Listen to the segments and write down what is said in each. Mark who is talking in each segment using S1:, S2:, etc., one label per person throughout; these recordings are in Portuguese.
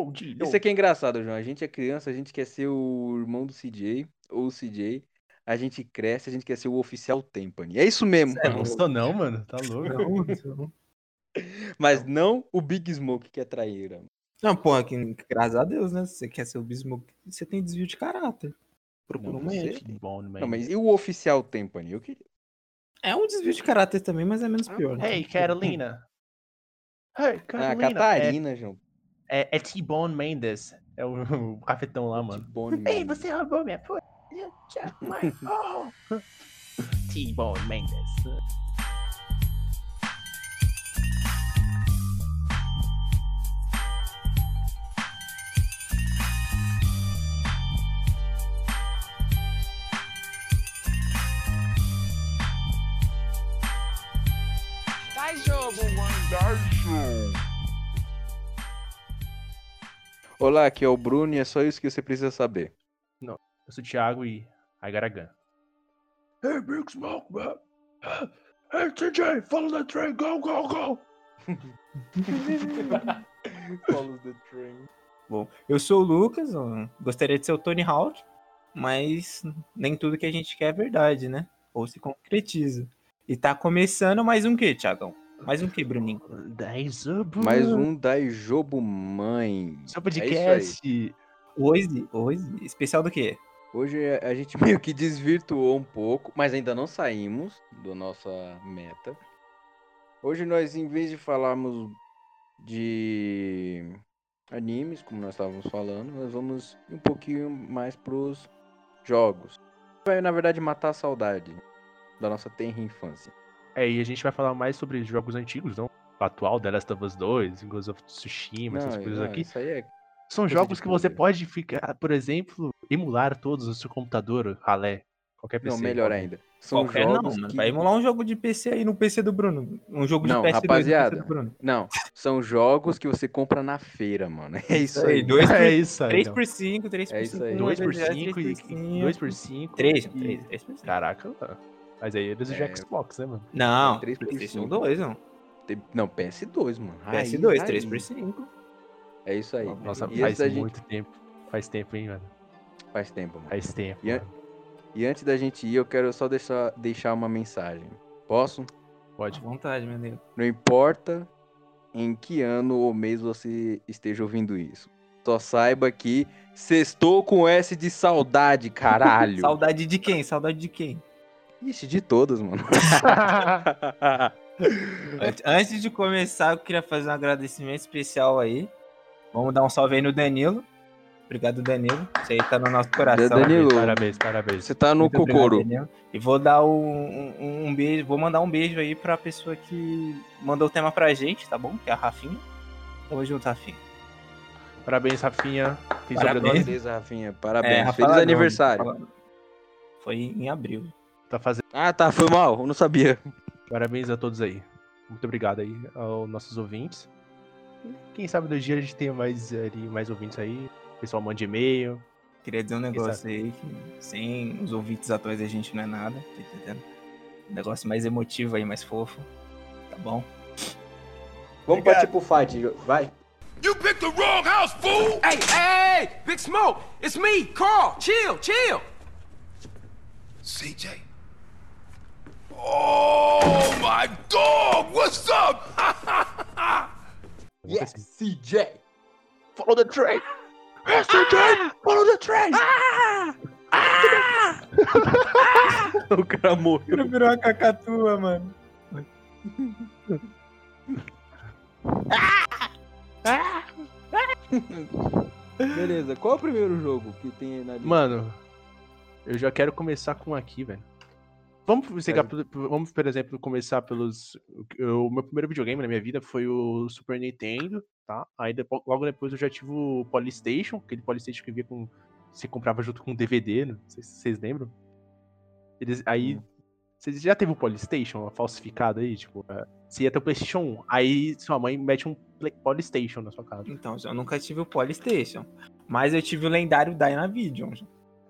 S1: Ronaldinho.
S2: Isso aqui é engraçado, João. A gente é criança, a gente quer ser o irmão do CJ ou o CJ. A gente cresce, a gente quer ser o oficial Tempany. É isso mesmo.
S3: É, não sou não, mano. Tá louco.
S4: Não, não.
S2: Mas
S3: então.
S2: não o Big Smoke que é traíra.
S4: Não, pô, aqui, graças a Deus, né? Se você quer ser o bismo, você tem desvio de caráter. Procura
S2: Não,
S4: um
S2: você-
S4: médico.
S3: Que bom, man.
S2: Não, mas e o oficial Tempany? Eu queria.
S4: É um desvio de caráter também, mas é menos pior.
S3: Ah, Hey, Carolina. Hey,
S2: Ah,
S3: Carolina.
S2: Catarina, João.
S3: É, é, é T-Bone Mendes. É o, o cafetão lá, mano.
S2: Bone
S3: Ei,
S2: Man.
S3: você roubou minha porra. T-Bone Mendes.
S2: Olá, aqui é o Bruno e é só isso que você precisa saber.
S3: Eu sou o Thiago e Agaragan. Hey, Big Smoke, man. Hey, TJ, follow the train, go, go, go.
S2: Follow the train.
S4: Bom, eu sou o Lucas, eu gostaria de ser o Tony Hawk, mas nem tudo que a gente quer é verdade, né? Ou se concretiza. E tá começando mais um que, Thiagão? Mais um que, Bruninho?
S2: Mais
S3: Hum.
S2: um Daijobo Mãe.
S3: uh, Seu
S2: É isso
S3: podcast.
S4: Hoje, hoje, especial do quê?
S2: Hoje a- a gente meio que desvirtuou um pouco, mas ainda não saímos da nossa meta. Hoje nós, em vez de falarmos de animes, como nós estávamos falando, nós vamos um pouquinho mais pros jogos. Vai, na verdade, matar a saudade da nossa tenra infância.
S3: É, e a gente vai falar mais sobre jogos antigos, não? O atual, The Last of Us 2, Ghost of Tsushima, essas coisas
S2: não,
S3: aqui.
S2: Isso aí é...
S3: São
S2: coisa
S3: jogos
S2: de
S3: que você
S2: poder.
S3: pode ficar, por exemplo, emular todos no seu computador, ralé, qualquer PC.
S2: Não, melhor
S3: qualquer-
S2: ainda. São jogos
S4: mano.
S2: que...
S4: Vai emular um jogo de PC aí no PC do Bruno. Um jogo
S2: Não,
S4: de PS2 no
S2: rapaziada.
S4: PC do Bruno.
S2: Não, são jogos que você compra na feira, mano. É isso aí.
S4: aí, 2 por
S3: É isso aí.
S4: 3
S3: não.
S4: por né? 5, 3
S2: É
S4: por
S2: isso
S4: 5.
S2: aí.
S3: Dois por 5 e 2 por 5.
S4: 3,
S3: e-
S4: 3, 3 por 5.
S3: Caraca, mano. Mas aí eles
S2: É.
S3: já Xbox, né, mano?
S4: Não,
S2: Três por
S4: PlayStation
S2: cinco.
S4: 2, não.
S2: Tem- Não, PS2, mano. Raiz,
S4: PS2,
S2: raiz.
S4: 3 por 5.
S2: É isso aí.
S3: Nossa,
S2: e
S3: faz
S2: antes da gente...
S3: muito tempo. Faz tempo, hein, mano?
S2: Faz tempo, mano.
S3: Faz tempo.
S2: E a-
S3: mano.
S2: E antes da gente ir, eu quero só deixar, deixar uma mensagem. Posso?
S4: De
S3: Pode.
S4: vontade, meu Deus.
S2: Não importa em que ano ou mês você esteja ouvindo isso. Só saiba que sextou com S de saudade, caralho.
S4: Saudade de quem? Saudade de quem?
S2: Ixi, de todas, mano.
S4: Ante- Antes de começar, eu queria fazer um agradecimento especial aí. Vamos dar um salve aí no Danilo. Obrigado, Danilo. Você aí tá no nosso coração.
S2: Dan- Danilo.
S3: Parabéns, parabéns.
S2: Você tá no
S4: Muito obrigado,
S2: cocoro.
S4: Danilo. E vou dar um, um- um beijo, vou mandar um beijo aí pra pessoa que mandou o tema pra gente, tá bom? Que é a Rafinha. Tamo junto, Rafinha.
S3: Parabéns, Rafinha. Tem
S4: Parabéns.
S3: sobrenome
S2: Beleza, Rafinha.
S4: É,
S2: Parabéns.
S4: Rafael
S2: Feliz
S4: Adão.
S2: aniversário.
S4: Foi em abril.
S3: Tá fazendo.
S2: Ah, tá. Foi mal. Eu não sabia.
S3: Parabéns a todos aí. Muito obrigado aí aos nossos ouvintes. E Quem sabe do dia a gente tem mais, eh, ali, mais ouvintes aí. O pessoal manda e-mail.
S4: Queria dizer um negócio aí que sem os ouvintes atuais a gente não é nada, tá entendendo? Um negócio mais emotivo aí, mais fofo. Tá bom?
S2: Vamos partir pro fight. Jo- Vai.
S5: You picked the wrong house, fool! Hey, hey, hey! Big Smoke! It's me, Carl! Chill, chill! CJ? Oh my dog! What's up?
S2: Yes, CJ.
S3: Follow the train! Follow the train!
S2: O cara morreu.
S4: virou uma cacatua, mano.
S2: Beleza, qual é o primeiro jogo que tem na lista?
S3: Mano, eu já quero começar com aqui, velho. Vamos, pegar
S2: Mas-
S3: pelo- vamos, por exemplo, começar pelos. O o meu primeiro videogame na minha vida foi o Super Nintendo, tá? Aí depo- logo depois eu já tive o Polystation, aquele Polystation que via com. Você comprava junto com um o DVD, não sei se vocês lembram. Eles, aí. Vocês já teve o Polystation falsificado aí? Tipo, é, você ia ter o PlayStation 1, aí sua mãe mete um Play- Polystation na sua casa.
S4: Então, eu nunca tive o Polystation. Mas eu tive o lendário Dynavision,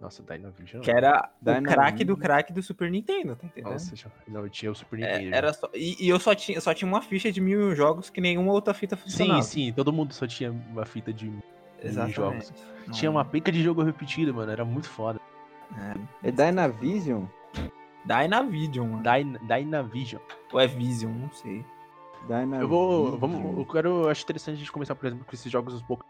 S3: Nossa, daí não vi,
S4: que era o
S2: Dynavision.
S4: craque do craque do Super Nintendo, tá entendendo?
S3: Nossa, já- não, eu tinha o Super
S4: É,
S3: Nintendo.
S4: era só, e, e eu só tinha, só tinha uma ficha de mil e um jogos que nenhuma outra fita
S3: Sim,
S4: funcionava.
S3: sim, todo mundo só tinha uma fita de jogos.
S4: Exatamente.
S3: Tinha uma penca de jogo repetido, mano. Era muito foda.
S2: É Dynavision?
S4: Dynavision, mano.
S3: Dyna- Dynavision.
S4: Ou é Vision, não sei.
S2: Dynavision.
S3: Eu vou. Vamos, eu quero. Acho interessante a gente começar, por exemplo, com esses jogos um pouco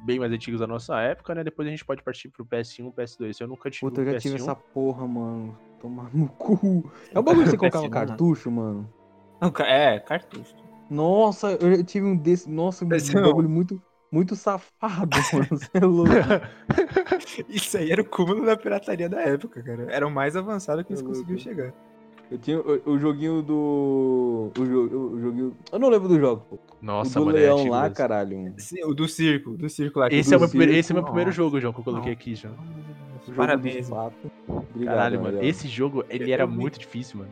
S3: bem mais antigos da nossa época, né? Depois a gente pode partir pro PS1, PS2. Eu nunca tive.
S2: Puta, eu
S3: um
S2: já tive
S3: PS1.
S2: essa porra, mano. Tomar no cu. É o bagulho que você colocava
S3: né?
S4: PS1, mano.
S2: cartucho, mano.
S4: Não, ca- É, cartucho.
S2: Nossa, eu já tive um desse. Nossa, um
S4: PS1.
S2: bagulho muito, muito safado, mano. Você é louco.
S4: Isso aí era o cúmulo da pirataria da época, cara. Era o mais avançado que eles
S2: Tá louco.
S4: conseguiam chegar.
S2: Eu tinha o, o joguinho do. O, jo- o- o joguinho. Eu não lembro do jogo, pô.
S3: Nossa,
S2: o do
S3: mano. é
S2: leão
S3: antigo
S2: lá,
S3: mesmo.
S2: caralho. um mano.
S4: Sim, o do circo, o do circo lá. que
S3: Esse
S4: do
S3: é, o meu primeiro,
S4: circo-
S3: esse é o meu primeiro
S4: Nossa.
S3: jogo, João, que eu coloquei aqui, João.
S2: O jogo
S4: Parabéns,
S2: dos patos. Obrigado,
S3: Caralho, mano.
S2: Mariel.
S3: Esse jogo, ele
S4: Eu
S3: era
S4: vi.
S3: muito difícil, mano.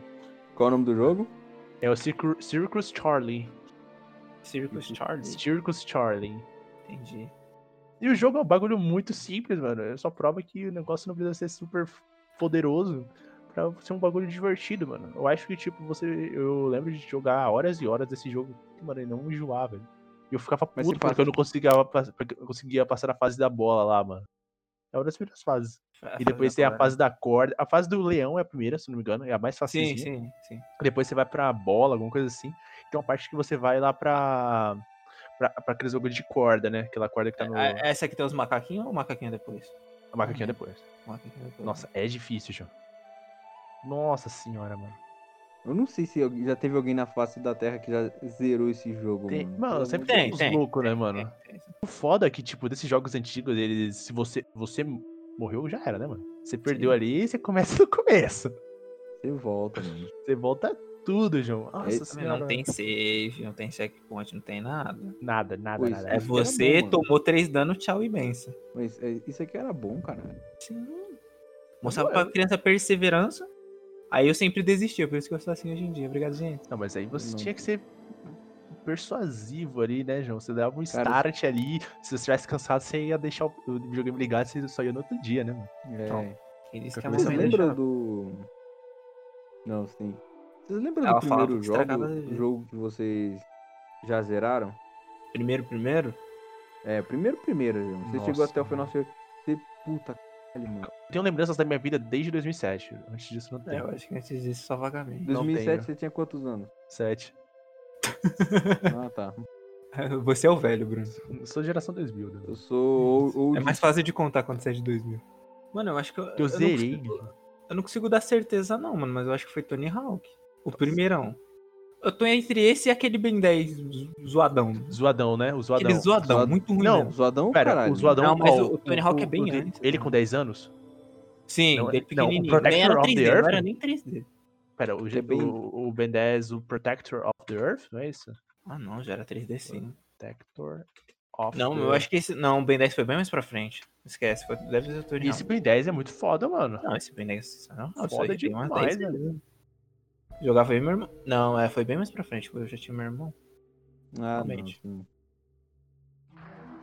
S2: Qual é o nome do jogo?
S3: É o Circu- Circus Charlie.
S4: Circus
S2: É.
S4: Charlie.
S3: Circus Charlie.
S4: Entendi.
S3: E o jogo é um bagulho muito simples, mano. É só prova que o negócio não precisa ser super poderoso pra ser um bagulho divertido, mano. Eu acho que, tipo, você. Eu lembro de jogar horas e horas desse jogo, mano, e não enjoar, velho. E eu ficava
S2: Mas
S3: puto
S2: você
S3: porque eu não conseguia, pas- porque eu não conseguia passar a fase da bola lá, mano. É uma das primeiras fases. E depois tem a fase da corda. A fase do leão é a primeira, se não me engano. É a mais fácil.
S4: né? Sim, sim, sim.
S3: Depois você vai pra bola, alguma coisa assim. Tem uma parte que você vai lá pra. pra, pra aquele jogo de corda, né? Aquela corda que tá no.
S4: É, A- Essa aqui tem os macaquinhos ou o macaquinho depois?
S3: A macaquinha depois.
S4: O macaquinho depois.
S3: Nossa, é difícil, João. Nossa senhora, mano.
S2: Eu não sei se alguém- já teve alguém na face da Terra que já zerou esse jogo,
S3: Tem,
S2: mano.
S3: mano,
S2: Pelo
S3: sempre
S2: amor de
S3: tem,
S4: Tem,
S3: uns
S4: tem,
S3: loucos, né, mano?
S4: tem, tem.
S3: O foda é que, tipo, desses jogos antigos, eles. Se você. Você morreu, já era, né, mano? Você perdeu
S4: Sim.
S3: ali e você começa do começo.
S2: Deus, Você volta, mano.
S3: Você volta tudo, João. Nossa
S2: Esse-
S3: senhora.
S4: Não tem save, não tem checkpoint, não tem nada.
S3: Nada, nada,
S2: Pois
S3: nada.
S2: é.
S4: É
S2: Isso que era
S4: você
S2: bom, mano.
S4: tomou três danos, tchau imensa.
S2: Mas é, isso aqui era bom, cara.
S4: Sim. Mostrava pra criança perseverança. Aí eu sempre desistia, por isso que eu sou assim hoje em dia. Obrigado, gente.
S3: é. Não, mas aí você
S2: Não.
S3: tinha que ser persuasivo ali, né, João? Você dava um
S2: Cara,
S3: start ali. Se você estivesse cansado, você ia deixar o o videogame ligado, você só ia no outro dia, né, mano?
S2: É.
S4: Então, Quem disse que a
S2: Você
S3: Mas
S4: mamãe
S2: lembra
S4: deixava?
S2: do. Não, sim. Vocês lembram
S4: Ela
S2: do
S4: falava
S2: primeiro
S4: que estragava a
S2: jogo,
S4: vida.
S2: jogo que vocês já zeraram?
S4: Primeiro, primeiro?
S2: É, primeiro, primeiro, João. Você
S3: Nossa,
S2: chegou até o
S3: mano.
S2: final, você. Você puta caralho, mano.
S3: Eu tenho lembranças da minha vida desde 2007. Antes disso, não
S4: É, eu
S3: tenho.
S4: acho que antes disso só vagamente.
S3: Não
S2: 2007
S3: tenho.
S2: você tinha quantos anos?
S3: Sete.
S2: Ah, tá.
S4: Você é o velho, Bruno.
S3: Eu Sou geração 2000. Né?
S2: Eu sou. ou- ou-
S4: É mais fácil de contar quando você é de 2000. Mano, eu acho que eu.
S3: Eu zerei.
S4: Não consigo, eu não consigo dar certeza, não, mano, mas eu acho que foi Tony Hawk. O primeirão. Eu tô entre esse e aquele Ben 10 zo- zoadão.
S3: Zoadão, né? O zoadão.
S4: Aquele é zoadão,
S2: Zoado-
S4: muito ruim.
S3: Não,
S4: né?
S2: Zoadão,
S3: Pera,
S2: caralho.
S3: o zoadão.
S4: Não, mas
S3: ó,
S4: o Tony Hawk é bem
S3: o dele-
S4: antes,
S3: Ele
S4: né?
S3: com 10 anos?
S4: Sim,
S3: Não, é-
S4: dele
S3: não, o
S4: pequenininho.
S3: Protector
S4: nem era
S3: of the
S4: 3D, não
S3: Earth.
S4: era nem 3D.
S3: Pera, o,
S2: É bem-
S3: o, o Ben 10, o Protector of the Earth, não é isso?
S4: Ah, não, já era 3D sim.
S3: Protector of
S4: Não,
S3: the
S4: eu acho que esse. Não, o Ben 10 foi bem mais pra frente. Esquece, foi, deve ser o Tony
S3: E esse
S4: Hawk.
S3: Ben 10 é muito foda, mano.
S4: Não, esse Ben 10. Não, não, isso aí
S3: foda
S4: tem umas né? 10
S3: demais,
S4: vezes.
S3: velho.
S4: Jogava eu e meu irmão. Não, é, foi bem mais pra frente, porque eu já tinha meu irmão.
S2: Ah, não,
S4: Realmente.
S2: sim. então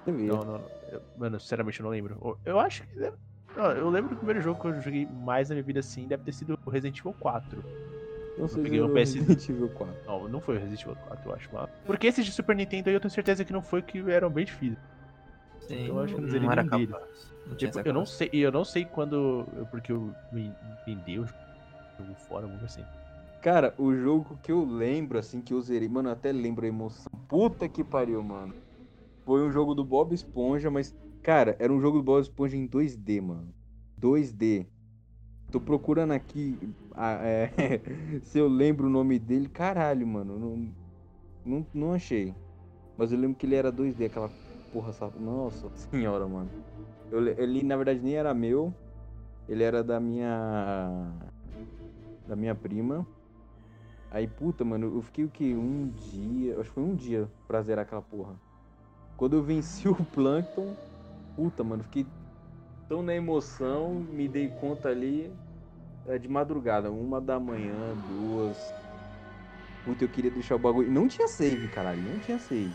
S2: Teve.
S3: Não, não, eu- mano, sinceramente eu não lembro. Eu, eu acho que. deve- ó, eu lembro que o primeiro jogo que eu joguei mais na minha vida assim deve ter sido o Resident Evil 4.
S2: Não sei
S3: peguei
S2: se
S3: um
S2: eu
S3: PS2.
S2: Resident Evil 4.
S3: Não, não foi o Resident Evil 4, eu acho. Mas... Porque esses de Super Nintendo aí eu tenho certeza que não foi, que eram bem difíceis.
S4: Sim,
S3: Eu acho que eu não zerei
S4: era
S3: nenhum
S4: capaz. Hum, Não tinha
S3: Tipo,
S4: essa
S3: eu não
S4: capacidade.
S3: sei, eu não sei quando. eu- Porque eu me vendi o jogo fora, alguma coisa assim.
S2: Cara, o jogo que eu lembro, assim, que eu zerei, mano, eu até lembro a emoção. Puta que pariu, mano. Foi um jogo do Bob Esponja, mas, cara, era um jogo do Bob Esponja em 2D, mano. 2D. Tô procurando aqui a- é, se eu lembro o nome dele. Caralho, mano, não, não, não achei. Mas eu lembro que ele era 2D, aquela porra, sabe? Nossa senhora, mano. Eu, le- ele, na verdade, nem era meu. Ele era da minha. Da minha prima. Aí, puta, mano, eu fiquei o quê? Um dia. Acho que foi um dia pra zerar aquela porra. Quando eu venci o Plankton, puta, mano, fiquei tão na emoção, me dei conta ali é, de madrugada, uma da manhã, duas. Puta, eu queria deixar o bagulho. Não tinha save, caralho, não tinha save.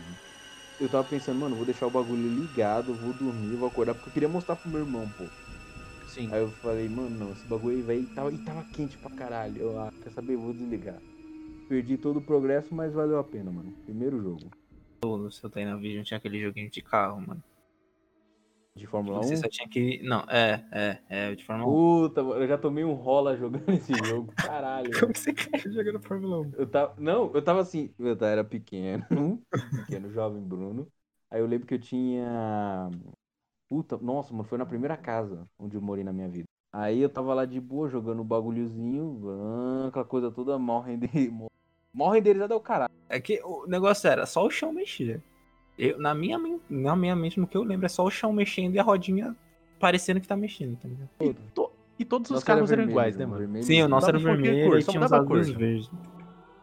S2: Eu tava pensando, mano, vou deixar o bagulho ligado, vou dormir, vou acordar, porque eu queria mostrar pro meu irmão, pô.
S3: Sim.
S2: Aí eu falei, mano, não, esse bagulho aí, velho, e tava, e tava quente pra caralho. Eu, ah, quer saber, vou desligar. Perdi todo o progresso, mas valeu a pena, mano. Primeiro jogo.
S4: No seu Dynavision tinha aquele joguinho de carro, mano.
S2: de Fórmula 1.
S4: Você só tinha que. Não, é, é, é, de Fórmula 1.
S2: Puta, mano, eu já tomei um rola jogando esse jogo. Caralho.
S4: Como que você caiu jogando Fórmula 1?
S2: Eu tava, não, eu tava assim, eu tava- era pequeno, pequeno, jovem Bruno. Aí eu lembro que eu tinha. Puta, nossa, mano, foi na primeira casa onde eu morei na minha vida. Aí eu tava lá de boa jogando o bagulhozinho, ah, aquela coisa toda mal renderizada. Mal renderizada é o caralho.
S4: É que o negócio era só o chão mexer. Eu, na, minha, men- na minha mente, no que eu lembro, é só o chão mexendo e a rodinha parecendo que tá mexendo, tá ligado?
S3: E, to- e todos os
S2: Nossa,
S3: carros
S2: era
S3: eram
S2: vermelho,
S3: iguais, né, mano?
S2: vermelho.
S4: Sim, o nosso
S3: dava
S4: era
S3: pra qualquer
S4: vermelho
S3: cor,
S4: e
S3: só
S4: tinha uns
S3: mudava a cor,
S4: azuis
S3: né?
S4: verdes.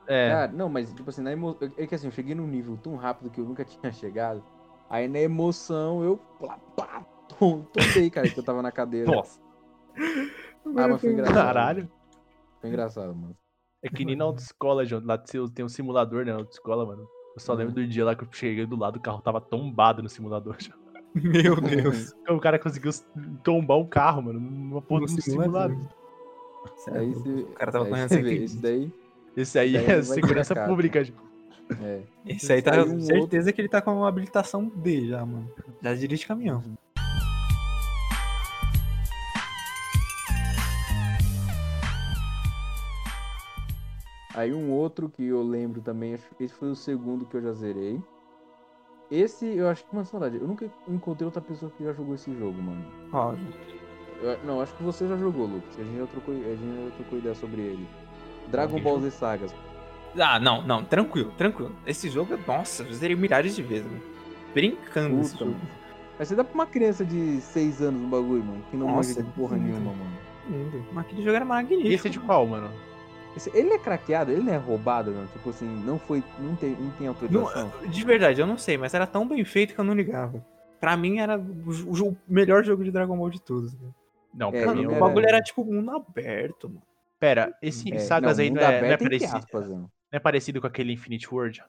S3: É.
S2: Cara, não, mas tipo assim, na emo... é que assim, eu cheguei num nível tão rápido que eu nunca tinha chegado. Aí na emoção eu plá, plá, tom- tombei, cara, que eu tava na cadeira.
S3: Nossa,
S2: Ah, mas foi engraçado.
S3: caralho.
S2: Foi engraçado, mano.
S3: É que nem na autoescola, João. Lá tem tem um simulador, né? Na autoescola, mano. Eu só lembro
S2: Uhum.
S3: do dia lá que eu cheguei do lado, o carro tava tombado no simulador. já.
S4: Meu Deus.
S3: O cara conseguiu tombar um carro, mano, numa porra
S4: No
S3: de um
S4: simulador.
S3: simulador.
S2: Aí você-
S4: É, O cara tava
S2: aí
S4: correndo
S2: você
S4: sem
S2: vê,
S4: que-
S2: Isso daí.
S3: Esse aí
S2: Daí ele
S3: é
S2: vai
S3: segurança
S2: destacar,
S3: pública, gente.
S2: É.
S4: Esse aí tá
S2: Aí um
S4: certeza que ele tá com uma habilitação D já, mano. Já dirige caminhão.
S2: Aí um outro que eu lembro também, acho que esse foi o segundo que eu já zerei. Esse, eu acho que, mano, saudade, eu nunca encontrei outra pessoa que já jogou esse jogo, mano.
S4: Ó,
S2: Eu- não, acho que você já jogou, Lucas. A gente já trocou, a gente já trocou ideia sobre ele. Dragon
S3: Alguém
S2: Ball Z Sagas.
S4: Ah, não, não, tranquilo, tranquilo. Esse jogo, nossa, eu zerei milhares de vezes, mano. Brincando esse
S2: Puta,
S4: jogo.
S2: mano. Mas você dá pra uma criança de 6 anos no bagulho, mano, que não
S4: Nossa,
S2: manja de porra
S4: muito.
S2: nenhuma, mano.
S4: Lindo. Mas aquele jogo era
S3: E
S4: magnífico.
S3: esse é de qual, mano?
S2: Esse- ele é craqueado, ele não é roubado, não. Tipo assim, não foi. Não tem, não tem
S4: Não,
S2: autorização.
S4: de verdade, eu não sei, mas era tão bem feito que eu não ligava. Pra mim era o, jo- o jo- melhor jogo de Dragon Ball de todos. né?
S3: Não,
S2: É,
S3: pra
S4: Mano,
S3: mim.
S4: o
S2: era-
S3: eu-
S4: bagulho era tipo mundo aberto, mano.
S3: Pera, esse
S2: É,
S3: Sagas aí
S2: mundo
S3: não é, não, é
S2: aberto entre
S3: parecido,
S2: aspas, não.
S3: não é parecido com aquele Infinite World?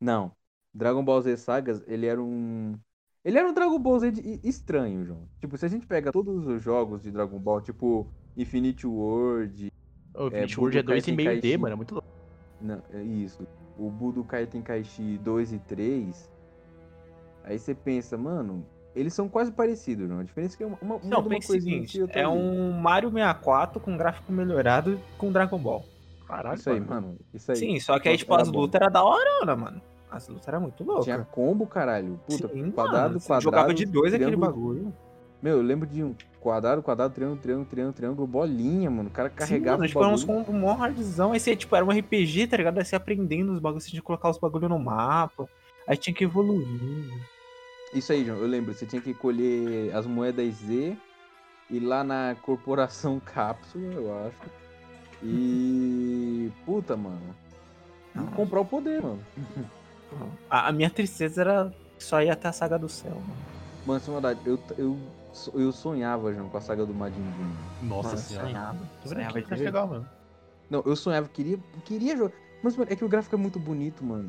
S2: Não. Dragon Ball Z Sagas, ele era um. Ele era um Dragon Ball Z de- estranho, João. Tipo, se a gente pega todos os jogos de Dragon Ball, tipo Infinity World,
S3: O Infinite World
S2: Budokai
S3: é 2,5D,
S2: Tenkaichi.
S3: mano. É muito louco.
S2: Não, é isso. O Budokai Tenkaichi 2 e 3. Aí você pensa, mano, eles são quase parecidos, não? A diferença é que uma, uma, muda
S4: Não,
S2: uma
S4: pensa o
S2: coisinha
S4: seguinte,
S2: aqui, outra
S4: é
S2: ali.
S4: um Mario 64 com gráfico melhorado com Dragon Ball.
S3: Caralho,
S2: Isso aí,
S3: mano.
S2: mano. Isso aí.
S4: Sim, só que aí,
S2: Nossa,
S4: tipo,
S2: era
S4: as
S2: bom.
S4: lutas eram da hora, mano. As lutas eram muito loucas.
S2: Tinha combo, caralho. Puta,
S4: Sim, mano,
S2: quadrado,
S4: você
S2: quadrado.
S4: Jogava de dois aquele
S2: triângulo.
S4: bagulho.
S2: Meu, eu lembro de um quadrado, quadrado, triângulo, triângulo, triângulo, triângulo, bolinha, mano. O cara carregava.
S4: Sim, mano,
S2: o
S4: tipo, era uns
S2: bagulho.
S4: combos mó hardzão. Aí você, tipo, era um RPG, tá ligado? Aí você aprendendo os bagulhos, você tinha que colocar os bagulhos no mapa. Aí tinha que evoluir.
S2: Isso aí, João, eu lembro. Você tinha que colher as moedas Z e lá na corporação cápsula, eu acho. E. Puta, mano. E
S4: Nossa.
S2: comprar o poder, mano.
S4: A, a minha tristeza era só ir até a Saga do Céu, mano.
S2: Mano, sem maldade, eu, eu, so- eu sonhava, João, com a saga do Majin Buu.
S3: Nossa
S4: Mano, eu
S3: senhora.
S4: Sonhava. Sonhava de
S3: Acho
S4: verdade.
S3: legal, mano.
S2: Não, eu sonhava, queria, queria jogar. Mas, mano, é que o gráfico é muito bonito, mano.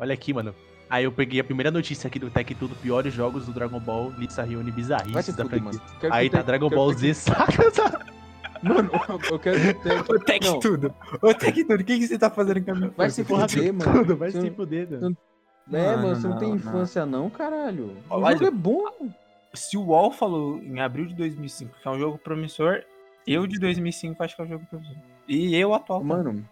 S3: Olha aqui, mano. Aí eu peguei a primeira notícia aqui do Tech Tudo, piores jogos do Dragon Ball, lista reúne
S2: Vai se
S3: bizarrice da
S2: fuder,
S3: franquia.
S2: mano. Quero que
S3: Aí
S2: o
S3: tá
S2: Tec-
S3: Dragon
S2: quero
S3: Ball
S2: que-
S3: Z, saca?
S2: Mano, eu quero que o Tec-
S4: Ô, Tec
S2: Não.
S4: Tudo! Ô, Tec Tudo, o que, que você tá fazendo com a minha
S2: Vai
S4: força?
S2: se
S3: Porra,
S2: fuder, mano.
S3: Tudo, vai
S2: Você
S3: se
S2: não-
S3: fuder, mano.
S2: não- É,
S4: Mano,
S2: mano, você não,
S4: não,
S2: tem
S4: não.
S2: infância não, caralho. O
S4: Olha-
S2: jogo é bom.
S4: Se o UOL falou em abril de 2005 que é um jogo promissor, eu de 2005 acho que é um jogo promissor. E eu atual. também.
S2: Mano,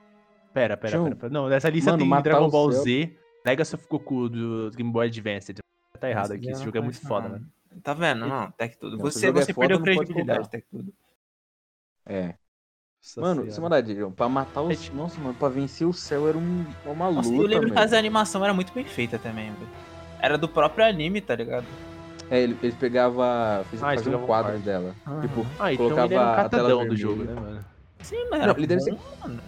S3: Pera, pera,
S2: João.
S3: pera, pera. Não, nessa lista
S2: Mano,
S3: tem
S2: matar
S3: Dragon
S2: o
S3: Ball
S2: céu.
S3: Z, Legacy of Goku do Game Boy Advance. Tá errado
S4: Esse
S3: aqui, esse
S4: não
S3: jogo é muito
S4: conheço,
S3: foda,
S4: não.
S3: mano.
S4: Tá vendo? Não, Tec Tudo.
S2: Não, se o
S4: Você,
S2: jogo é
S4: você
S2: foda,
S4: perdeu
S2: não pode
S4: credibilidade,
S2: comprar.
S4: Tec Tudo.
S2: é.
S3: Nossa
S2: Mano,
S3: senhora.
S2: sem maldade, João, pra matar os. Nossa, mano, pra vencer o céu era um, uma luta.
S4: É Nossa, eu lembro
S2: velho.
S4: que as animação era muito bem feita também, velho. Era do próprio anime, tá ligado?
S2: É, ele, ele pegava. Fez,
S3: Ah, eles
S2: fazia
S3: pegavam
S2: um quadro
S3: parte.
S2: dela. Tipo,
S3: Ah, então
S2: colocava
S3: ele era um
S2: a tela
S3: catadão do
S2: vermelha.
S3: jogo, né, mano?
S4: Sim, mas era
S2: ele deve ser-
S4: bom, mano.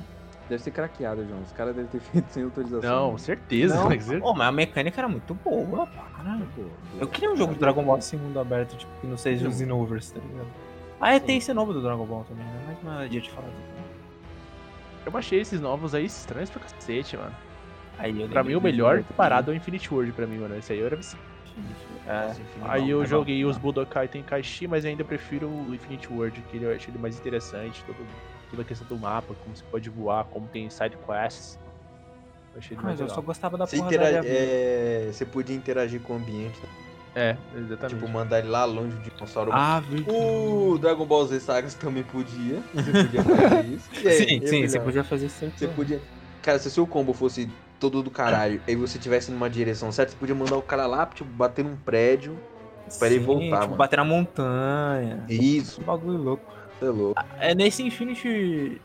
S2: deve ser craqueado, João. Os caras devem ter feito sem autorização.
S3: Não, certeza,
S4: Não.
S3: né, que certeza.
S4: Pô, mas a mecânica era muito boa, cara.
S2: Pô,
S4: Eu queria um jogo de Dragon Ball assim, mundo aberto, tipo, que não seja os Inovers, tá ligado? Ah, é, tem esse novo do Dragon Ball também, né? Mas não é dia de falar dele.
S3: Eu baixei esses novos aí estranhos pra cacete, mano.
S4: Aí eu
S3: Pra mim,
S4: lembrei
S3: o
S4: de
S3: melhor
S4: outro, né?
S3: parado é o Infinite World pra mim, mano. Esse aí eu era viciado.
S4: É.
S3: Aí
S4: não,
S3: eu
S4: não,
S3: joguei
S4: não.
S3: os Budokai Tenkaichi, mas ainda prefiro o Infinite World, que eu acho ele mais interessante, todo- toda a questão do mapa, como você pode voar, como tem side quests. Eu achei ele
S4: Ah,
S3: mais
S4: Mas eu
S3: legal.
S4: só gostava da
S2: Você,
S4: porra da Ilha Verde.
S2: podia interagir com o ambiente.
S3: É, exatamente.
S2: Tipo, mandar ele lá longe de dinossauro.
S4: Ah, verdade.
S2: O Dragon Ball Z Sagas também podia. Você podia fazer isso. E aí,
S4: sim,
S2: eu
S4: sim, você
S2: melhor.
S4: podia fazer isso.
S2: Você podia. Cara, se o seu combo fosse todo do caralho e você tivesse numa direção certa, você podia mandar o cara lá, tipo, bater num prédio. pra ele voltar,
S4: tipo,
S2: mano.
S4: bater na montanha.
S2: Isso,
S4: Que bagulho louco.
S2: você é louco.
S4: É nesse Infinity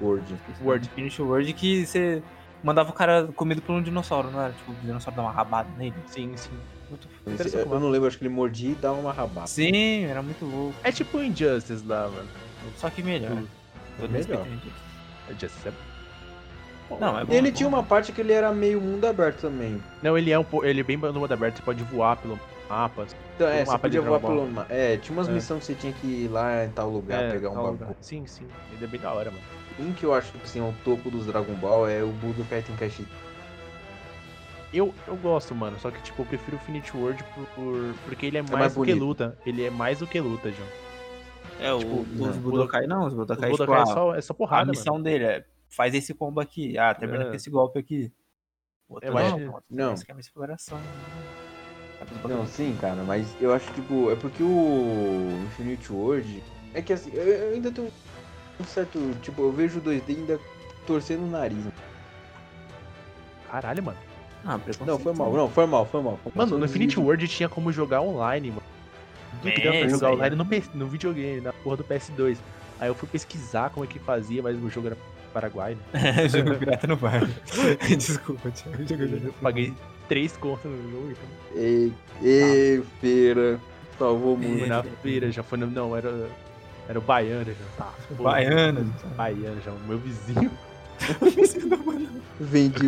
S2: Word.
S4: World, Infinity World que você mandava o cara comido por um dinossauro, não era? Tipo, o dinossauro dava uma rabada nele.
S3: Sim, sim.
S4: Muito
S2: Eu não sei-
S4: interessante.
S2: Eu não lembro, acho que ele mordia e dava uma rabada.
S4: Sim, era muito louco.
S3: É tipo o Injustice lá, mano.
S4: Só que melhor.
S3: Hum,
S4: Todo
S2: melhor.
S4: respeito, gente.
S3: Injustice é...
S4: Não, é bom.
S2: E ele tinha uma parte que ele era meio mundo aberto também.
S3: Não, ele é um pouco. Ele é bem no mundo aberto, você pode voar pelo mapa. assim,
S2: Então,
S3: Tem
S2: é,
S3: um
S2: você
S3: mapa de
S2: podia voar
S3: Dragon
S2: pelo mapa. É, tinha umas
S3: É.
S2: missões que você tinha que ir lá em tal lugar,
S3: é,
S2: pegar um
S3: tal
S2: bagulho.
S3: lugar. Sim, sim. Ele é bem da hora, mano.
S2: Um que eu acho que assim, é o topo dos Dragon Ball é o Budokai Tenkaichi.
S3: Eu, eu gosto, mano. Só que, tipo, eu prefiro o Infinity World por, por- porque ele é mais,
S2: mais
S3: do que
S2: bonito.
S3: luta. Ele é mais do que luta, João.
S4: É, o,
S3: Tipo,
S4: os
S3: não.
S4: Budokai não, os Budokai,
S3: O
S4: tipo,
S3: Budokai é
S4: ah,
S3: só, é só
S4: a
S3: porrada, mano.
S4: missão dele é faz esse combo aqui, ah, termina
S3: É.
S4: com esse golpe aqui. O outro
S3: Eu
S4: não,
S3: acho-
S4: pô, outro
S2: não.
S4: Isso aqui é uma exploração. né? Sabe, os bagulho-
S2: Não, sim, cara, mas eu acho tipo, é porque o Infinite World é que assim, eu, eu ainda tenho um certo, tipo, eu vejo o 2D ainda torcendo o nariz.
S3: Caralho, mano.
S4: Ah, preconceito.
S2: Não, foi mal, não, foi mal, foi mal.
S3: Mano, no Infinity World tinha como jogar online, mano. Tudo que dava
S4: É,
S3: pra
S4: isso
S3: jogar
S4: aí.
S3: online no, PS no videogame, na porra do PS2. Aí eu fui pesquisar como é que fazia, mas o jogo era Paraguai, né?
S4: É, jogo pirata no bar. Desculpa, Thiago. jogo pirata
S3: Eu
S4: no bar.
S3: paguei três contas no jogo, então.
S2: Ei, ei, feira, salvou muito.
S3: Foi na feira, já foi no. Não, era. Era o Baiana já. Tá, porra.
S4: Baiana.
S3: Baiana já, o meu vizinho.
S2: Vendi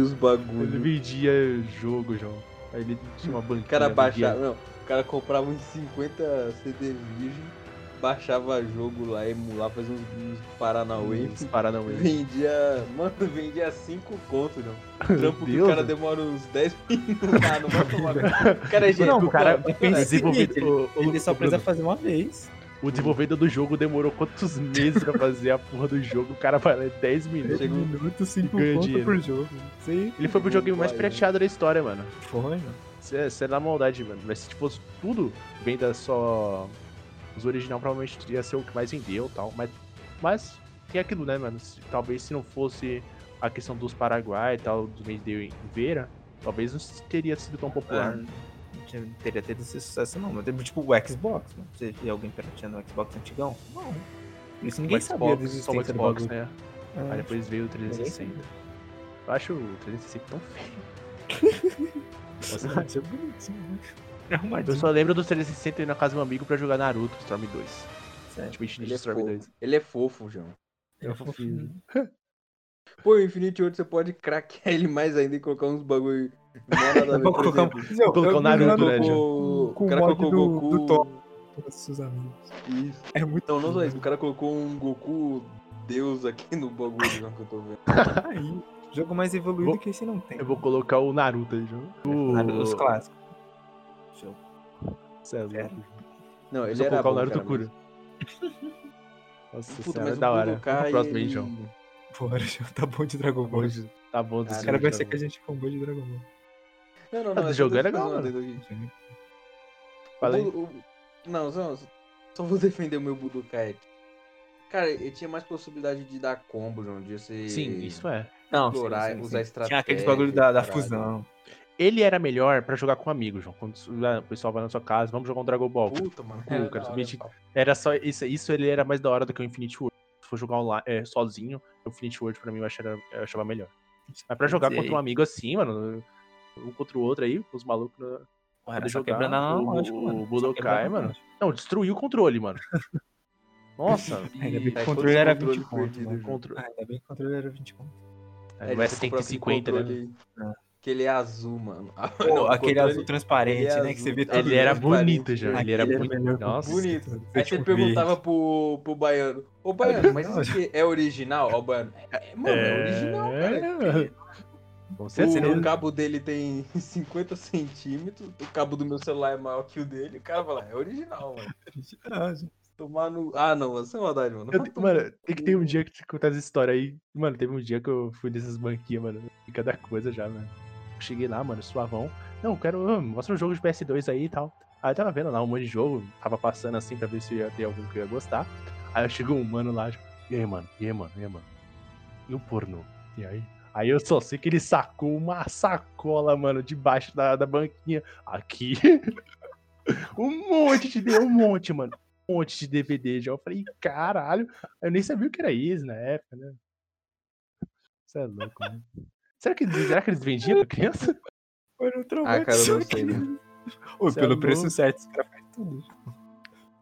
S2: os
S3: Ele
S2: bagulhos.
S3: vendia jogo, João. Aí ele tinha uma banquinha.
S2: O cara
S3: vendia-
S2: baixava, não, o cara comprava uns 50 CD virgem, baixava jogo lá, emular, fazia uns, uns Paranauê.
S3: Uns Paranauê.
S2: Vendia. Mano, vendia 5 conto, não.
S3: Meu
S2: Trampo que o
S3: Deus,
S2: cara
S3: mano.
S2: demora uns 10 minutos lá, não vai tomar. O cara é gente.
S4: Não,
S3: o cara
S2: mano,
S3: o
S4: é o
S3: desenvolvedor-
S4: seguinte,
S3: o- o-
S4: Ele só
S3: o
S4: precisa
S3: Bruno,
S4: fazer uma vez.
S3: o desenvolvedor do jogo demorou quantos meses pra fazer a porra do jogo? O cara vai lá em 10 minutos.
S2: Chegou-
S4: minutos, 5
S3: ganha dinheiro.
S4: jogo. Sim.
S3: Ele foi pro jogo mais
S2: Vai, né?
S3: pirateado da história, mano.
S4: Foi, mano.
S3: Isso é na maldade, mano. Mas se fosse tudo, venda só. Os original provavelmente ia ser o que mais vendeu e tal. Mas, mas tem aquilo, né, mano? Se- talvez se não fosse a questão dos Paraguai e tal, dos vendeu em Vera, talvez não teria sido tão
S4: Ah,
S3: popular.
S4: não tinha- não teria tido esse sucesso, não. Mas teve, tipo o Xbox, mano. Você via alguém pirateando o Xbox antigão? Não. Por isso ninguém
S3: O
S4: sabia da
S3: Xbox, só o
S4: existência do
S3: Xbox,
S4: bagulho.
S3: né?
S4: É,
S3: Aí depois veio o
S4: ninguém
S3: 360. Eu acho o 360 tão feio.
S4: sabia. Isso é bonitinho, né? É
S3: Eu
S4: arrumadinho.
S3: só lembro do 360 ir na casa de um amigo pra jogar Naruto Storm 2.
S4: Sério.
S3: Ultimate
S2: Ele
S3: Ninja
S2: é
S3: Storm
S2: fofo.
S3: 2.
S2: Ele é fofo, João.
S3: Eu fofinho.
S2: Pô, o Infinity World você pode craquear ele mais ainda e colocar uns bagulho. é Nada a ver,
S4: Vou
S2: por
S4: colocar um-
S2: exemplo,
S4: Eu-
S3: colocar
S4: eu
S3: o Naruto,
S4: vi lá
S3: né,
S4: no-
S2: colocou-
S4: com
S2: É o cara
S4: o mod
S2: colocou
S4: do-
S2: Goku.
S4: do Tom. Todos os seus amigos.
S2: Isso. Então,
S4: É muito
S2: Não, não só isso. O cara colocou um Goku Deus aqui no bagulho João, que eu tô vendo.
S4: Tá Aí, jogo mais evoluído
S3: Vou-
S4: que esse não tem.
S3: Eu vou colocar o Naruto aí, João.
S4: É, Naruto, Os clássicos.
S3: Cê é louco.
S2: Não, ele
S3: Só colocar
S2: era bom,
S3: o Naruto
S2: cara, mas-
S3: cura. Nossa
S2: Puta,
S3: senhora, é
S2: mas
S3: da
S2: o
S3: hora.
S2: Budokai,
S3: Vamos pro próximo aí,
S2: ele-
S3: João.
S4: Bora, João, tá bom de Dragon Ball.
S3: Hoje Tá bom
S2: Cara, é
S4: Os
S3: desse
S4: caras
S3: jeito,
S4: vão ser que a
S3: João.
S4: gente combou de Dragon Ball.
S2: Não, não,
S3: Ah,
S2: não.
S3: do
S2: é
S3: jogo
S2: só
S3: é
S2: pra
S3: legal,
S2: zoar
S3: mano.
S2: dedo aqui.
S3: Fala aí.
S2: O- o- Não, só, só vou defender o meu Budokai. aqui. Cara, ele tinha mais possibilidade de dar combo, João, de você
S3: Sim, isso é.
S4: Não,
S2: explorar, usar estratégia.
S4: Tinha aqueles bagulho da, da fusão.
S3: Ele era melhor pra jogar com amigos, João. Quando o pessoal vai na sua casa, vamos jogar um Dragon Ball.
S2: Puta, mano.
S3: Pô, cara, somente- Era só isso, isso ele era mais da hora do que o Infinity World. Se for jogar online, é, sozinho, o Infinity World pra mim eu achava, eu achava melhor. Mas pra jogar contra um amigo assim, mano, um contra o outro aí, os malucos. né?
S4: Porra,
S3: Ele
S4: só
S3: jogar
S4: quebrando
S3: o- é
S4: analógico,
S3: o
S4: mano. Só é
S3: Budokai,
S4: quebrando
S3: mano.
S4: analógico.
S3: Não, destruiu o controle, mano. Nossa,
S4: Ainda bem que
S2: Aí,
S4: o
S2: quantos
S4: controle era
S2: controle
S4: 20
S3: né?
S4: conto.
S2: perdido,
S4: mano.
S2: João?
S3: controle.
S4: Ah, ainda bem que o controle era 20 conto.
S3: É, não é 150, né?
S2: Que ele é azul, mano. Ah,
S4: Pô,
S2: não, o
S4: aquele
S2: controle-
S4: azul transparente,
S2: ele é
S4: né? Que você vê
S2: azul.
S4: tudo.
S3: Ele era
S2: Transparente,
S3: bonito,
S2: né?
S3: já. Ele era
S4: Aquele é
S3: bonito.
S4: melhor que o
S3: Nossa.
S2: Bonito.
S4: Você
S2: Aí você
S4: tipo,
S2: perguntava
S4: verde.
S2: pro, pro baiano: Ô baiano, mas
S4: Não,
S2: isso aqui é original? Ó, o baiano. É, mano, é, original, cara.
S3: É, Com
S2: O,
S3: certeza.
S2: o cabo dele tem 50 centímetros, o cabo do meu celular é maior que o dele. O cara fala, é original, mano.
S4: Ah, gente.
S2: Tomar no. Ah, não, mano, sem maldade, mano.
S3: Eu te- Mano, tem que ter um dia que te contar essa história aí. Mano, teve um dia que eu fui nessas banquinhas, mano. E cada coisa já, mano. Eu Cheguei lá, mano, suavão. Não, quero. ah, Mostra um jogo de PS2 aí e tal. Aí eu tava vendo lá um monte de jogo, tava passando assim pra ver se ia ter algum que eu ia gostar. Aí chegou um mano lá, tipo, e aí, mano, e aí, mano, e aí, mano. E o pornô? E aí? Aí eu só sei que ele sacou uma sacola, mano, debaixo da, da banquinha. Aqui. um monte de um monte, mano. Um monte de DVD já. Eu falei, caralho. Eu nem sabia o que era isso na época, né? Você é louco, mano. Será que, será que eles vendiam pra criança?
S4: Foi no
S2: Ah, cara, eu não sei, né?
S4: Ô,
S3: Cê é
S4: pelo
S3: louco.
S4: preço certo, esse cara faz tudo.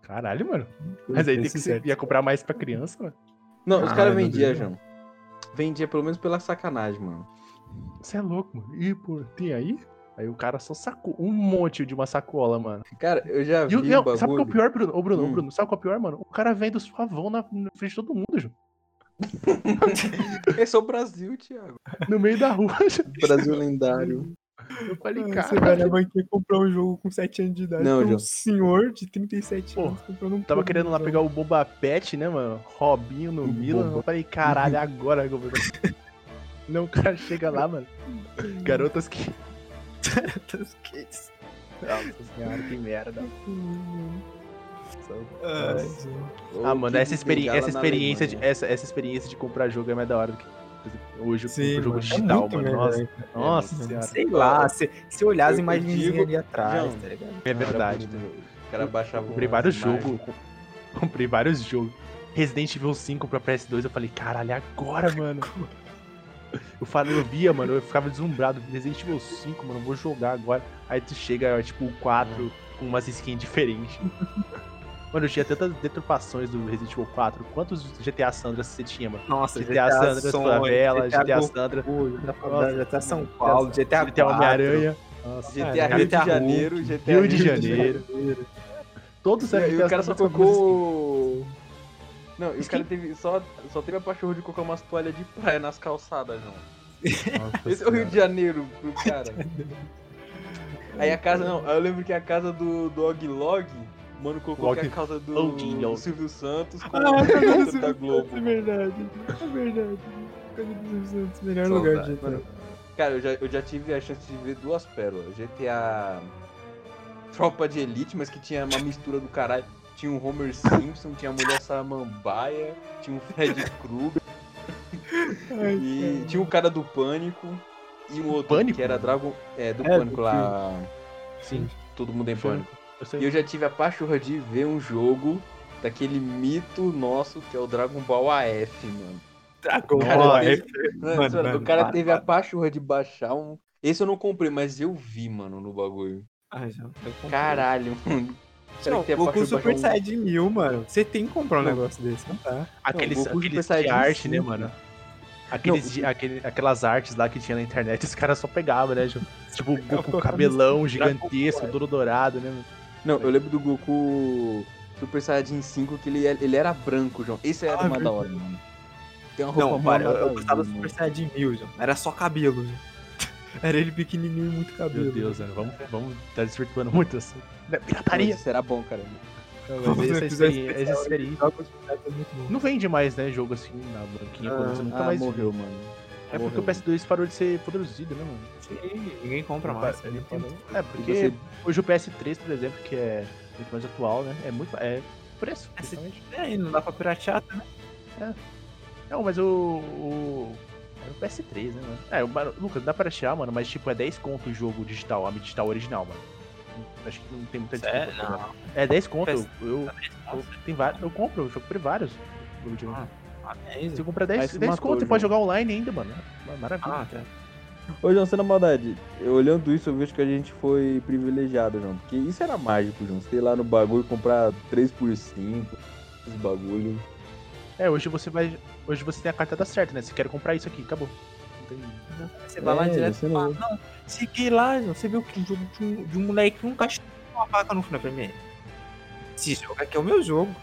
S3: Caralho, mano. Mas
S4: é,
S3: aí tem que ser, ia comprar mais pra criança, mano.
S2: Não, os
S4: Ah,
S2: caras
S4: meu
S2: vendiam,
S4: Deus.
S2: João. Vendia pelo menos pela sacanagem, mano.
S3: Você é louco, mano. E, pô, tem aí? Aí o cara só sacou um monte de uma sacola, mano.
S2: Cara, eu já
S3: E
S2: vi
S3: o- não,
S2: um bagulho.
S3: sabe qual é o pior, Bruno? Ô, Bruno, ô,
S2: Hum.
S3: Bruno, sabe qual é o pior, mano? O cara vende o suavão na, na frente de todo mundo, Ju.
S2: Esse é o Brasil, Thiago.
S3: No meio da rua. Ju.
S2: Brasil lendário.
S3: Eu falei,
S4: Ah, Você vai
S3: cara.
S4: na banquinha comprar um jogo com 7 anos de idade.
S2: Não,
S4: tem um
S2: João.
S4: senhor de 37
S3: Pô,
S4: anos comprando um
S3: Tava
S4: pornô.
S3: querendo lá pegar o Boba Pet, né, mano? Robinho no Milan. Eu falei, caralho, é agora que eu vou jogar. Não, o cara chega lá, mano. Garotas que. Nossa senhora, que merda.
S4: Ah,
S2: Ou
S3: Ah, mano,
S2: que
S3: essa, experi-
S2: bengala
S3: essa
S2: na
S3: experiência de,
S2: Alemanha.
S3: essa, essa experiência de comprar jogo é mais da hora do que por exemplo, hoje
S4: Sim,
S3: o jogo
S4: mano. É
S3: digital,
S4: muito
S3: mano.
S4: melhor,
S3: Nossa, nossa
S4: cara. É muito melhor.
S3: senhora.
S4: Sei lá, se, se olhar as
S2: Eu- eu
S4: imagenzinhas
S2: digo-
S4: ali atrás,
S2: João,
S4: tá ligado?
S3: É verdade.
S2: Cara,
S3: né?
S2: O cara baixava um
S3: Comprei
S2: umas
S3: vários
S2: imagens.
S3: jogos. Comprei vários jogos. Resident Evil 5 pra PS2, eu falei, caralho, é agora, mano. Eu falei, eu via, mano, eu ficava deslumbrado. Resident Evil 5, mano, eu vou jogar agora. Aí tu chega, tipo, o 4
S2: É.
S3: com umas skins diferentes. Mano, eu tinha tantas deturpações do Resident Evil 4. Quantos GTA Sandra você tinha, mano?
S4: Nossa,
S3: GTA, Sandra,
S4: Sonho,
S3: Favela,
S4: GTA,
S3: GTA
S4: Goku,
S3: Sandra,
S4: GTA, Favela, GTA São Paulo, GTA,
S3: GTA Homem-Aranha.
S4: Homem-Aranha.
S3: Nossa,
S2: GTA
S3: cara,
S2: Rio
S4: GTA
S2: de Janeiro, GTA
S3: Rio de Janeiro. Todos
S2: E aí, o cara só
S3: Sandra com algumas skins.
S2: colocou. Não, e o
S3: Skin.
S2: cara teve, só, só teve a pachorra de colocar umas toalhas de praia nas calçadas, João.
S3: Nossa
S2: Esse é o Rio
S3: senhora.
S2: de Janeiro pro cara. Aí a casa, não, aí eu lembro que a casa do, do Og Log, mano, colocou
S3: Og-
S2: que é a casa do,
S3: Log Log.
S2: do Silvio Santos com
S4: Ah,
S2: o
S4: é
S2: helicóptero
S4: verdade,
S2: da Globo.
S4: É verdade, é verdade. Coisa dos Santos, melhor
S2: Saudade,
S4: lugar de
S2: mano. Cara, eu já, eu já tive a chance de ver duas pérolas. GTA Tropa de Elite, mas que tinha uma mistura do caralho. Tinha um Homer Simpson, tinha a Mulher Samambaia, tinha um Fred Krueger,
S4: Ai,
S2: e tinha o cara do Pânico, e um outro
S3: Pânico?
S2: que era Dragon... É, do
S4: É,
S2: Pânico
S4: do
S2: lá...
S3: Sim,
S2: Todo mundo em
S3: Foi.
S2: Pânico.
S3: eu
S2: E
S3: sei.
S2: eu já tive a pachorra de ver um jogo daquele mito nosso que é o Dragon Ball AF, mano.
S4: Dragon
S2: Cara,
S4: Ball,
S2: eu
S4: é-
S2: Mano,
S4: Mano,
S2: sério,
S4: mano,
S2: o cara
S4: para,
S2: teve a pachorra de baixar um. Esse eu não comprei, mas eu vi, mano, no bagulho.
S4: Ah, já, eu comprei.
S2: Caralho, mano. Será
S4: Não,
S2: que tem a
S4: Goku
S2: pachorra de
S4: Super
S2: baixar um?
S4: Saiyajin mil, mano. Você tem que comprar um
S2: Não.
S4: negócio desse, não tá?
S3: Aquele,
S2: Não, Goku
S3: aquele de
S2: Super Saiyajin
S3: arte, né,
S2: cinco,
S3: mano? Aqueles,
S2: Não,
S3: de- aquele- aquelas artes lá que tinha na internet, os caras só pegavam, né, Ju? Tipo, o Goku com
S4: colocava
S3: cabelão
S4: no
S3: gigantesco, todo dourado, né, mano?
S2: Não, eu lembro do Goku Super Saiyajin 5 que ele, é, ele era branco, João. Esse era
S4: Ah,
S2: uma da hora, mano. Tem uma roupa
S4: Não,
S2: mó
S4: para, eu,
S2: nada a
S4: eu
S2: ver,
S4: gostava do
S2: mano.
S4: Super Saiyajin mil, João. Era só cabelo, João. Era ele pequenininho e muito cabelo.
S3: Meu Deus, mano, vamos, vamos tá desvirtuando muito assim. Né, Pirataria!
S2: Mas Será bom, cara.
S3: Não,
S4: Vamos
S3: mas
S4: fazer um
S3: essa
S4: episódio
S3: experiência- essa
S4: especial,
S3: experiência-
S4: Jogos de cartas muito bons.
S3: Não vende mais, né, jogo assim na banquinha,
S4: Ah,
S3: por isso, nunca
S2: Ah,
S3: mais
S2: morreu, mano.
S3: É porque
S2: Morreu.
S3: o PS2 parou de ser produzido, né, mano?
S4: Sim, ninguém compra mais.
S3: Ele
S4: né?
S3: parou. É, porque
S2: E você-
S3: hoje o PS3, por exemplo, que é muito mais atual, né? É muito. É preço,
S4: É, se-
S3: principalmente.
S4: É, não dá pra piratear, né?
S3: Não, mas o. o... Era o PS3, né, mano? É, o bar- Lucas, dá pra achar, mano, mas tipo, é 10 conto o jogo digital, a digital original, mano. Acho que não tem muita
S4: Sério?
S3: desculpa,
S4: Não.
S3: É 10 conto,
S4: PS-
S3: eu, eu, eu, tem vários, eu compro, eu comprei vários. jogo de-
S4: Ah, É
S3: Se
S4: isso.
S3: eu comprar
S2: Mas
S3: 10,
S2: tu
S3: 10
S2: matou,
S3: conto, você pode
S2: João.
S3: jogar online ainda, mano. É Uma Maravilha.
S4: Ah, tá.
S2: Ô, João, você na maldade, eu olhando isso, eu vejo que a gente foi privilegiado, João. Porque isso era mágico, João. Sei lá no bagulho, comprar 3 por 5 esses bagulho.
S3: É, hoje você vai. Hoje você tem a cartada certa, né? Você quer comprar isso aqui, acabou. Não tem-
S4: Você vai lá
S2: É,
S4: direto
S2: você
S4: e
S2: não-
S4: fala, não, segui lá, João. Você viu que um jogo de um, de um moleque com um cachorro com uma faca no fundo pra mim. é Esse jogo aqui é o meu jogo.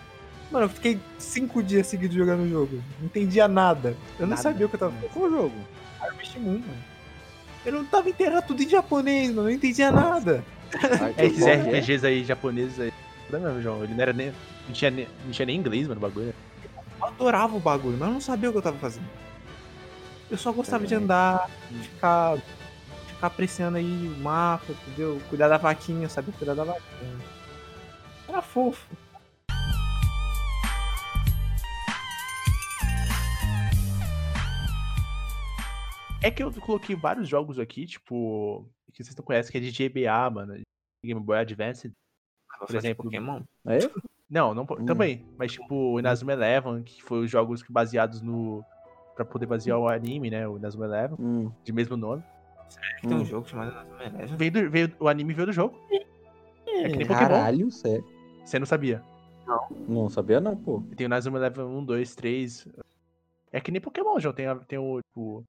S4: Mano, eu fiquei cinco dias seguidos jogando o jogo. Não entendia nada. Eu não
S3: Nada.
S4: sabia o que eu tava fazendo.
S2: Qual jogo?
S4: Harvest Moon, mano. Eu não tava inteirado tudo em japonês, mano. Eu não entendia nada.
S3: É, esses
S2: né?
S3: RPGs aí japoneses aí. Não, meu João, ele não era nem. Não tinha nem, não tinha nem inglês, mano, o bagulho.
S4: Eu adorava o bagulho, mas eu não sabia o que eu tava fazendo. Eu só gostava de
S2: Também.
S4: andar, de ficar, de ficar apreciando aí o mapa, entendeu? Cuidar da vaquinha, saber cuidar da vaquinha. Era fofo.
S3: É que eu coloquei vários jogos aqui, tipo, que vocês não conhecem, que é de GBA, mano. Game Boy Advance.
S4: Por exemplo,
S3: exemplo,
S4: Ah, Pokémon.
S2: Aí
S3: Não, não po-
S2: Hum.
S3: também. Mas tipo, o Inazuma Eleven, que foi os jogos que baseados no. Pra poder basear o anime, né? O Inazuma Eleven,
S2: Hum,
S3: de mesmo nome.
S4: Tem um
S2: hum.
S4: jogo chamado Inazuma Eleven.
S3: Veio do- veio, o anime veio do jogo. É que nem Pokémon.
S2: Caralho, sério.
S3: Você não sabia.
S2: Não sabia não, pô.
S3: Tem o Nazuma Level 1, 2, 3. É que nem Pokémon, João. Tem, a- tem o, tipo,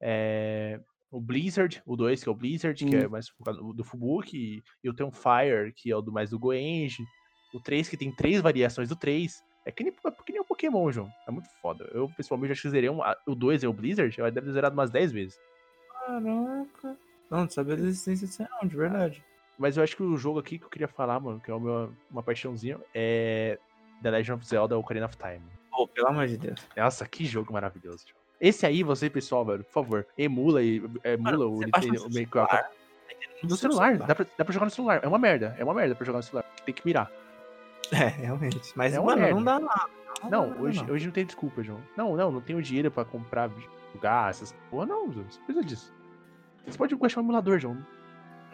S3: é, o Blizzard, o 2, que é o Blizzard, que é mais focado no- do Fubuki. E, e eu tenho o Fire, que é o do mais do Goenji. O 3, que tem três variações do 3. É que nem, é que nem o Pokémon, João. É muito foda. Eu, pessoalmente, acho que zerei um, a- o 2 é o Blizzard. Eu deve ter zerado umas 10 vezes.
S4: Caraca. Não, não sabia da existência disso não, de verdade.
S3: Mas eu acho que o jogo aqui que eu queria falar, mano, que é o meu, uma paixãozinha, é The Legend of Zelda Ocarina of Time.
S4: Pô, pelo amor de Deus.
S3: Nossa, que jogo maravilhoso. tio. Esse aí, você, pessoal, velho, por favor, emula e é, emula
S4: Mano,
S3: o
S4: você baixa
S3: Nintendo.
S4: no
S3: o
S4: seu
S3: Make- a-
S4: celular, tá
S3: No celular, dá pra, dá pra jogar no celular. É uma merda, é uma merda pra jogar no celular. Tem que mirar.
S4: É, realmente. Mas,
S3: É uma
S4: mano,
S3: merda.
S4: não dá nada.
S3: Não, hoje, hoje não tem desculpa, João. Não, não, não tenho dinheiro pra comprar, jogar, essas porra, não, João. Você não precisa disso. Você pode baixar um emulador, João.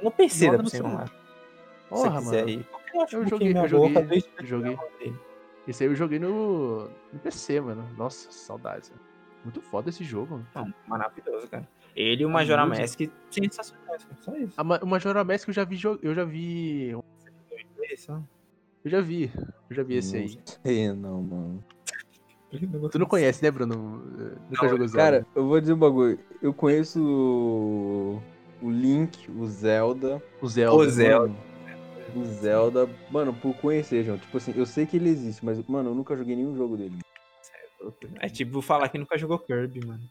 S4: No PC dá
S3: Joga
S4: pra
S3: no
S4: você
S3: celular.
S4: emular.
S3: Porra,
S4: se você quiser
S3: mano.
S4: aí. Qualquer notebook em
S3: joguei-
S4: um minha
S3: eu joguei-
S4: boca, dois dias
S3: eu joguei.
S4: eu joguei.
S3: Esse aí eu joguei no, no PC, mano. Nossa, saudades. velho. Muito foda esse jogo, mano.
S4: Não, maravilhoso, cara. Ele e o Majora
S3: música.
S4: Mask, sensacionais, cara. Só isso.
S3: A Ma- O Majora Mask eu já vi, jo- eu já vi, eu
S4: É isso, ó.
S3: já vi, eu já vi esse
S2: não
S3: aí.
S2: sei não, mano.
S3: Tu não conhece, né, Bruno? Eh, Nunca
S4: Não,
S3: jogou Zelda.
S2: Cara, eu vou dizer um bagulho. Eu conheço o, o Link, o Zelda.
S3: o Zelda.
S4: O Zelda.
S2: O Zelda, mano, por conhecer, João. Tipo assim, eu sei que ele existe, mas, mano, eu nunca joguei nenhum jogo dele.
S4: É tipo falar que nunca jogou Kirby, mano.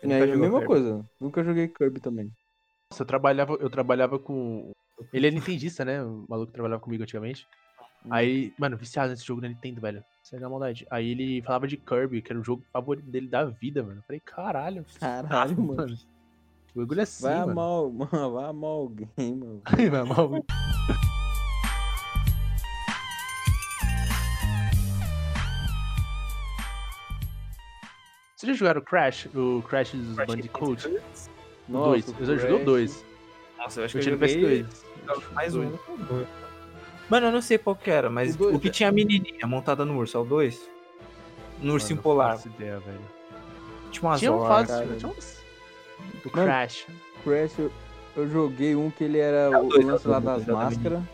S4: Você
S2: É
S4: nunca
S2: a
S4: jogou
S2: mesma
S4: Kirby.
S2: coisa. Nunca joguei Kirby também.
S3: Nossa, eu trabalhava, eu trabalhava com. Ele é nintendista, né? O maluco que trabalhava comigo antigamente.
S2: Uhum.
S3: Aí, mano, viciado nesse jogo da Nintendo, velho. Sério, na maldade. Aí ele falava de Kirby, que era o jogo favorito dele da vida, mano. Eu falei, caralho.
S2: Caralho,
S3: mano. O bagulho é assim,
S2: Tipo, Vai
S3: mano.
S2: amar, o- mano, vai amar alguém, mano.
S3: Vai amar o- Vocês já jogaram Crash? O Crash dos
S4: Crash
S3: Bandicoot? O
S2: Nossa,
S3: 2. Eu já joguei o
S2: Crash.
S3: 2.
S4: Nossa, eu acho
S3: Eu
S4: que
S3: tinha
S4: eu
S3: no
S4: joguei
S3: PS2.
S4: mais
S3: Dois.
S4: um. Mano, eu não sei qual que era, mas
S2: O
S4: o,
S2: dois,
S4: que
S2: é.
S4: tinha a menininha montada no urso, é o 2? No ursinho
S3: Mano,
S4: polar.
S3: não faço Ideia, velho.
S4: Tinha umas
S3: Tinha um
S4: horas,
S3: fácil,
S2: cara.
S3: tinha uns- Do
S2: Mano,
S3: Crash.
S2: Crash, eu, eu joguei um que ele era
S4: É o
S2: o,
S4: dois,
S2: o lance
S4: é o
S2: lá
S4: dois,
S2: das
S4: exatamente.
S2: máscaras.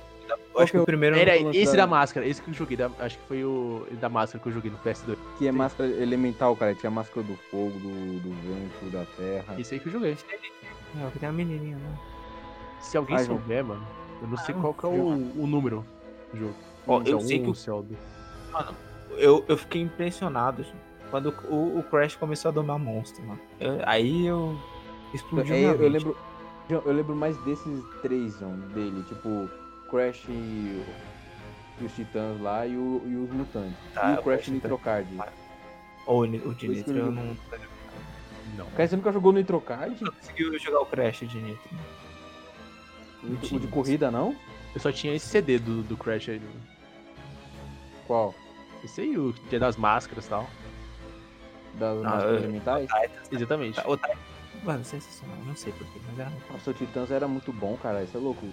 S4: Eu acho que o primeiro
S3: um. Era
S2: eu não tô
S3: esse da
S2: lembrando.
S3: máscara, esse que eu joguei, da- acho que foi o da máscara que eu joguei no PS2.
S2: Que é
S3: Sim.
S2: máscara elemental, cara. Tinha máscara do fogo, do, do vento, da terra.
S3: Esse aí que eu joguei.
S4: É, o que tem a menininha, né?
S3: Se alguém
S2: Ai, João.
S3: souber, mano, eu não sei
S4: Ah,
S3: qual que é o, o número do jogo.
S4: Ó,
S3: Se é
S4: eu
S3: um,
S4: sei que o-
S3: se é o dois.
S4: Eu, eu fiquei impressionado gente, quando o, o Crash começou a domar monstro, mano. Eu- aí eu explodi
S2: É,
S4: minha
S2: eu, eu
S4: mente.
S2: lembro. João, Eu lembro mais desses três, João, dele, tipo, Crash e, o- e os Titãs lá e, o- e os Mutantes.
S4: Tá,
S2: e o
S4: eu
S2: Crash
S4: gosto de-
S2: Nitrocard.
S4: Ah. Ou o Ni- o de
S2: Por isso que
S4: Nitro,
S2: eu
S4: eu
S2: não-
S4: não
S3: Não.
S2: Cara, você nunca jogou no Nitrocard?
S4: não conseguiu jogar o Crash de Nitro.
S2: O de- o de
S4: tinha.
S2: corrida, não?
S3: Eu só tinha esse CD do, do Crash aí. né?
S2: Qual?
S3: Esse aí, o Dia das Máscaras e tal.
S2: Das
S4: Ah,
S2: máscaras
S4: é.
S2: elementais?
S3: Exatamente.
S4: Tá, o Titan- Mano, sensacional, não sei porquê, mas era muito
S2: Nossa, o Titãs era muito bom, cara. Isso é louco.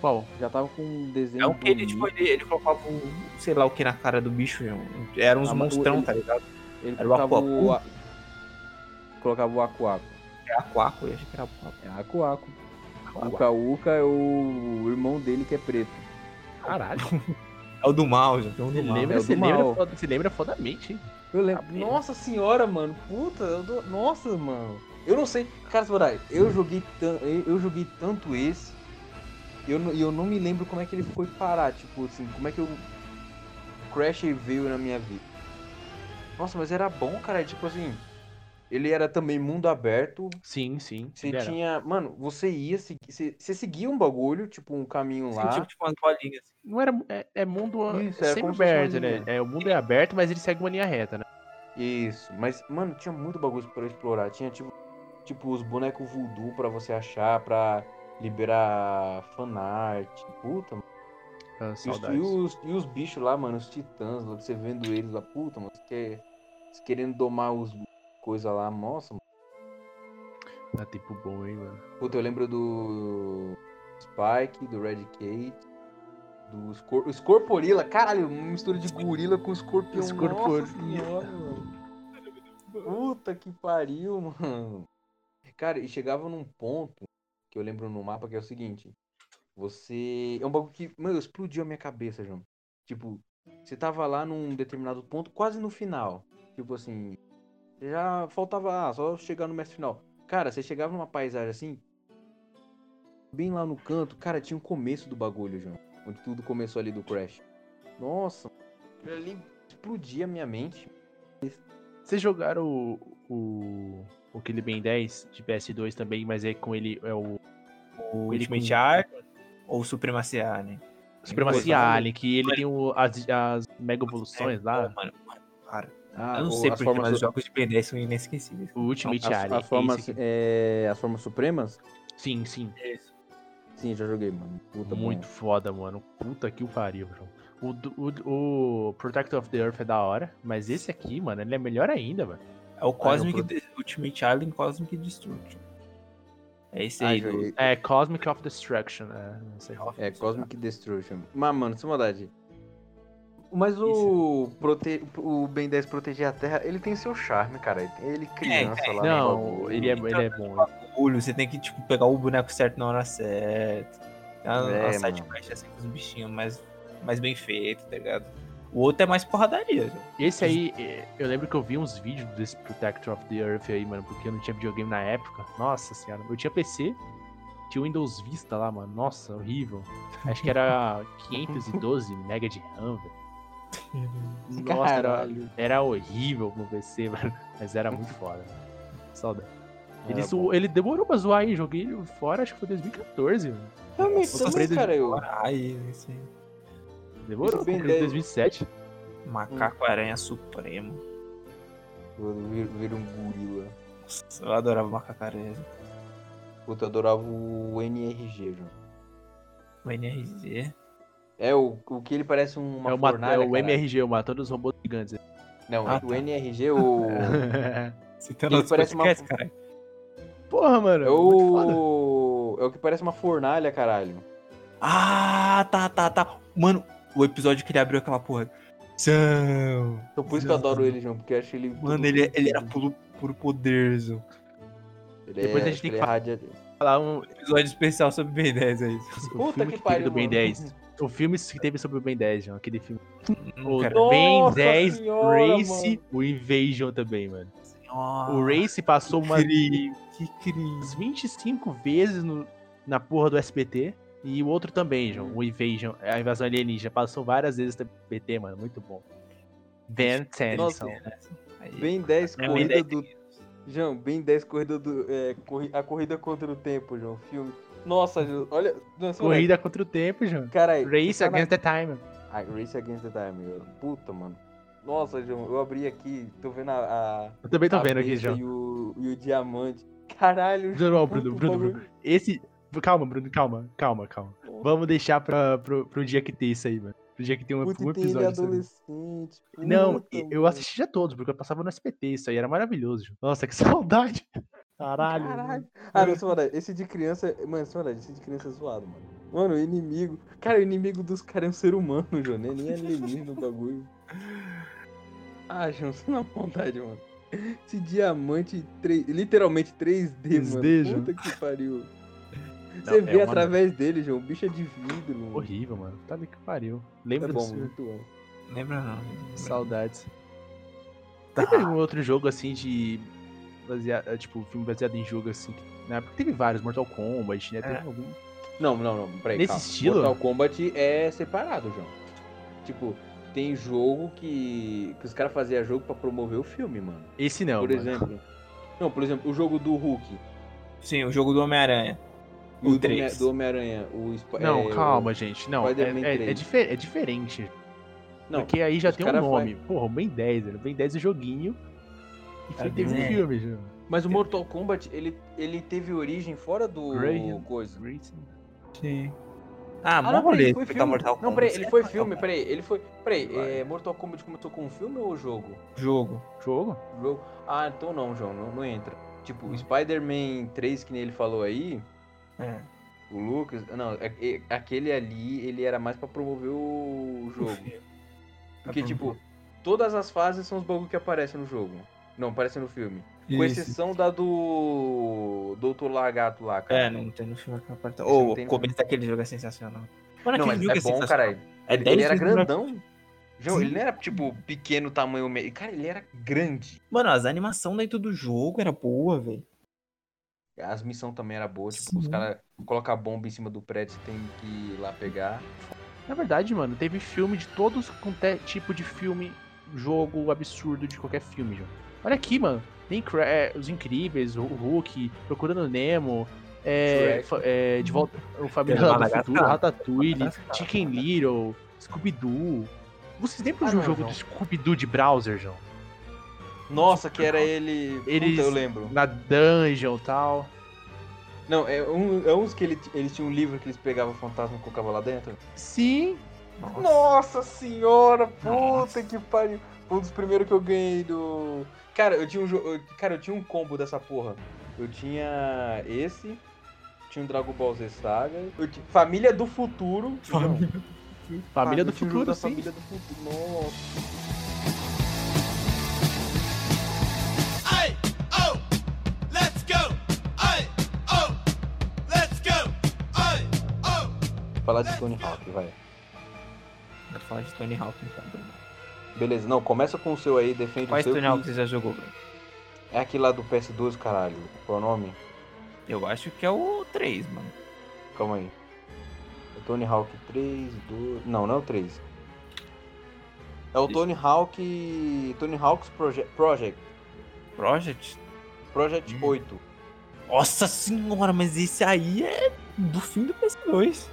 S3: Qual?
S2: Já tava com um desenho.
S4: É um que ele,
S2: bonito.
S4: tipo, ele, ele colocava o, sei lá o que na cara do bicho, João. Era uns
S2: Ah, mas o-
S4: monstrão,
S2: ele-
S4: tá ligado?
S2: Ele
S4: Era o
S2: colocava
S4: Aquacu?
S2: o. a- Colocava o Aquaco.
S4: Era aquaco, eu achei que era aquaco.
S2: É Aquaco. O
S4: aquaco.
S2: Kauka é o... o irmão dele que é preto.
S3: Caralho.
S4: É o do mal, João. Tem um
S3: Você
S4: do mal.
S3: lembra,
S2: é o
S3: você
S2: do
S3: lembra,
S2: mal.
S3: foda- você lembra fodamente, hein?
S2: Eu lembro.
S3: Ah,
S2: Nossa senhora, mano. Puta, eu dou- Nossa, mano. Eu não sei. Carlos Moraes, eu joguei, tan... eu joguei tanto esse. E eu, não- e eu não me lembro como é que ele foi parar. Tipo assim, como é que eu. Crash veio na minha vida. Nossa, mas era bom, cara. Tipo assim. Ele era também mundo aberto.
S3: Sim, sim.
S2: Você
S3: ele era.
S2: tinha. Mano, você ia. segui- Você, você seguia um bagulho, tipo um caminho
S4: Sim,
S2: lá.
S4: tipo, tipo umas bolinhas.
S3: Não era. É, é mundo
S2: Isso, era como se fosse uma
S3: semi-aberto, né?
S2: linha.
S3: É, o mundo é aberto, mas ele segue uma linha reta, né?
S2: Isso, mas, mano, tinha muito bagulho pra eu explorar. Tinha, tipo, tipo, os bonecos voodoo pra você achar, pra liberar fanart. Puta, mano.
S3: Ah,
S2: E os,
S3: saudades.
S2: e, os, e os bichos lá, mano, os titãs, lá, você vendo eles lá, puta, mano, você, você querendo domar os coisa lá, nossa, mano.
S3: Dá Ah, tempo bom, hein, mano.
S2: Puta, eu lembro do Spike, do Red Kate, dos cor... Scorporila, caralho, uma mistura de gorila com escorpião.
S3: Scorporila.
S4: assim.
S2: Nossa senhora, mano. Puta que pariu, mano. Cara, e chegava num ponto que eu lembro no mapa que é o seguinte. Você. É um bagulho que, meu, explodiu a minha cabeça, João. Tipo, você tava lá num determinado ponto, quase no final. Tipo assim. Já faltava, ah, só chegar no mestre final. Cara, você chegava numa paisagem assim. Bem lá no canto, cara, tinha o começo do bagulho, João. Onde tudo começou ali do Crash. Nossa, aquilo ali explodia a minha mente.
S3: Vocês jogaram o, o, o aquele Ben 10 de PS2 também, mas é com ele, é o
S4: O
S3: Ele
S4: Ultimate
S3: com-
S4: Arc ou Supremacia né? Alien?
S3: Supremacia
S2: exatamente.
S3: Alien, que ele tem o- as, as mega evoluções lá,
S4: É, Pô, mano, para.
S2: Ah,
S4: eu não
S2: o-
S4: sei
S2: as
S4: porque,
S2: formas
S4: mas os
S2: su-
S4: jogos de Ben 10 são inesquecíveis.
S3: o Ultimate
S2: as,
S3: Alien.
S2: as formas,
S3: esse aqui.
S2: é, as formas supremas?
S3: Sim, sim.
S2: Sim, já joguei, mano. Puta bom.
S3: Muito foda, mano. Puta que o pariu, João. O, do- o, o Protector of the Earth é da hora, mas esse aqui, mano, ele é melhor ainda, mano.
S4: É o
S2: pro-
S4: Cosmic De- Ultimate Alien Cosmic Destruction. É esse
S2: Ah,
S4: aí. do-
S2: joguei.
S3: É Cosmic of Destruction, é, não sei.
S2: É, Cosmic Destruction. Mas, mano, sem maldade. Mas o, prote... o Ben 10 proteger a Terra, ele tem seu charme, cara. Ele- Ele é criança lá no
S3: Não,
S2: bagulho.
S3: ele é, ele é bom.
S4: bagulho, você tem que tipo, pegar o boneco certo na hora certa. Tem uma,
S2: É,
S4: uma side
S2: mano.
S4: quest assim com os bichinhos mais, mais bem feito, tá ligado? O outro é mais porradaria. já.
S3: Esse aí, é, eu lembro que eu vi uns vídeos desse Protector of the Earth aí, mano, porque eu não tinha videogame na época. Nossa senhora, eu tinha PC, tinha o Windows Vista lá, mano. Nossa, horrível. Acho que era 512 mega de RAM, velho. Nossa, era,
S2: Caralho.
S3: era horrível no PC, mano, mas era muito foda. Saudade. Ele,
S2: Era
S3: zo-
S2: bom.
S3: ele demorou pra zoar aí, joguei ele fora, acho que foi 2014, mano.
S2: Eu me
S4: Nossa,
S2: também,
S3: preso
S2: cara, eu.
S4: Ai, esse
S3: Demorou, é
S2: Esse Ben
S3: comprei em
S2: 10.
S3: 2007.
S2: Hum.
S4: macaco-aranha supremo.
S2: Quando vir, vir um gorila.
S4: Nossa, eu adorava macaco-aranha.
S2: Puta, eu adorava o NRG, João.
S4: O NRZ.
S2: É, o, o que ele parece um, uma
S3: é, o ma-
S2: fornalha,
S3: é o
S2: caralho.
S3: MRG, eu matando os robôs gigantes.
S2: Não,
S4: Ah,
S2: é que o
S4: tá.
S2: NRG, o...
S3: É.
S2: É.
S4: Citando
S2: Ele
S4: os
S2: parece uma-
S4: podcasts, cara.
S3: Porra, mano.
S2: é
S3: muito foda.
S2: o... É o que parece uma fornalha, caralho.
S4: Ah, tá, tá, tá. Mano, o episódio que ele abriu aquela porra. São.
S2: Então por isso que eu adoro ele, João, porque eu acho ele...
S4: Mano,
S3: é-
S4: ele, ele era puro, puro poder, Zo.
S2: Ele
S3: Depois
S2: é,
S3: a gente tem
S2: ele
S3: que
S2: é radia-
S3: falar um. o
S4: Episódio especial sobre Ben é 10 aí.
S2: Puta
S3: filme
S2: que
S3: que teve
S2: pariu,
S3: do Ben
S2: mano.
S3: 10. O filme que teve sobre o Ben 10, João. Aquele filme.
S4: Não,
S3: O
S4: Hum, cara.
S3: Ben
S2: Nossa
S3: 10,
S2: senhora,
S3: Race, o Invasion também, mano. O
S4: Ray
S3: Race passou umas
S4: cri, que crise.
S3: umas 25 vezes no- na porra do SBT. E o outro também, João.
S2: Hum.
S3: O Invasion, a invasão alienígena. Passou várias vezes no SBT, mano. Muito bom. Ben 10.
S2: Nossa,
S3: então.
S2: Ben 10,
S4: É, Ben
S2: corrida
S4: 10
S2: do... João, Ben 10, corrida do... é, corri- A corrida contra o tempo, João. Filme. Nossa, João, olha... Nossa, moleque.
S3: Corrida contra o tempo, João.
S2: Caralho.
S3: Race
S2: você tá na-
S3: Against the Time.
S2: Ah, Race Against the Time. eu- Puta, mano. Nossa, João, eu abri aqui, tô vendo a... a...
S3: Eu também tô
S2: a
S3: Tá vendo aqui,
S2: besta
S3: João.
S2: E o, e o diamante. Caralho,
S3: Não, não,
S2: puta,
S3: Bruno,
S2: o
S3: Bruno,
S2: bagulho-
S3: Bruno. Esse. Calma, Bruno, calma, calma, calma. Vamos deixar pra, pro, pro dia que tem isso aí, mano. Pro dia que tem um,
S2: Puta,
S3: um
S2: e tem ele
S3: episódio. sobre isso.
S2: adolescente.
S3: Não,
S2: puta,
S3: eu
S2: mano.
S3: assisti a todos, porque eu passava no SPT, isso aí era maravilhoso. Nossa, que saudade. Caralho. mano.
S2: Caralho. Ah, não, sem maldade, esse de criança. Mano, sem maldade, esse de criança é zoado, mano. Mano, o inimigo. Cara, o inimigo dos caras é um ser humano, João. né? Nem é alienígena no bagulho. Ah, João, você não é vontade, mano. Esse diamante, tre- literalmente 3D,
S3: 3D,
S2: mano.
S3: João.
S2: Puta que pariu.
S3: Não,
S2: Você
S3: é
S2: vê
S3: uma-
S2: através dele, João. O bicho é de vidro, mano.
S3: Horrível, mano. Tá ali que pariu.
S2: É
S3: Lembra
S2: bom,
S3: disso?
S2: muito bom.
S4: Lembra não. lembra.
S3: Saudades.
S4: Tá.
S3: Teve algum outro jogo assim de. baseado- é, tipo, filme baseado em jogo assim. que- Na época teve vários, Mortal Kombat, né? Teve algum.
S2: Não, não, não, peraí.
S3: Nesse
S2: calma.
S3: estilo?
S2: Mortal Kombat é separado, João. Tipo, tem jogo que. que os caras faziam jogo pra promover o filme, mano.
S3: Esse não.
S2: por
S3: mano.
S2: exemplo. Não, por exemplo, o jogo do Hulk.
S4: Sim, o jogo do Homem-Aranha.
S2: e
S4: O
S2: do
S4: três.
S2: Homem- do Homem-Aranha. O Sp-
S3: Não,
S2: é,
S3: calma, gente. Não, é,
S2: Spider-Man
S3: é- é
S2: 3.
S3: dife- é diferente.
S2: o- Não,
S3: Porque aí já
S2: os
S3: tem um
S2: cara
S3: né? nome. Porra, o Ben 10, era o Ben 10 é joguinho. E foi,
S4: É,
S3: teve um
S4: né?
S3: filme, João.
S2: Mas o Mortal Kombat, ele, ele teve origem fora do
S3: Graham.
S2: coisa.
S4: Sim. Ah,
S2: Ah,
S4: mó
S2: não, peraí,
S4: rolê
S2: foi
S4: explicar
S2: filme.
S4: Mortal Kombat.
S2: Não, peraí, ele
S4: É
S2: foi
S4: Mortal
S2: filme, peraí, ele foi. Peraí,
S3: Vai.
S2: é, Mortal Kombat começou com um filme ou jogo?
S4: Kombat. Jogo.
S3: Jogo?
S2: Jogo. Ah, então não, João, não, não entra. Tipo, o Spider-Man 3 que nem ele falou aí,
S4: É.
S2: o Lucas. Não, é- é- aquele ali, ele era mais pra promover o jogo. Porque,
S4: Tá
S2: tipo, todas as fases são os bagulho que aparecem no jogo. Não, aparecem no filme. Com exceção da do. do Doutor Lagarto lá, cara.
S4: É, não tem no filme aquela parte.
S2: Isso
S4: Ou
S2: não
S4: o
S2: tem no
S4: começo daquele jogo é sensacional. Mano,
S2: Não,
S4: aquele
S2: mas
S4: jogo
S2: é bom,
S4: sensacional.
S2: caralho.
S4: É
S2: Ele,
S4: 10
S2: ele era
S4: vezes mais-
S2: grandão. João,
S4: Sim.
S2: ele não era, tipo, pequeno tamanho meio. Cara, ele era grande.
S4: Mano, as animações dentro do jogo era boa, velho.
S2: As missões também eram boas, tipo, os
S4: Sim.
S2: caras colocam a bomba em cima do prédio, você tem que ir lá pegar.
S3: Na verdade, mano, teve filme de todos com te- tipo de filme, jogo absurdo de qualquer filme, João. Olha aqui, mano. Tem Cra- é, Os Incríveis, o Hulk, Procurando Nemo, é,
S2: Shrek.
S3: fa- é, de volta o Família
S4: Tem
S3: do
S4: Madagascar.
S3: Futuro, Ratatouille,
S4: Madagascar.
S3: Chicken Little, Scooby-Doo. Vocês lembram
S2: Ah,
S3: de um
S2: não,
S3: jogo
S2: não.
S3: do Scooby-Doo de browser, João?
S2: Nossa, que era ele.
S3: Eles-
S2: Puta, eu lembro.
S3: Na dungeon e tal.
S2: Não, é, um, é uns que ele, eles tinham um livro que eles pegavam o fantasma e colocavam lá dentro.
S3: Sim,
S2: Nossa senhora, puta
S4: Nossa.
S2: que pariu. Foi um dos primeiros que eu ganhei do. Cara, eu tinha um jo- eu- Cara, eu tinha um combo dessa porra. Eu tinha esse. Tinha um Dragon Ball Z Saga. eu ti- Família do Futuro.
S4: Família
S3: Família
S2: Não,
S3: do
S2: eu tinha o
S3: Futuro,
S2: jogo da
S3: sim.
S2: Família do Futuro. Nossa.
S5: Hey, oh, let's go. Hey, oh, let's go. Hey, oh.
S2: Falar de Tony Hawk, vai.
S4: Vou falar de Tony Hawk então.
S2: Beleza, não, começa com o seu aí, defende o
S4: Quais
S2: seu.
S4: é Tony
S2: que
S4: Hawk você já jogou, velho?
S2: É aquele lá do PS2, caralho. Qual é o nome?
S4: Eu acho que é o 3, mano.
S2: Calma aí. É Tony Hawk 3, 2. Não, não é o 3. É o
S4: Ixi.
S2: Tony Hawk. Tony Hawk's Proje- Project.
S4: Project?
S2: Project
S4: Hum.
S2: 8.
S4: Nossa senhora, mas esse aí é do fim do PS2.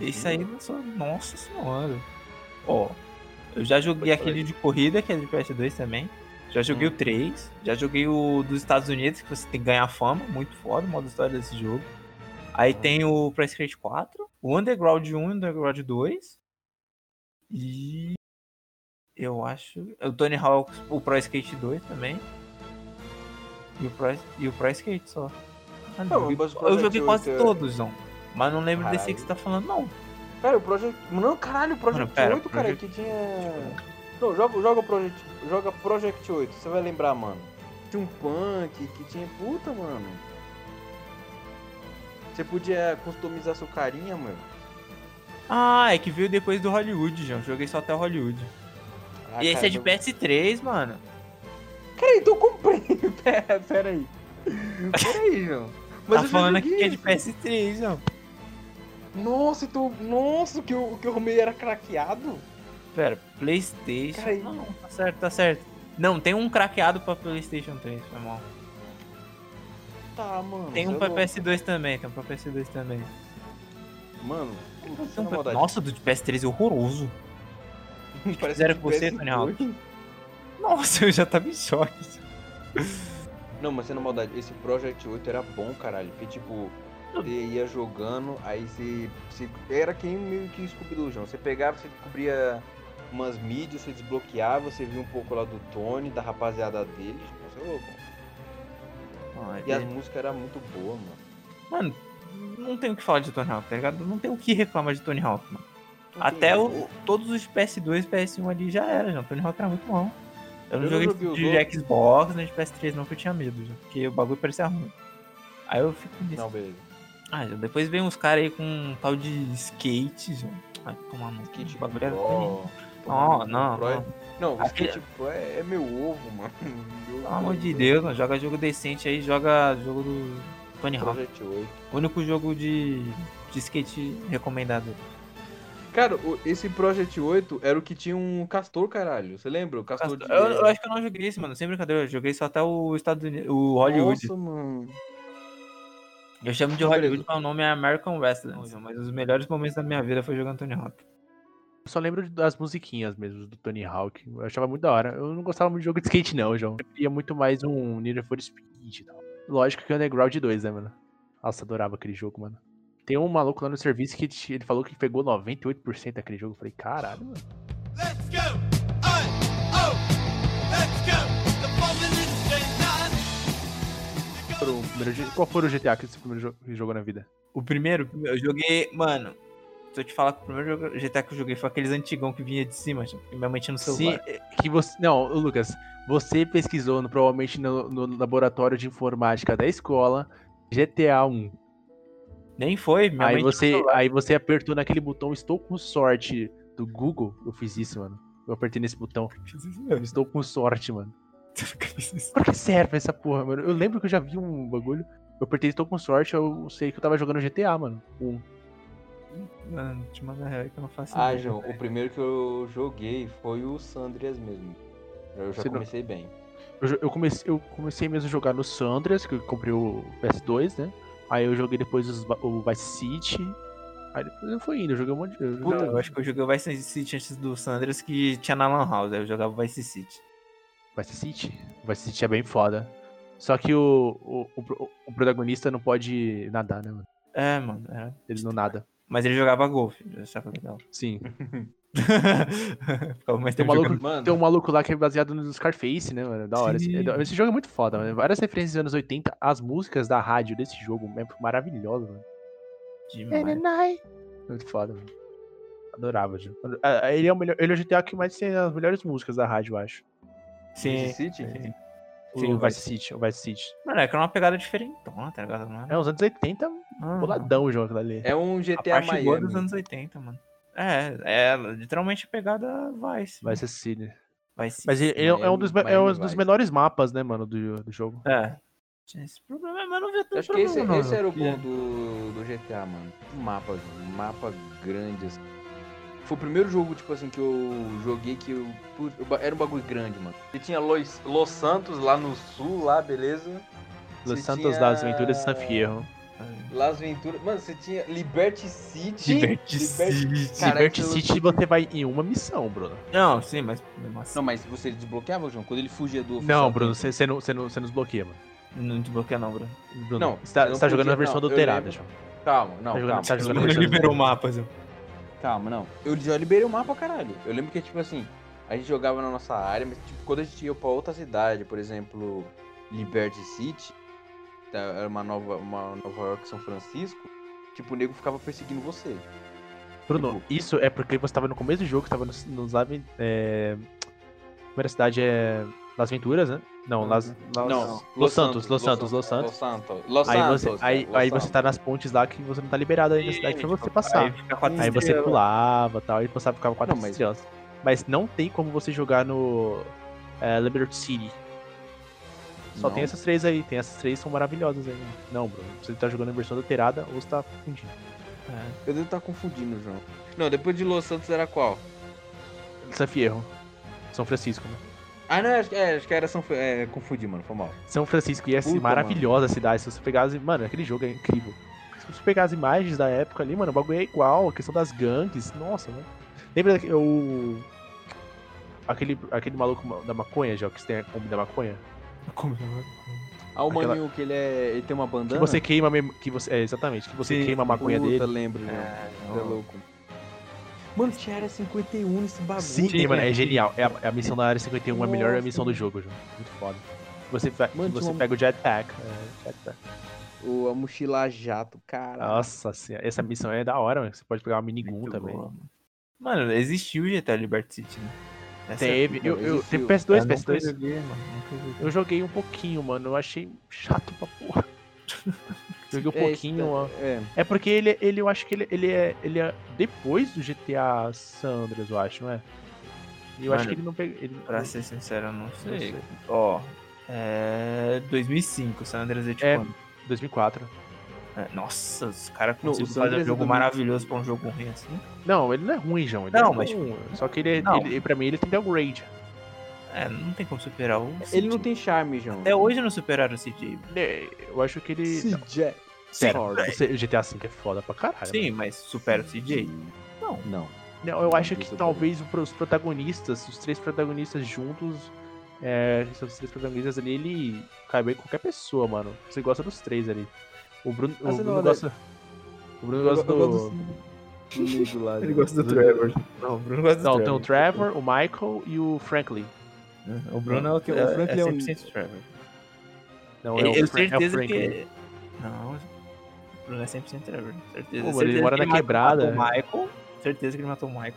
S4: Esse aí não só. Nossa senhora. Ó, eu já joguei
S3: Pode falar
S4: aquele de corrida, que é de PS2 também. Já joguei
S2: Hum.
S4: o 3. Já joguei o dos Estados Unidos, que você tem que ganhar fama. Muito foda o modo história desse jogo. Aí
S2: Uhum.
S4: tem o Pro Skate 4, o Underground 1 e o Underground 2. E. Eu acho. O Tony Hawk, o Pro Skate 2 também. E o Pro, e o Pro Skate só. Ah,
S2: Não,
S4: não,
S2: mas o
S4: eu
S2: Project
S4: joguei
S2: 8
S4: quase
S2: é-
S4: todos, não. Mas não lembro desse
S2: Caralho.
S4: aí que você tá falando, não.
S2: Pera, o Project. Não, caralho, o Project
S4: Mano, pera,
S2: 8, cara,
S4: Project-
S2: que tinha. Não, joga, joga o Project. Joga Project 8, você vai lembrar, mano. Tinha um punk que tinha. Puta, mano. Você podia customizar seu carinha, mano.
S4: Ah, é que veio depois do Hollywood, João. Joguei só até o Hollywood.
S2: Ah,
S4: e esse
S2: cara,
S4: é de
S2: não-
S4: PS3, mano.
S2: Pera aí, então eu comprei. Pera, pera aí. Pera aí, João.
S4: tá
S2: eu já
S4: falando aqui
S2: joguei
S4: que é de
S2: isso.
S4: PS3, João.
S2: Nossa, então, nossa, o que eu, o que eu arrumei era craqueado?
S4: Pera, Playstation.
S2: Cara, e-
S4: Não, tá certo, tá certo. Não, tem um craqueado pra Playstation 3, foi mal.
S2: Tá, mano.
S4: Tem
S2: cê
S4: um
S2: é
S4: pra
S2: louco.
S4: PS2 também, tem um pra PS2 também.
S2: Mano, putz,
S4: Tem um
S2: na
S4: pra-
S2: maldade.
S4: Nossa, do de PS3 é horroroso.
S2: parece
S4: fizeram
S2: de
S4: com você,
S2: PS2.
S4: Tony Hawk? Nossa, eu já tava em choque.
S2: Não, mas sendo maldade, esse Project 8 era bom, caralho. Porque, tipo, você ia jogando, aí você. você- era quem meio que Scooby-Doo, João. Você pegava, você descobria umas mídias, você desbloqueava, você via um pouco lá do Tony, da rapaziada dele. Você é louco. E
S4: É.
S2: as músicas eram muito boas, mano.
S4: Mano, não tem o que falar de Tony Hawk, tá ligado? Não tem o que reclamar de Tony Hawk, mano.
S2: Não
S4: Até
S2: tem
S4: o,
S2: jeito.
S4: o- todos os PS2 e PS1 ali já era, já. Tony Hawk era muito bom. Eu não
S2: Eu não
S4: joguei
S2: joguei os
S4: de Xbox, nem de PS3 não, porque eu tinha medo, já, porque o bagulho parecia ruim. Aí eu fico nisso.
S2: Não, beleza.
S4: Ah, já, depois vem uns caras aí com um tal de skate, já. Ai, tomar no
S2: Skate
S4: o bagulho era ruim.
S2: Pro.
S4: Não, não,
S2: Pro é-
S4: não.
S2: Não, o
S4: Aquele-
S2: Skate Pro é, é meu ovo, mano. Meu
S4: Pelo amor
S2: ovo.
S4: de Deus, mano. Joga jogo decente aí, joga jogo do Tony Hawk.
S2: Project 8.
S4: Único jogo de, de skate recomendado.
S2: Cara, o- esse Project 8 era o que tinha um castor, caralho. Você lembra? O castor, de...
S4: Eu, eu acho que eu não joguei esse, mano. Sem brincadeira, eu joguei só até o Estados Unidos, o Hollywood.
S2: Nossa, mano.
S4: Eu chamo de
S2: Beleza.
S4: Hollywood, mas o nome é American Wrestling. Mas os melhores momentos da minha vida foi jogando Tony Hawk.
S3: Só lembro das musiquinhas mesmo do Tony Hawk. Eu achava muito da hora. Eu não gostava muito de jogo de skate, não, João. Eu queria muito mais um Need for Speed e tal. Lógico que Underground 2, né, mano? Nossa, adorava aquele jogo, mano. Tem um maluco lá no serviço que te- ele falou que pegou 98% daquele jogo. Eu falei, caralho, mano.
S5: Let's go! I oh! Let's go! The fallen is
S3: Qual foi o primeiro G- Qual foi o GTA que você primeiro jo- que jogou na vida?
S4: O primeiro, eu joguei. Mano, se eu te falar que o primeiro jogo- GTA que eu joguei foi aqueles antigão que vinha de cima, tipo, que minha mãe tinha no celular.
S3: Sim, é, que você. Não, ô, Lucas, você pesquisou no- provavelmente no, no laboratório de informática da escola GTA 1.
S4: Nem foi, minha
S3: Aí
S4: mãe
S3: você,
S4: tinha no celular.
S3: aí você apertou naquele botão Estou com sorte do Google. Eu fiz isso, mano. Eu apertei nesse botão. Eu estou com sorte, mano. Pra que serve essa porra, mano? Eu lembro que eu já vi um bagulho. Eu apertei Estou com sorte, eu sei que eu tava jogando GTA, mano. Um.
S4: Mano, te manda real que eu não faço
S2: Ah,
S4: ideia.
S2: João, o primeiro que eu joguei foi o Sandrias mesmo. Eu já
S3: Você não-
S2: comecei bem.
S3: Eu, jo- eu comecei, eu comecei mesmo a jogar no Sandras, que eu comprei o PS2, né? Aí eu joguei depois os Va- o Vice City. Aí depois eu fui indo, eu joguei um monte de. eu
S4: Não,
S3: joguei-
S4: eu acho que eu joguei o Vice City antes do Sanders que tinha na Lan House, aí eu jogava o Vice City.
S3: Vice City? Vice City é bem foda. Só que o, o, o pro- o protagonista não pode nadar, né, mano?
S4: É, mano, era.
S3: Ele não nada.
S4: Mas ele jogava golfe, eu achava legal.
S3: Sim.
S4: Ficava mais
S3: Tem um
S4: tempo
S3: maluco,
S4: jogando.
S2: Mano,
S3: tem um maluco lá que é baseado no Scarface, né, mano? Da hora. Esse,
S4: Sim.
S3: é da- esse jogo é muito foda, mano. Várias referências dos anos 80, as músicas da rádio desse jogo é maravilhosa, mano.
S4: Demais.
S3: Muito foda, mano. Adorava, Ju. Ah, Ele é o melhor. Ele é o GTA que mais tem as melhores músicas da rádio, eu acho.
S4: Sim.
S2: Vice City?
S4: sim.
S3: o
S4: vai.
S3: Vice City, o Vice City.
S4: Mano, é que era uma pegada diferentona, tá ligado? Não era-
S3: É, os anos 80,
S4: Ah,
S3: boladão, João, aquilo ali.
S2: É um
S4: a
S2: GTA
S4: parte boa
S2: Miami.
S4: dos anos 80, mano. É, é literalmente a pegada Vice.
S3: Vice City.
S4: Vice.
S3: Mas ele, ele é um dos, me- é um
S2: Miami
S3: dos
S2: Vice.
S3: menores mapas, né, mano, do, do jogo.
S4: É. Tinha esse problema, mas eu não via tanto
S2: Acho que esse,
S4: problema, não.
S2: esse era o
S3: É.
S2: ponto do, do GTA, mano. Um mapa, um mapa grande, assim. Foi o primeiro jogo, tipo assim, que eu joguei que eu. putz, eu ba- Era um bagulho grande, mano. E tinha Los, Los Santos lá no sul, lá, beleza?
S3: Los
S2: Você
S3: Santos
S2: tinha-
S3: das Aventuras de San Fierro.
S2: Las Venturas. Mano, você tinha Liberty City.
S4: Diverticídio.
S2: Cara,
S3: Liberty
S2: aquilo-
S3: City você vai em uma missão, Bruno.
S4: Não, sim, mas mesmo assim,
S2: Não, mas você desbloqueava, João? Quando ele fugia do.
S3: Não,
S2: oficial
S3: Bruno, você
S2: dele.
S3: você não, você não, você não desbloqueia, mano.
S4: não desbloqueia não, Bruno.
S3: Bruno,
S2: Não,
S3: você tá,
S2: eu não
S3: você tá jogando
S2: podia-
S3: a versão
S2: não, eu
S3: adulterada,
S2: lembro.
S3: João.
S2: Calma, não,
S3: Tá jogando-
S2: calma.
S3: tá
S2: Eu
S3: jogando
S2: lembro-
S3: versão-
S4: liberou o mapa, Zé.
S2: Calma, não. Eu já liberei o mapa, caralho. Eu lembro que, tipo assim, a gente jogava na nossa área, mas, tipo, quando a gente ia pra outra cidade, por exemplo, Liberty City, tá, era uma nova, uma Nova York, São Francisco, tipo, o nego ficava perseguindo você.
S3: Bruno, isso é porque você tava no começo do jogo, tava nos, nos aven- é... Primeira cidade é. Las Venturas, né? Não, Las. Las- Los Santos, Los Santos, Los Santos.
S2: Los Santos. Los
S3: Aí
S2: Santos. é,
S3: você, aí,
S2: Los
S3: aí você
S2: Santos.
S3: tá nas pontes lá que você não tá liberado ainda da cidade pra você passar.
S4: fica quatro
S3: Aí você
S4: estrelas.
S3: pulava e tal, e passava ficava quatro
S2: Não, mas-
S3: estrelas. Mas não tem como você jogar no é, Liberty City. Só
S2: Não.
S3: tem essas três aí, tem essas três que são maravilhosas ainda. Não, Bruno, você tá jogando em versão alterada ou você tá confundindo.
S4: É.
S2: Eu devo estar confundindo, João. Não, depois de Los Santos era qual?
S3: San Fierro. São Francisco, né?
S2: Ah, não, acho, que- é, acho que era São... Fe- É, confundi, mano, foi mal.
S3: São Francisco ia ser
S2: Puta,
S3: maravilhosa a cidade. Se você pegar as. Mano, aquele jogo é incrível. Se você pegar as imagens da época ali, mano, o bagulho é igual. A questão das gangues. Nossa, mano. Lembra daquele. O... Aquele, aquele maluco ma- da maconha, já que você tem a Kombi da maconha?
S4: Como não?
S2: Ah, o
S3: Aquela-
S2: maninho que ele é... Ele tem uma
S3: Que
S2: bandana?
S3: você queima. a mem- Que você, é, exatamente. Que você
S4: Sim,
S3: queima a maconha
S2: Puta,
S3: dele.
S2: lembro, João.
S4: É,
S2: Você é louco. Mano, tinha área 51 nesse bagulho.
S3: Sim,
S4: Sim,
S3: mano, é
S4: sim.
S3: genial. É a, é a missão da área 51 é a melhor
S2: Nossa,
S3: missão do
S2: mano.
S3: jogo, João. Muito foda. Você, fe-
S2: Mano, tinha um
S3: você
S2: uma-
S3: pega o jetpack. é, jetpack.
S2: O, a mochila jato, cara.
S3: Nossa senhora, essa missão é da hora, mano. Você pode pegar uma minigun
S4: Muito
S3: também.
S4: boa, mano. Mano, existiu o GTA Liberty City, né? Essa- é
S3: Teve. Eu,
S2: não,
S3: eu,
S2: existiu.
S3: teve
S4: Eu
S3: PS2,
S4: nunca
S3: PS2.
S4: joguei, mano, nunca joguei.
S3: Eu joguei um pouquinho, mano. Eu achei chato pra porra. joguei um
S2: É,
S3: pouquinho, ó.
S2: É,
S3: É porque ele, ele eu acho que ele, ele, é, ele é depois do GTA San Andreas, eu acho, não é? E eu acho que
S4: Mano,
S3: ele não pegou. Ele...
S4: Pra ser sincero, eu não
S3: Não
S4: sei.
S3: sei.
S4: Ó, é... 2005, San Andreas é tipo...
S3: É. 2004.
S4: É, Nossa, os caras
S2: Não, o
S4: conseguiram
S2: San
S4: fazer um
S2: Andreas é
S4: jogo
S2: 2005.
S4: maravilhoso pra um jogo ruim assim.
S3: Não, ele não é ruim, João. Ele
S4: Não,
S3: é
S4: mas, tipo,
S3: bom. Só que ele, é-
S4: não.
S3: ele, pra mim ele tem downgrade.
S4: É, não tem como superar o
S2: Ele não
S4: City.
S2: tem charme, João.
S4: Até hoje não superaram o CJ.
S3: Ele- É, Eu acho É que ele. não,
S2: CJ.
S3: Sério,
S2: Sorry.
S3: você- o GTA V é foda pra é caralho.
S4: Sim, mas supera o CJ.
S2: Não.
S3: Não, eu
S2: Não
S3: acho
S2: vi
S3: que
S2: sobre
S3: talvez o pro- os protagonistas, os três protagonistas juntos, é, os três protagonistas ali, ele cai bem com qualquer pessoa, mano. Você gosta dos três ali. O Bruno, o
S2: Ah, você
S3: Bruno
S2: não, né?
S3: gosta. O Bruno gosta do.
S2: do amigo lá.
S4: Ele
S2: né?
S4: gosta do Trevor. Não, o Bruno gosta do
S3: Não,
S2: então,
S3: tem o
S4: Trevor.
S3: Trevor, o Michael e o Franklin.
S4: O Bruno é o que
S2: Porque o Franklin é um-
S4: 100% Trevor.
S3: Não,
S4: Eu,
S3: é o
S4: tenho
S3: Fra- é o
S4: certeza
S3: Franklin.
S4: que. Não, o Bruno é 100% Trevor. Certeza.
S3: Pô, mano, ele
S4: certeza
S3: mora
S4: que
S3: na quebrada.
S4: Matou o Michael. Certeza que ele matou o Michael.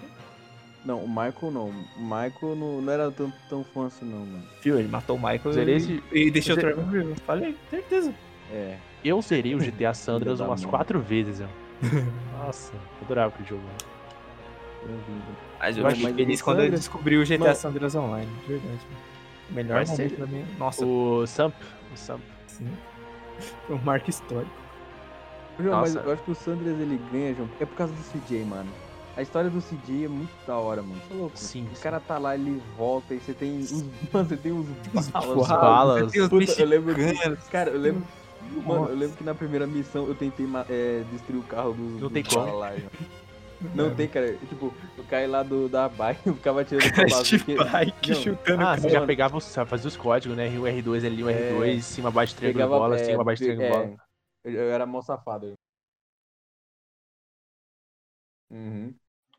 S2: Não, o Michael não. O Michael não, não era tão, tão fã assim, não, mano.
S4: Viu? Ele matou o Michael
S3: Zerei
S4: e,
S3: esse-
S4: e deixou o
S3: Zerei-
S4: Trevor vivo. Falei, certeza.
S2: É.
S3: Eu zerei o GTA San Andreas
S2: da
S3: umas
S2: mãe.
S3: quatro vezes, eu. Nossa, eu adorava aquele jogo. mano.
S2: Eu vi.
S4: Mas é eu
S2: Não,
S4: fiquei
S2: mas
S4: feliz
S2: o
S4: quando eu
S2: Sandra-
S4: descobri o GTA
S2: Mano.
S4: San Andreas Online. de Verdade. Melhor
S3: Vai
S4: momento
S3: ser-
S4: pra mim. Nossa,
S3: O Samp, o Samp.
S4: sim. Foi um marco histórico.
S2: João, mas
S3: Nossa.
S2: eu acho que o Sandras ele ganha, João. É por causa do CJ, mano. A história do CJ é muito da hora, mano. Você é louco.
S3: Sim.
S2: O cara tá lá, ele volta e você tem. Uns... Mano, você tem uns
S3: Os
S2: balas.
S4: Uau,
S3: balas.
S4: meu Deus,
S2: Puta,
S4: bicho.
S2: eu lembro disso. Cara, eu lembro. Mano,
S4: Nossa.
S2: eu lembro que na primeira missão eu tentei ma- é, destruir o carro dos.
S3: Não
S2: dos
S3: tem como.
S2: caras lá, João. Não tem, cara. Tipo, eu caí lá do, da bike, eu ficava tirando o
S4: Crash
S2: porque-
S4: Bike
S2: Não,
S4: chutando
S3: Ah,
S4: o
S3: você
S4: cara.
S3: já pegava os, fazia os códigos, né? R1, R2, L1, R2, cima, baixo, triângulo,
S2: É. Pegava,
S3: bola,
S2: é,
S3: cima, baixo,
S2: pe-
S3: triângulo,
S2: é,
S3: bola.
S2: Eu, eu era mó safado. Uhum.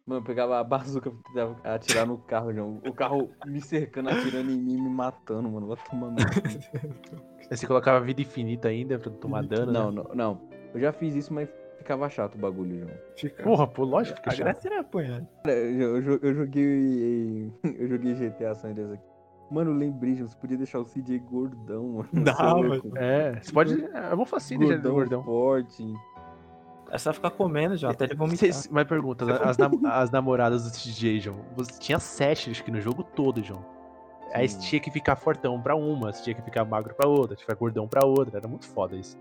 S2: Mano, eu pegava a bazuca pra tentar atirar no carro, João. O carro me cercando, atirando em mim, me matando, mano. Vai tomando. é.
S3: Aí você colocava vida infinita ainda pra não tomar dano,
S2: Não,
S3: né?
S2: não, não. Eu já fiz isso, mas ficava chato o bagulho, João.
S4: Fica-
S3: Porra, pô, lógico que
S4: A
S3: chato.
S4: graça era apanhar.
S2: Cara, eu, eu jo- eu joguei. Eu joguei GTA San Andreas aqui. Mano, eu lembrei, João, você podia deixar o CJ gordão, mano.
S4: Dá,
S2: Você é louco.
S3: É, você pode. É uma facinha de
S2: Gordão,
S3: gordão.
S2: forte.
S4: É só ficar comendo já, até ele vomitar.
S3: Cês- mas pergunta, as, nam- as namoradas do DJ, João. Você tinha sete, acho que no jogo todo, João. Aí você
S2: Sim.
S3: tinha que ficar fortão pra uma, você tinha que ficar magro pra outra, tinha que ficar gordão pra outra. Era muito foda isso.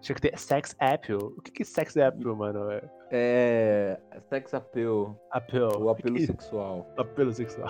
S3: Tinha que ter sex appeal. O que que é sex appeal, mano? É
S2: É. Sex appeal.
S3: appeal.
S2: O apelo
S3: Que- é
S2: sexual.
S3: apelo sexual.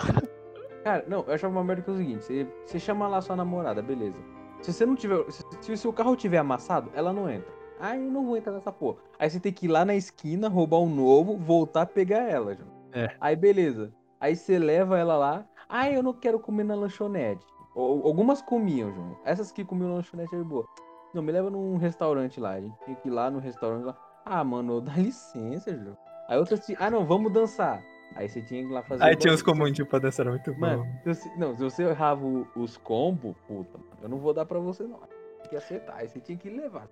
S2: Cara, não, eu achava uma merda que é o seguinte, você, você chama lá sua namorada, beleza. Se você não tiver. Se, se o seu carro tiver amassado, ela não entra. Aí eu não vou entrar nessa porra. Aí você tem que ir lá na esquina, roubar um novo, voltar pegar ela, João.
S3: É.
S2: Aí beleza. Aí você leva ela lá. Ah, eu não quero comer na lanchonete. Ou- ou- algumas comiam, João. Essas que comiam na lanchonete é boa. Não, me leva num restaurante lá. A gente tinha que ir lá no restaurante lá. Ah, mano, dá licença, João. Aí outras. tinha- Ah, não, vamos dançar. Aí você tinha que ir lá fazer.
S4: Aí
S2: o
S4: tinha uns
S2: bagulho.
S4: comandinhos pra dançar, tipo, era muito bom.
S2: Mano, se você- não, se você errava o- os combos, puta, mano, eu não vou dar pra você, não. Tinha que acertar, aí você tinha que levar.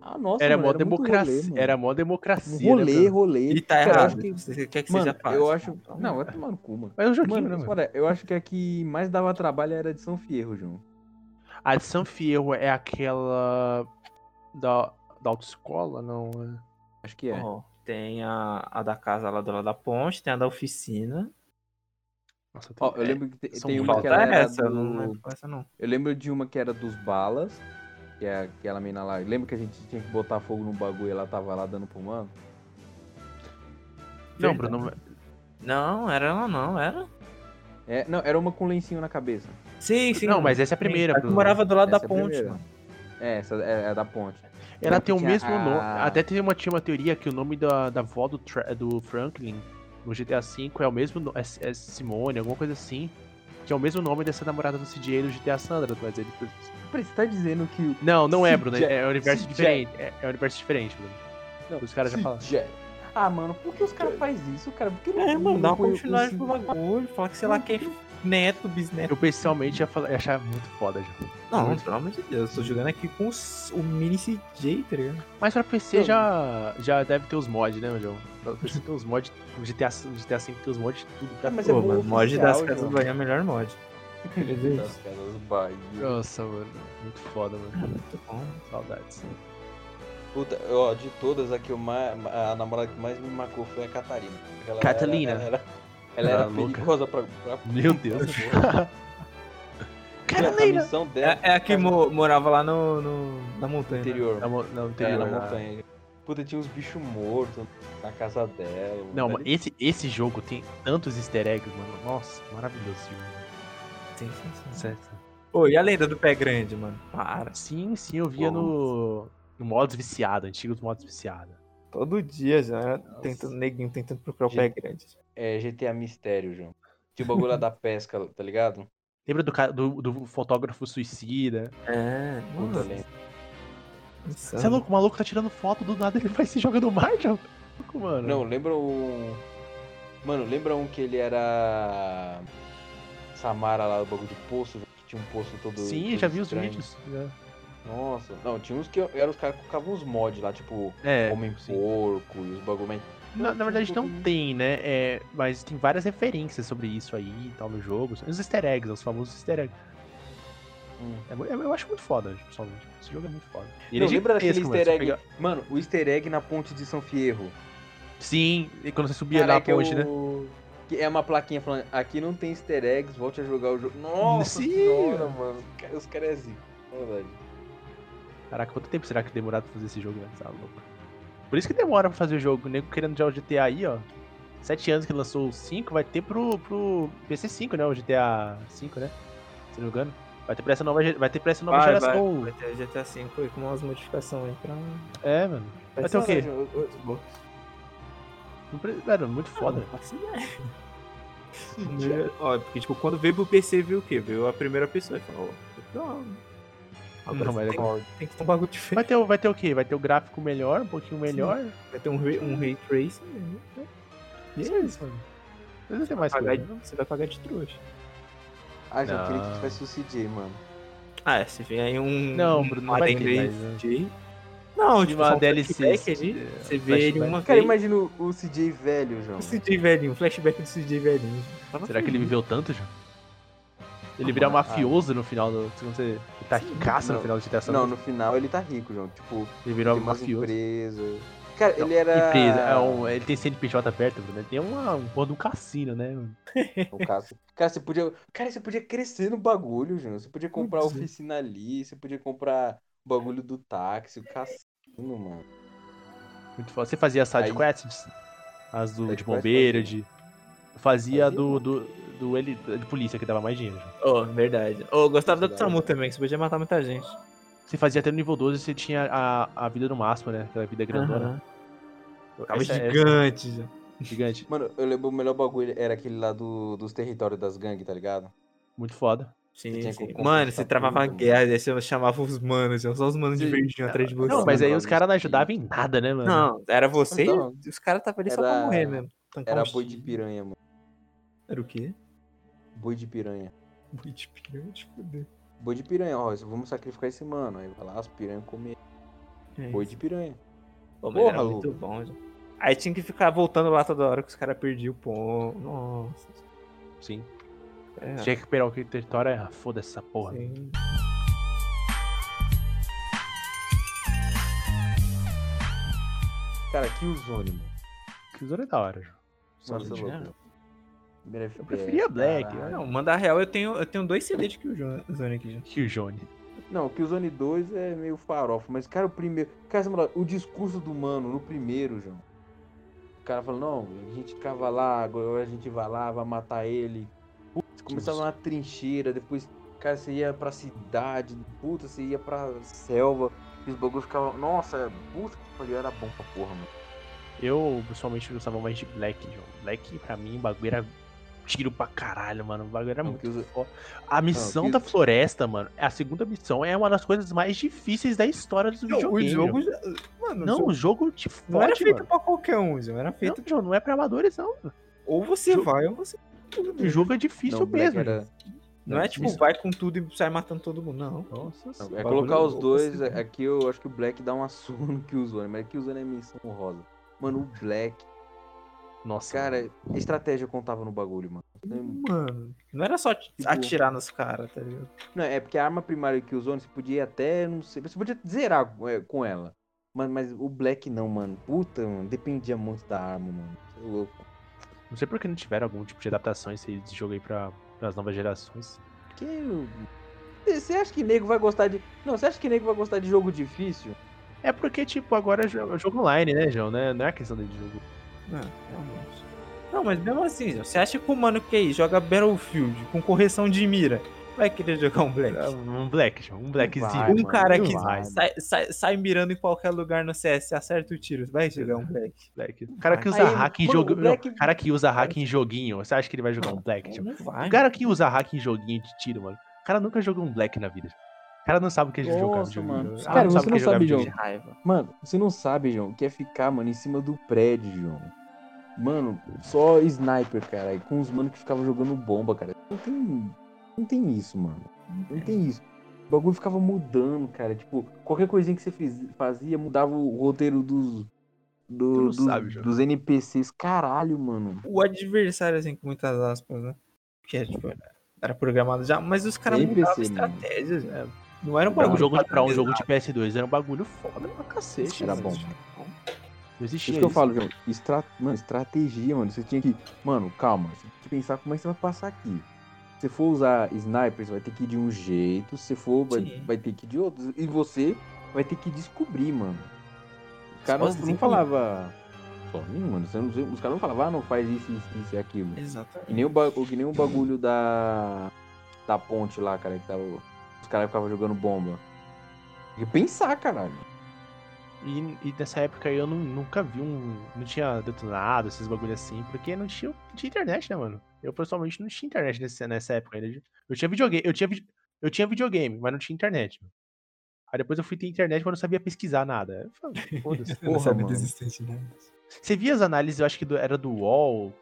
S2: Ah, nossa,
S3: Era mó
S2: mano, muito
S3: democracia.
S2: rolê, mano.
S3: era mó
S2: Um
S3: democracia. né,
S2: rolê,
S3: mano?
S2: rolê.
S4: E tá
S2: Cara, eu
S4: errado.
S2: acho que-
S4: Você quer que
S2: mano,
S4: seja fácil. Tá
S2: eu acho. Não, vai tomar no cu, mano.
S3: Mas é um joguinho,
S2: Mano,
S3: né, mano?
S2: olha, eu acho que a que mais dava trabalho era a de São Fierro, João.
S3: A de San Fierro é aquela da, da autoescola, não? é?
S2: Acho que é.
S4: Ó, tem a, a da casa lá do lado da ponte, tem a da oficina.
S3: Nossa, tem-
S2: Ó, eu
S3: é,
S2: lembro que te-
S3: são
S2: tem uma
S3: muitas.
S2: que
S4: Falta
S2: ela era
S4: essa, eu tá não
S2: do...
S4: lembro qual é essa não.
S2: Eu lembro de uma que era dos balas, que é aquela mina lá. Lembra que a gente tinha que botar fogo no bagulho e ela tava lá dando pro mano?
S3: Não, Bruno,
S4: Não, era ela não, era?
S2: É, não, era uma com lencinho na cabeça.
S4: Sim, sim.
S3: Não, mas essa é a
S4: sim,
S3: primeira,
S4: ela que
S3: Bruno.
S4: morava do lado
S2: Essa é
S4: da
S2: a
S4: ponte,
S2: primeira.
S4: mano.
S2: É, essa é, é da ponte.
S3: Ela
S2: Lembra
S3: tem o
S2: que tinha
S3: mesmo
S2: a-
S3: nome. Até tem uma, tinha uma teoria que o nome da, da avó do, Tra- do Franklin no GTA V é o mesmo no- é, é Simone, alguma coisa assim. Que é o mesmo nome dessa namorada do CJ do GTA Sandra, mas ele.
S2: Peraí, você tá dizendo que.
S3: Não, não é,
S2: CJ,
S3: Bruno. É um universo
S2: CJ.
S3: diferente. É, é um universo diferente, Bruno.
S2: Não,
S3: Os caras já falam.
S2: CJ. Ah, mano, por que os caras fazem isso, cara? Por que não. um
S4: É, mano, dá uma
S2: não põe o-
S4: continuidade
S2: o-
S4: pro bagulho, fala que sei lá quem é neto, bisneto.
S3: Eu pessoalmente ia, falar, ia achar muito foda já.
S4: Não, pelo amor de Deus, eu tô jogando aqui com os- o mini CJ, tá ligado?
S3: Mas pra PC
S2: Eu-
S3: já, já deve ter os mods, né, João? Pra PC tem os mods, o GTA, o GTA V tem os mods de tudo. Pra...
S2: Ah, mas é
S4: Pô,
S2: bom
S4: mano, mod
S2: oficial,
S4: das casas
S2: João.
S4: do Bahia é o melhor mod. Meu Deus.
S2: Das Casas Bahia.
S3: Nossa, mano. Muito foda, mano.
S4: Muito bom.
S3: Saudades.
S2: Puta, ó, de todas, a, que eu ma- a namorada que mais me marcou foi a Catarina. Ela,
S3: Catalina.
S2: Ela, era- ela é
S3: Ela
S2: era
S3: era louca.
S2: perigosa pra. pra
S3: Meu Deus.
S2: a missão dela
S4: É, é a que mo- morava lá no, no- na montanha. né?
S2: interior.
S3: Na, mo- na
S2: É,
S3: anterior,
S2: na
S3: né?
S2: montanha. Puta, tinha uns bichos mortos na casa dela. um
S3: Não,
S2: mano.
S3: mas esse, esse jogo tem tantos easter eggs, mano. Nossa, maravilhoso esse jogo.
S4: Sim, sim, sim.
S3: Certo.
S4: Pô, e a lenda do pé grande, mano? Para.
S3: Sim, sim, eu via no, no modos viciado, antigos modos viciado.
S4: Todo dia já, tentando, neguinho, tentando procurar o pé
S2: Gente.
S4: grande.
S2: É GTA Mistério, João. Tinha o bagulho lá da pesca, tá ligado?
S3: Lembra do, cara- do, do fotógrafo suicida?
S4: É,
S2: Puta, lembro.
S3: Você é louco? O maluco tá tirando foto do nada, ele vai se jogar no mar, já. Louco, mano.
S2: Não, lembra um. Mano, lembra um que ele era. Samara lá, o bagulho de poço, que tinha um poço todo.
S3: Sim,
S2: todo
S3: já vi os
S2: estranho.
S3: vídeos. né?
S2: Nossa, não, tinha uns que eram os caras que colocavam uns mods lá, tipo,
S3: É.
S2: homem
S3: sim.
S2: porco e os bagulho. mas-
S3: Na, na verdade não
S2: Uhum.
S3: tem, né? É, mas tem várias referências sobre isso aí e tal no jogo. Os easter eggs, os famosos easter eggs.
S2: Hum.
S3: É mu- eu, eu acho muito foda, pessoalmente. Esse jogo é muito foda. E
S2: Não, lembra daquele
S3: gigantesco, mano,
S2: easter
S3: você
S2: egg? Mano, o easter egg na ponte de São Fierro.
S3: Sim, e quando você subia na
S2: Caraca,
S3: ponte, né?
S2: o- Que é uma plaquinha falando, aqui não tem easter eggs, volte a jogar o
S3: é
S2: jogo. Nossa
S3: Sim.
S2: senhora, mano. os ca- Os caras é zica. na verdade.
S3: Caraca, quanto tempo será que demorado pra fazer esse jogo, né? Tá louco. Por isso que demora pra fazer o jogo. O nego querendo já o GTA aí, ó. Sete anos que lançou o 5, vai ter pro, pro PC5, né? O GTA 5, né? Se não me engano. Vai ter pra essa nova, ge- vai ter pra essa nova
S4: Vai,
S3: geração.
S4: Vai ter o GTA V aí com umas modificações aí pra.
S3: É, mano. Vai ter o quê?
S2: Eu- eu-
S3: Não pre- Mano, muito foda.
S4: Primeira- Ó, porque tipo, quando veio pro PC, viu o quê? Veio a primeira pessoa e falou, ó, não. Agora
S3: Não, mas é
S4: tem, tem que ter um bagulho
S3: Vai
S4: diferente.
S3: ter, o- vai ter o quê? Vai ter o gráfico melhor, um pouquinho melhor.
S4: Vai ter um, re- um ray tracing, né?
S3: E é isso, mano. Mas não tem mais
S4: Pagar
S3: coisa. né?
S4: de- você Ah, vai pagar de trouxa.
S2: Ah, já queria que
S3: Não.
S2: tivesse o CJ, mano.
S4: Ah, é, se vier aí um.
S3: Não,
S4: um
S3: Bruno, não vai
S4: adendo
S3: ter
S4: aí,
S3: mais, né?
S4: de- Não, tipo,
S3: uma
S4: só um
S3: DLC,
S4: flashback ali,
S3: é,
S4: Você vê ele
S3: flashback.
S4: uma
S2: Cara,
S4: vez.
S2: imagina o o CJ velho, João.
S4: O CJ velhinho, o flashback do CJ velhinho. Tava
S3: Será que ele viveu tanto já? Ele
S2: Ah,
S3: virar
S2: mano,
S3: mafioso no final do. Quando você tá
S4: Sim,
S3: ricaço no
S2: não.
S3: final do GTA San
S2: Não,
S3: Andreas,
S2: no final ele tá rico, João. Tipo,
S3: ele virou
S2: tem umas
S3: É mafioso.
S2: empresas. Cara,
S3: Não,
S2: ele era.
S3: Empresa, é um- ele tem CNPJ perto, Bruno. Ele tem uma, um porra de um cassino, né? mano?
S2: no caso. Cara, você podia. Cara, você podia crescer no bagulho, João. Você podia comprar a
S3: Putz.
S2: oficina ali, você podia comprar o bagulho do táxi, o cassino, mano.
S3: Muito foda. Você fazia side
S2: Aí-
S3: quests? As do, de
S2: Side quest
S3: bombeiro,
S2: fazia.
S3: de. Fazia
S2: Fazia,
S3: do.
S2: mano.
S3: do, do ele, de polícia que dava mais dinheiro. já.
S4: Ó, verdade. Ô, eu gostava da do
S2: Verdade.
S4: Samu também, que você podia matar muita gente.
S3: Você fazia até no nível 12 você tinha a, a vida no máximo, né? Aquela vida grandona.
S4: Aham. Ficava
S3: Essa- essa-
S4: é gigante já.
S3: gigante.
S2: Mano, eu lembro o melhor bagulho era aquele lá do, dos territórios das gangues, tá ligado?
S3: Muito foda.
S4: Sim,
S2: tinha
S4: sim.
S2: que
S4: Mano,
S2: conquistar
S4: você travava
S2: tudo,
S4: guerra, aí você chamava os manos, só os manos de
S3: Sim.
S4: verdinho atrás de você.
S3: Não, mas aí
S2: mano,
S3: os caras não
S2: isso.
S3: ajudavam em nada, né, mano?
S4: Não, era você e
S2: Então,
S4: os caras estavam ali só pra
S2: era-
S4: morrer mesmo. Então, Tancar
S2: Era
S4: uns
S2: boi de
S4: tiros.
S2: piranha, mano.
S4: Era o quê?
S2: Boi de piranha.
S4: Boi de piranha, de fuder.
S2: Boi de piranha, ó. Vamos sacrificar esse mano. Aí vai lá, as piranhas comer.
S4: É
S2: Boi
S4: isso.
S2: de piranha.
S4: Pô, mas era
S2: Porra,
S4: muito
S2: Lucas.
S4: bom já. Aí tinha que ficar voltando lá toda hora que os caras perdiam o ponto. Nossa.
S3: Sim.
S4: É,
S3: Tinha que recuperar o que território. ah, Foda-se essa porra.
S4: sim.
S2: Cara, Killzone, mano.
S3: Killzone é da hora, Ju. Só
S2: Nossa,
S3: que-
S4: Killzone.
S2: louco. Primeira
S3: Eu
S2: FPS,
S3: preferia Black.
S2: caralho.
S4: Não, mandar real, eu tenho, eu tenho dois CD de Killzone aqui já.
S3: Killzone.
S2: Não, o Killzone 2 é meio farofa, mas, cara, o primeiro. Cara, você fala, o discurso do mano no primeiro, João. O cara falou, não, a gente cava lá, agora a gente vai lá, vai matar ele. Putz, começava na trincheira, depois, cara, você ia pra cidade, puta, você ia pra selva, e os bagulhos ficavam. Nossa, puta que pariu, era bom pra porra, mano.
S3: Eu, pessoalmente, gostava mais de Black, João. Black, pra mim, o bagulho era tiro pra caralho, mano. O bagulho era
S2: Não,
S3: muito
S2: Killzone-
S3: foda. A missão da
S2: Killzone-
S3: floresta, mano, a segunda missão é uma das coisas mais difíceis da história dos
S4: o
S3: videogames.
S4: jogo
S3: João.
S4: já. Mano,
S3: Não,
S4: o jogo
S3: o jogo te fode,
S4: não era feito
S3: mano.
S4: pra qualquer um, já. Era feito.
S3: Não, João, não é pra amadores, não.
S4: Ou você
S3: Jogo-
S4: vai ou você.
S3: O jogo é
S2: Não,
S3: difícil
S2: o Black
S3: mesmo.
S2: era-
S3: João.
S4: Não é tipo,
S3: Isso.
S4: vai com tudo e sai matando todo mundo. Não.
S3: Nossa
S2: Não,
S3: senhora.
S2: é
S4: bagulho
S2: colocar os
S4: louco,
S2: dois.
S4: assim.
S3: né?
S2: é- Aqui eu acho que o Black dá uma surra no Killzone, mas Killzone é missão rosa. Mano, o Black.
S3: Nossa, mano.
S2: Cara, estratégia contava no bagulho, mano. Então,
S3: Uhum.
S4: Mano, não era só t-
S2: Tipo-
S4: atirar nos caras, tá ligado?
S2: Não, é porque a arma primária que usou, você podia até, não sei, você podia zerar é, com ela. Mano, mas o Black não, mano. Puta, mano, dependia muito da arma, mano. Você é louco.
S3: Não sei por que não tiveram algum tipo de adaptação esse esse jogo aí pra, pras novas gerações.
S2: Porque. Você acha que nego vai gostar de. Não, você acha que nego vai gostar de jogo difícil?
S3: É porque, tipo, agora é jo- é jogo online, né, João? Né? Não é questão de jogo.
S4: Não, realmente. é Não, mas mesmo assim, Zé, você acha que o mano que aí joga Battlefield com correção de mira vai querer jogar um Black?
S3: Um black, João, um blackzinho.
S4: um
S3: mano,
S4: cara
S3: não
S4: que
S3: vai,
S4: sai, sai- sai mirando em qualquer lugar no CS, acerta o tiro, vai jogar um Black.
S3: Black. O cara que usa
S2: Aí,
S3: hack em
S2: mano, o
S3: jogo,
S2: black-
S3: não, cara que usa hack em joguinho, você acha que ele vai jogar um black? João?
S4: Não vai.
S3: O cara que usa hack em joguinho de tiro, mano. O cara nunca jogou um black na vida. O cara não sabe o que ele jogar
S2: Nossa,
S3: videogame.
S2: mano.
S3: Ah,
S2: Cara, você
S3: o que
S2: não
S3: é jogar
S2: sabe
S3: videogame.
S2: jogo.
S4: raiva.
S2: Mano, você não sabe, João, o que é ficar, mano, em cima do prédio, João. Mano, só sniper, cara. e Com os manos que ficavam jogando bomba, cara. Não tem. Não tem isso, mano. Não tem isso. O bagulho ficava mudando, cara. Tipo, qualquer coisinha que você fiz- fazia mudava o roteiro dos. do-
S3: Tu não
S2: dos,
S3: sabe, João.
S2: dos NPCs. Caralho, mano.
S4: O adversário, assim, com muitas aspas, né? Porque, tipo, era programado já, mas os caras
S2: NPC,
S4: mudavam
S2: mano.
S4: estratégias, né? Não era um
S3: Pra um
S4: bagulho.
S3: jogo de, pra um jogo de PS2 era um bagulho foda pra cacete.
S2: Era
S3: mano.
S2: bom.
S4: né?
S2: né?
S3: Não
S2: Isso
S3: existia
S2: que eu falo, João. Estra... Mano, estratégia, mano. Você tinha que. Mano, calma. Você tinha que pensar como é que você vai passar aqui. Se for usar sniper, você vai ter que ir de um jeito. Se for, vai,
S4: Sim.
S2: vai ter que ir de outro. E você vai ter que descobrir, mano. Os
S4: Só
S2: caras não, não
S4: desenvolver.
S2: falava. Sozinho, mano. Você não- Os caras não falavam, ah, não faz isso, isso, isso e aquilo. Que
S4: Exatamente.
S2: nem o, ba- que nem o bagulho da. Da ponte lá, cara. Que tava... Os caras ficavam jogando bomba. Tem que pensar, caralho.
S3: E, e nessa época aí eu nu- nunca vi um. Não tinha detonado esses bagulho assim, porque não tinha, não tinha internet, né, mano? Eu pessoalmente não tinha internet nesse, nessa época ainda. Eu tinha videogame, eu tinha, vide- eu tinha videogame, mas não tinha internet. mano. Aí depois eu fui ter internet, mas eu não sabia pesquisar nada. Eu falei, foda-se.
S4: Eu não
S2: Porra,
S4: sabia
S2: mano.
S4: desistente, né?
S3: Você via as análises, eu acho que do- era do UOL,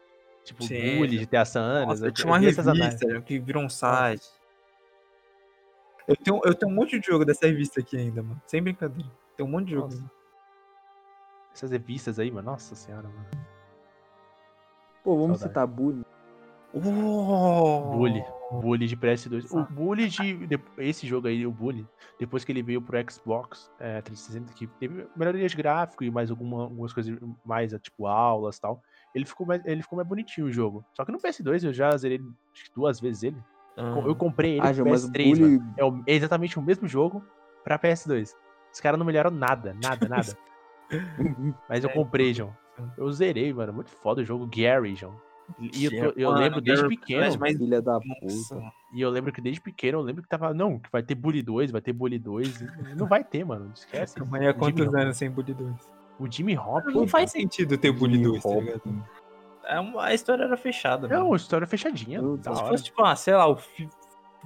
S3: tipo,
S4: Sim.
S3: Bully, GTA San Andreas.
S4: Nossa, eu tinha
S3: eu
S4: uma
S3: via essas análises.
S4: revista que virou um site. Eu tenho, eu tenho um monte de jogo dessa revista aqui ainda, mano. Sem brincadeira. Tem um monte de jogo.
S3: Nossa. Essas revistas aí, mano. Nossa senhora, mano.
S2: Pô, vamos
S3: Saudade.
S2: citar bullying.
S4: Oh!
S3: Bully. Bully de PS2. O
S4: Exato.
S3: Bully de. de- Esse jogo aí, o Bully, depois que ele veio pro Xbox é, 360, que teve melhorias de gráfico e mais alguma, algumas coisas mais, é, tipo, aulas e tal. Ele ficou, mais, ele ficou mais bonitinho o jogo. Só que no PS2 eu já zerei ele, acho que duas vezes ele. Co- Eu comprei ele
S2: Ah,
S3: pro
S2: João, mas o
S3: PS3, mano.
S2: bullying.
S3: É o- é exatamente o mesmo jogo pra PS2. Os caras não melhoraram nada, nada, nada. Mas eu
S4: É,
S3: comprei, João. Eu zerei, mano. Muito foda o jogo Gary, João. E eu, tô- eu
S4: Mano,
S3: lembro desde
S4: Gary
S3: pequeno.
S4: Mas-
S2: Filha da
S4: Nossa,
S2: puta.
S4: mano.
S3: E eu lembro que desde pequeno, eu lembro que tava. Não, que vai ter Bully 2, vai ter Bully 2. e Não vai ter, mano. Esquece.
S4: Amanhã
S3: O Jimmy
S4: quantos
S3: Hop-
S4: anos sem Bully 2?
S2: É.
S3: O Jimmy Hop.
S4: Não faz sentido ter Bully
S2: Jimmy
S4: 2, tá
S2: Hop.
S4: ligado? É uma- a história era fechada, mano.
S3: Não, história fechadinha.
S2: Eu-
S3: É um da
S4: Se
S3: hora.
S4: fosse, tipo, ah, sei lá, o filho.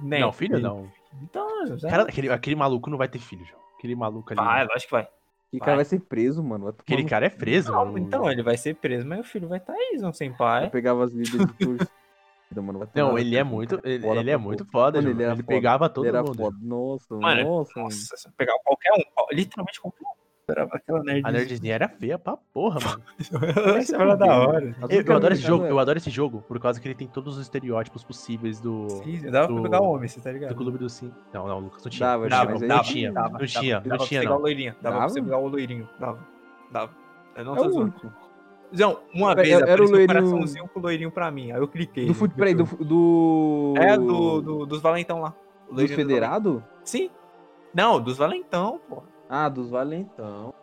S3: Não, filho não.
S4: Então, já...
S3: Cara, aquele, aquele maluco não vai ter filho, João. Aquele maluco ali.
S4: vai, lógico que vai.
S2: E o cara vai ser preso, mano. Vai tomar
S3: Aquele
S2: no
S3: cara é preso,
S4: Não,
S3: mano.
S4: então, ele vai ser preso, mas o filho vai estar aí, não sem pai.
S2: Eu pegava as vidas de torcida, mano. vai tomar
S3: Não,
S2: no
S3: ele é
S2: cu,
S3: muito.
S2: cara.
S3: Ele,
S2: Foda
S3: ele é
S2: pra
S3: muito
S2: porra.
S3: foda,
S2: Mano,
S3: João.
S2: ele era
S3: Ele
S2: foda.
S3: pegava
S2: Ele
S3: todo
S2: era
S3: mundo.
S2: foda. Nossa,
S4: Mano,
S2: nossa.
S3: um
S4: Nossa, se eu pegar qualquer um, qual- literalmente qualquer um. Era aquela nerd.
S3: A nerdzinha era feia pra porra, mano.
S4: Isso era da hora. um
S2: Mas
S3: Eu,
S2: o
S3: eu
S2: cara
S3: adoro esse
S2: não
S3: jogo,
S2: é-
S3: eu adoro esse jogo, por causa que ele tem todos os estereótipos possíveis do,
S4: Sim, dava pra
S3: do-
S4: pegar homem, você tá
S3: do
S4: ligado?
S3: clube do Sim. Não, não, Lucas, não tinha.
S2: Dava,
S3: não
S2: dava,
S3: tinha,
S2: mas aí
S3: não
S2: dava,
S3: tinha,
S2: dava,
S3: não tinha, não
S4: Dava pra você
S3: tinha,
S4: pegar o
S3: não.
S4: loirinho. Dava pra
S2: Dava?
S4: você pegar o loirinho. Dava. Dava. Eu não
S2: É
S3: um
S4: tô
S2: o
S4: zoando.
S2: único.
S4: Não, uma
S2: Era-
S4: vez
S2: era o
S4: apareceu um
S2: loirinho-
S4: coraçãozinho com o loirinho pra mim. Aí eu cliquei.
S2: Do
S4: né?
S2: fute, peraí, do, fu- do...
S4: É, do, do- dos valentão lá. O
S2: Dos
S4: loirinho do
S2: federado?
S4: valentão. Sim. Não, dos valentão, pô.
S2: Ah, dos valentão.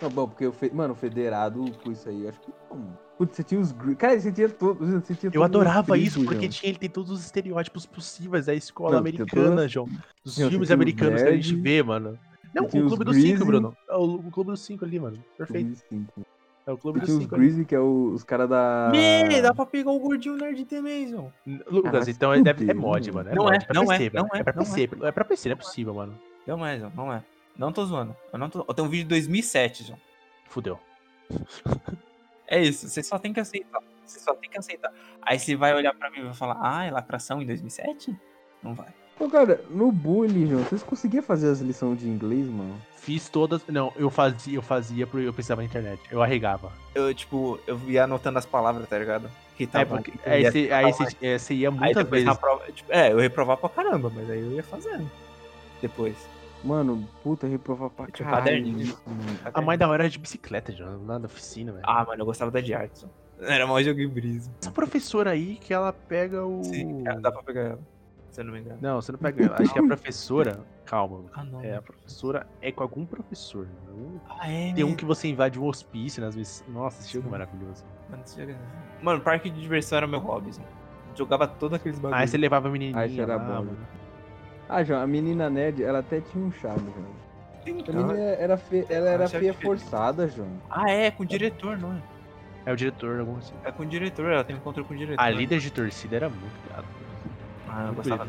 S2: Não, bom, porque, o fe... mano, o federado com isso aí, eu acho que não. Putz, você tinha os... gri- Cara, você tinha todos... você tinha
S3: Eu
S2: todos os
S3: adorava
S2: tribos,
S3: isso, porque
S2: João.
S3: tinha, ele tem todos os estereótipos possíveis da escola
S2: Não, tem
S3: americana,
S2: todas-
S3: João. Dos
S2: Não, tem
S3: filmes
S2: os
S3: americanos que a gente
S2: nerd,
S3: vê, mano. Não, o
S2: tem os
S3: Clube dos Cinco,
S2: Grizzly.
S3: Bruno. É O, o Clube dos Cinco ali, mano. Perfeito.
S2: Sim, sim.
S3: É o Clube
S2: E
S3: dos
S2: tinha os
S3: Cinco. ali.
S2: Grizzly, que é o- os caras
S4: Ah.
S2: da...
S4: Mê, dá pra pegar o gordinho nerd também, João.
S3: Lucas,
S2: Ah,
S3: então ele deve. É
S2: fudeu,
S3: mod,
S2: mano.
S3: mano. É
S4: Não
S3: mod,
S4: é,
S3: pra
S4: não é,
S3: PC,
S4: não
S3: mano.
S4: é,
S3: É pra
S4: não
S3: PC. É pra PC, não é possível, mano.
S4: Não é, João, não é. Não tô zoando. Eu não tô... Eu tenho um vídeo de 2007, João.
S3: Fudeu.
S4: É isso, você só tem que aceitar. Você só tem que aceitar. Aí você vai olhar pra mim e vai falar, ah, é lacração em 2007? Não vai.
S2: Ô, cara, no bullying, João, vocês conseguiam fazer as lições de inglês, mano?
S3: Fiz todas. Não, eu fazia, eu fazia porque eu precisava na internet. Eu arregava.
S4: Eu, tipo, eu ia anotando as palavras, tá ligado? Que
S3: é,
S4: tava-
S3: porque,
S4: que
S3: aí
S4: ia-
S3: você, aí você- é, você ia
S4: Aí
S3: muitas
S4: depois
S3: vezes.
S4: na prova, tipo, é, eu reprovava pra caramba, mas aí eu ia fazendo. Depois.
S2: Mano, puta, reprovar pra
S3: Tipo,
S4: Tinha um
S2: caralho.
S4: caderninho.
S2: isso, mano.
S3: A mais da hora era de bicicleta, já, lá na oficina, velho.
S4: Ah, mano, eu gostava da de arte. só. Era mó jogo em brisa.
S3: Essa professora aí que ela pega o.
S4: Sim, é, cara, dá pra pegar ela. Se eu não me engano.
S3: Não, você não pega ela. Acho que é a professora. Calma.
S4: Ah, não.
S3: É, a professora é com algum professor. né?
S4: Ah, é.
S3: Tem um
S4: né?
S3: que você invade um hospício nas vezes. Nossa, esse jogo é
S4: Sim.
S3: maravilhoso.
S4: Mano, esse jogo é- Mano, parque de diversão era meu hobby. Assim. Jogava todo aqueles bagulho.
S3: Aí você levava a
S2: Ah, isso
S3: menininha.
S2: era
S3: lá,
S2: bom.
S3: mano.
S2: Ah, João, a menina nerd, ela até tinha um charme, João. A
S4: Então,
S3: é-
S2: menina era feia, ela
S3: Ah,
S2: era
S4: Mas é
S2: feia
S4: difícil.
S2: forçada, João.
S4: ah, é, com o diretor, não é?
S3: É o diretor, alguma coisa assim.
S4: É com o diretor, ela tem um encontro com o diretor.
S3: A líder de torcida era muito gado.
S4: Ah, eu gostava.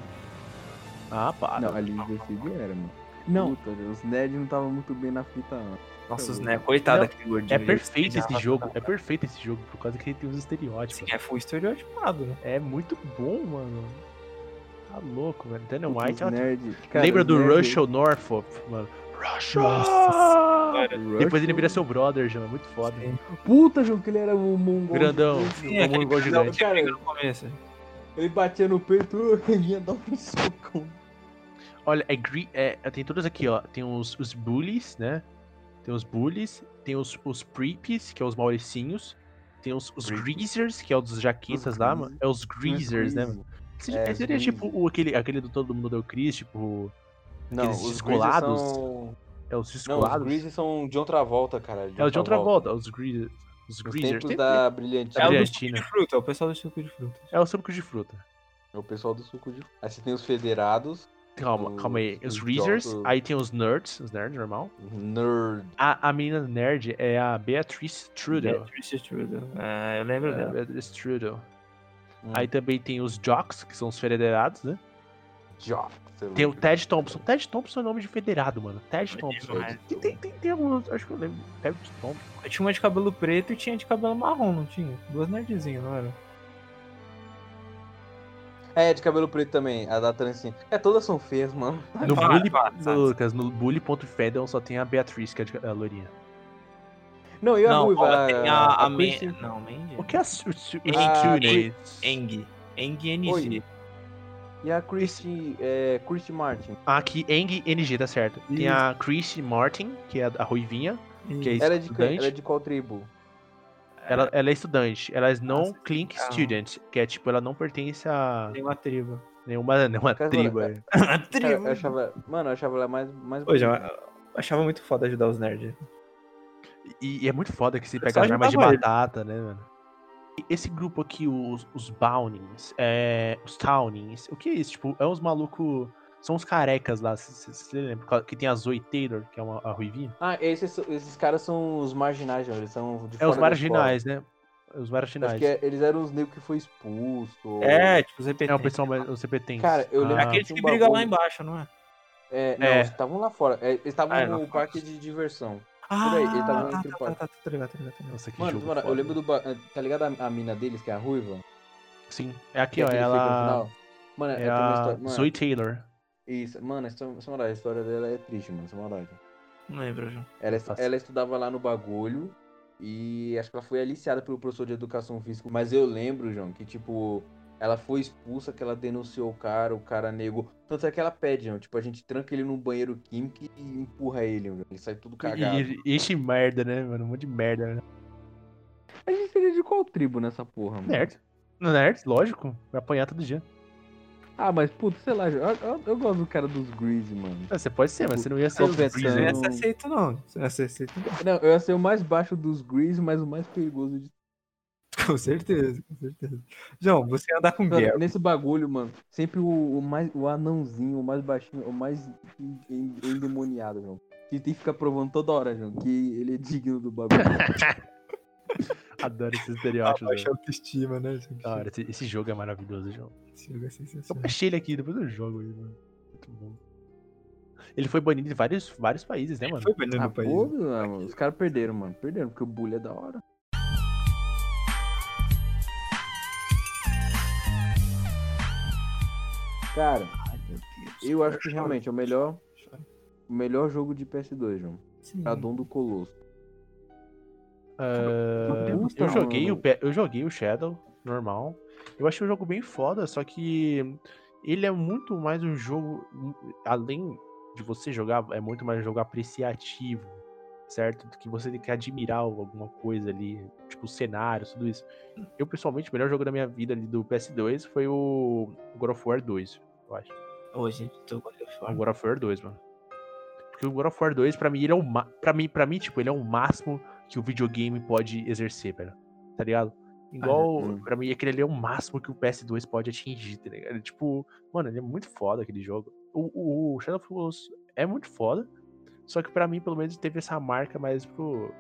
S3: Ah, para.
S2: Não, a Liz Decide era, mano. Não. Puta, os nerds não estavam muito bem na fita, não.
S4: Nossa, os, né? Coitado
S3: Não,
S4: daquele gordinho.
S3: É
S4: ele
S3: perfeito esse
S4: desenhava-
S3: jogo, é perfeito esse jogo, por causa que ele tem os
S4: Sim,
S3: estereótipos.
S4: é full estereotipado, né?
S3: É muito bom, mano. Tá louco, velho. Daniel
S2: Puta, os
S3: White. ó.
S2: nerd, cara,
S3: tá- Lembra
S2: os
S3: do
S2: nerd-
S3: Russell Norfolk, mano?
S4: Nossa
S3: Russell! Depois
S2: Russell-
S3: ele vira seu brother, João. É muito foda.
S4: Sim.
S2: Puta, João, que ele era o mongol.
S3: Grandão.
S4: Sim,
S3: Como
S4: aquele
S3: um gol
S4: cara-
S3: gigante.
S4: cara, no começo.
S2: Ele batia no peito e vinha dar um soco.
S3: Olha, é, gre- é- tem todos aqui, ó. Tem os, os bullies, né? Tem os bullies, tem os, os preepies, que é os mauricinhos. Tem os, os
S4: Preepies.
S3: greasers, que é os jaquetas
S2: Os
S3: lá,
S2: greasers.
S3: mano. É os greasers, né, mano? Seria,
S2: É,
S3: seria
S2: greasers.
S3: tipo o, aquele, aquele do Todo Mundo é o Chris, tipo...
S2: Não,
S3: Aqueles
S2: os
S3: descolados.
S2: descolados. São...
S3: É os
S2: Não, os
S3: descolados.
S2: Greasy são de outra volta, cara.
S3: é o de outra volta, os greasers. Os
S2: Os
S3: greasers.
S2: tempos
S3: Tem-
S2: da
S3: É
S4: É
S3: o
S4: o
S2: brilhantina.
S3: do
S4: do
S3: Argentina.
S4: suco de fruta, é o pessoal do suco de fruta.
S3: É o suco de fruta.
S2: É o pessoal do suco de... Aí você tem os federados,
S3: Calma,
S2: Os-
S3: calma aí.
S2: os
S3: Os greasers,
S2: idiota-
S3: aí tem os nerds, os nerds, normal.
S2: os nerd.
S3: A, a menina nerd é a Beatrice Trudeau.
S4: Beatrice Strudel. É, eu lembro
S3: É,
S4: dela.
S3: Beatrice Trudeau.
S2: Hum.
S3: Aí também tem os Jocks, que são os federados, né?
S2: Jock, sei lá.
S3: Tem o Ted Thompson. Ted Thompson é nome de federado, mano. Ted
S4: É
S3: Thompson.
S4: demais.
S3: Tem, tem, tem, tem alguns, acho que eu lembro. Ted Thompson.
S4: Eu tinha uma de cabelo preto e tinha de cabelo marrom, não tinha? Duas nerdzinhas, não era?
S2: É, de cabelo preto também, a da trancinha. É, todas são feias, mano.
S3: No
S4: para,
S3: bully,
S4: para,
S3: no,
S4: sabe?
S3: Lucas, no bully.fedel só tem a Beatriz, que é a de- a loirinha.
S2: Não, e a
S4: não,
S2: ruiva?
S4: ó, tem a, a, Men-
S2: Chrissy?
S4: Não, Mandy.
S3: O que é a Su- Su-
S4: Ah,
S3: Sune?
S4: Eng. Eng
S2: é Oi.
S4: NG.
S2: E a Christy, é, Christy Martin.
S3: Ah, aqui, Eng NG, tá certo. Tem
S4: Isso.
S3: a Chrissy Martin, que é a a ruivinha. Que é
S2: Ela é de, que-
S3: estudante.
S2: ela é de qual tribo?
S3: Ela, ela é estudante. Ela é não
S4: Nossa,
S3: clink
S4: legal.
S3: student, que é tipo, ela não pertence a
S4: Tem uma tribo.
S3: nenhuma, nenhuma
S2: Cara,
S3: tribo.
S2: cara,
S3: é.
S4: Uma
S2: Cara,
S4: tribo.
S2: eu achava, mano, eu achava ela mais, mais
S4: Pô, já,
S2: bonita.
S4: eu achava muito foda ajudar os nerds.
S3: E, e é muito foda que você
S4: só
S3: pega as armas de
S4: ajudava ele.
S3: batata, né, mano? E Esse grupo aqui, os, os Bownings, é, os Townings, o que é isso? Tipo, é uns malucos. São uns carecas lá, você lembra? Que tem a Zoe Taylor, que é uma a ruivinha.
S2: Ah, esses, esses caras são os marginais, João. Eles são de
S3: É os
S2: fora da
S3: marginais, né? Os
S2: escola. Acho
S3: marginais.
S2: que
S3: É,
S2: é- eles eram os negros que foi expulso.
S4: É, tipo, os EPT.
S3: o pessoal mais. Os CPTs.
S2: Cara, eu lembro-
S3: Ah,
S4: É Aqueles
S2: tinha
S4: que
S2: um
S4: brigam lá
S2: bagulho.
S4: embaixo, não é?
S2: É, não,
S3: É.
S2: eles estavam lá fora. É, eles estavam
S4: Ah, é,
S2: no
S4: lá fora.
S2: parque de diversão.
S4: Ah,
S2: aí, ele tava no
S4: tá,
S2: outro
S4: tá, tá,
S2: quarto.
S4: tá, tá ligado, tá ligado, tá ligado.
S3: Nossa, que
S2: Mano,
S3: jogo
S2: mano, eu
S3: foda.
S2: lembro do. ba- Tá ligado a, a mina deles, que é a Ruiva?
S3: Sim, é aqui,
S2: Que é
S3: ó.
S2: aquele que fica no
S3: Ela.
S2: final? Mano, é,
S3: É
S2: tem uma história.
S3: a
S2: Mano,
S3: Zoe Taylor.
S2: Isso, mano, essa- sem maldade, a história dela é triste, mano, sem maldade.
S4: Não lembro, João.
S2: Ela, estu-
S3: Nossa.
S2: ela estudava lá no bagulho e acho que ela foi aliciada pelo professor de educação física. Mas eu lembro, João, que tipo, ela foi expulsa, que ela denunciou o cara, o cara negou. Tanto é que ela pede, João, tipo, a gente tranca ele num banheiro químico e empurra ele, João. Ele sai tudo cagado.
S3: E, e enche merda, né, mano? Um monte de merda. Né?
S2: A gente seria de qual tribo nessa porra, mano?
S3: Nerd. Nerd, é, lógico. Vai apanhar todo dia.
S2: Ah, mas puto, sei lá, João, eu, eu- eu gosto do cara dos Greasy, mano.
S3: Ah, Você pode ser, mas você não ia ser né? os
S2: Confessando.
S4: Não
S3: Breezer.
S4: é
S2: Não.
S4: aceito, não. Não é aceito, não.
S2: Não, eu ia ser o mais baixo dos Greasy, mas o mais perigoso de
S4: Com certeza, com certeza. João, você ia andar com
S2: Mano,
S4: guerra.
S2: nesse bagulho, mano, sempre o, o mais, o anãozinho, o mais baixinho, o mais en- en- endemoniado, João. Que tem que ficar provando toda hora, João, que ele é digno do bagulho.
S3: Adoro esses
S4: Ah,
S3: estereótipos.
S4: baixa
S3: velho.
S4: autoestima, né?
S3: Da hora, esse, esse jogo é maravilhoso, João.
S4: Esse jogo é
S3: Eu
S4: sensacional.
S3: baixei ele aqui, depois eu jogo ele, mano. Muito bom. Ele foi banido de vários, vários países, né, mano?
S4: Foi banido
S2: ah,
S4: no país.
S2: pô, mano, os caras perderam, mano. Perderam, porque o bully é da hora. Cara,
S4: Ai, meu Deus.
S2: eu acho que realmente é o melhor, o melhor jogo de PS2, João.
S4: Sim.
S2: Adão do Colosso.
S3: Ah,
S2: Puta,
S3: eu, joguei o,
S2: mano.
S3: Pe- eu joguei o Shadow, normal. Eu achei o jogo bem foda, só que ele é muito mais um jogo. Além de você jogar, é muito mais um jogo apreciativo, certo? Do que você tem que admirar alguma coisa ali, tipo cenários, tudo isso. Eu, pessoalmente, o melhor jogo da minha vida ali do PS2 foi o God of War 2, eu acho.
S4: Hoje, tô com a
S3: O God of War 2, mano. Porque o God of War 2, pra mim, ele é o ma... pra mim, pra mim, tipo, ele é o máximo que o videogame pode exercer, velho. Tá ligado? Igual,
S2: hum.
S3: pra mim, aquele ali é o máximo que o PS2 pode atingir, tá ligado? Ele, Tipo, mano, ele é muito foda aquele jogo. o, o Shadow of Colossus é muito foda. Só que pra mim, pelo menos, teve essa marca mais pro.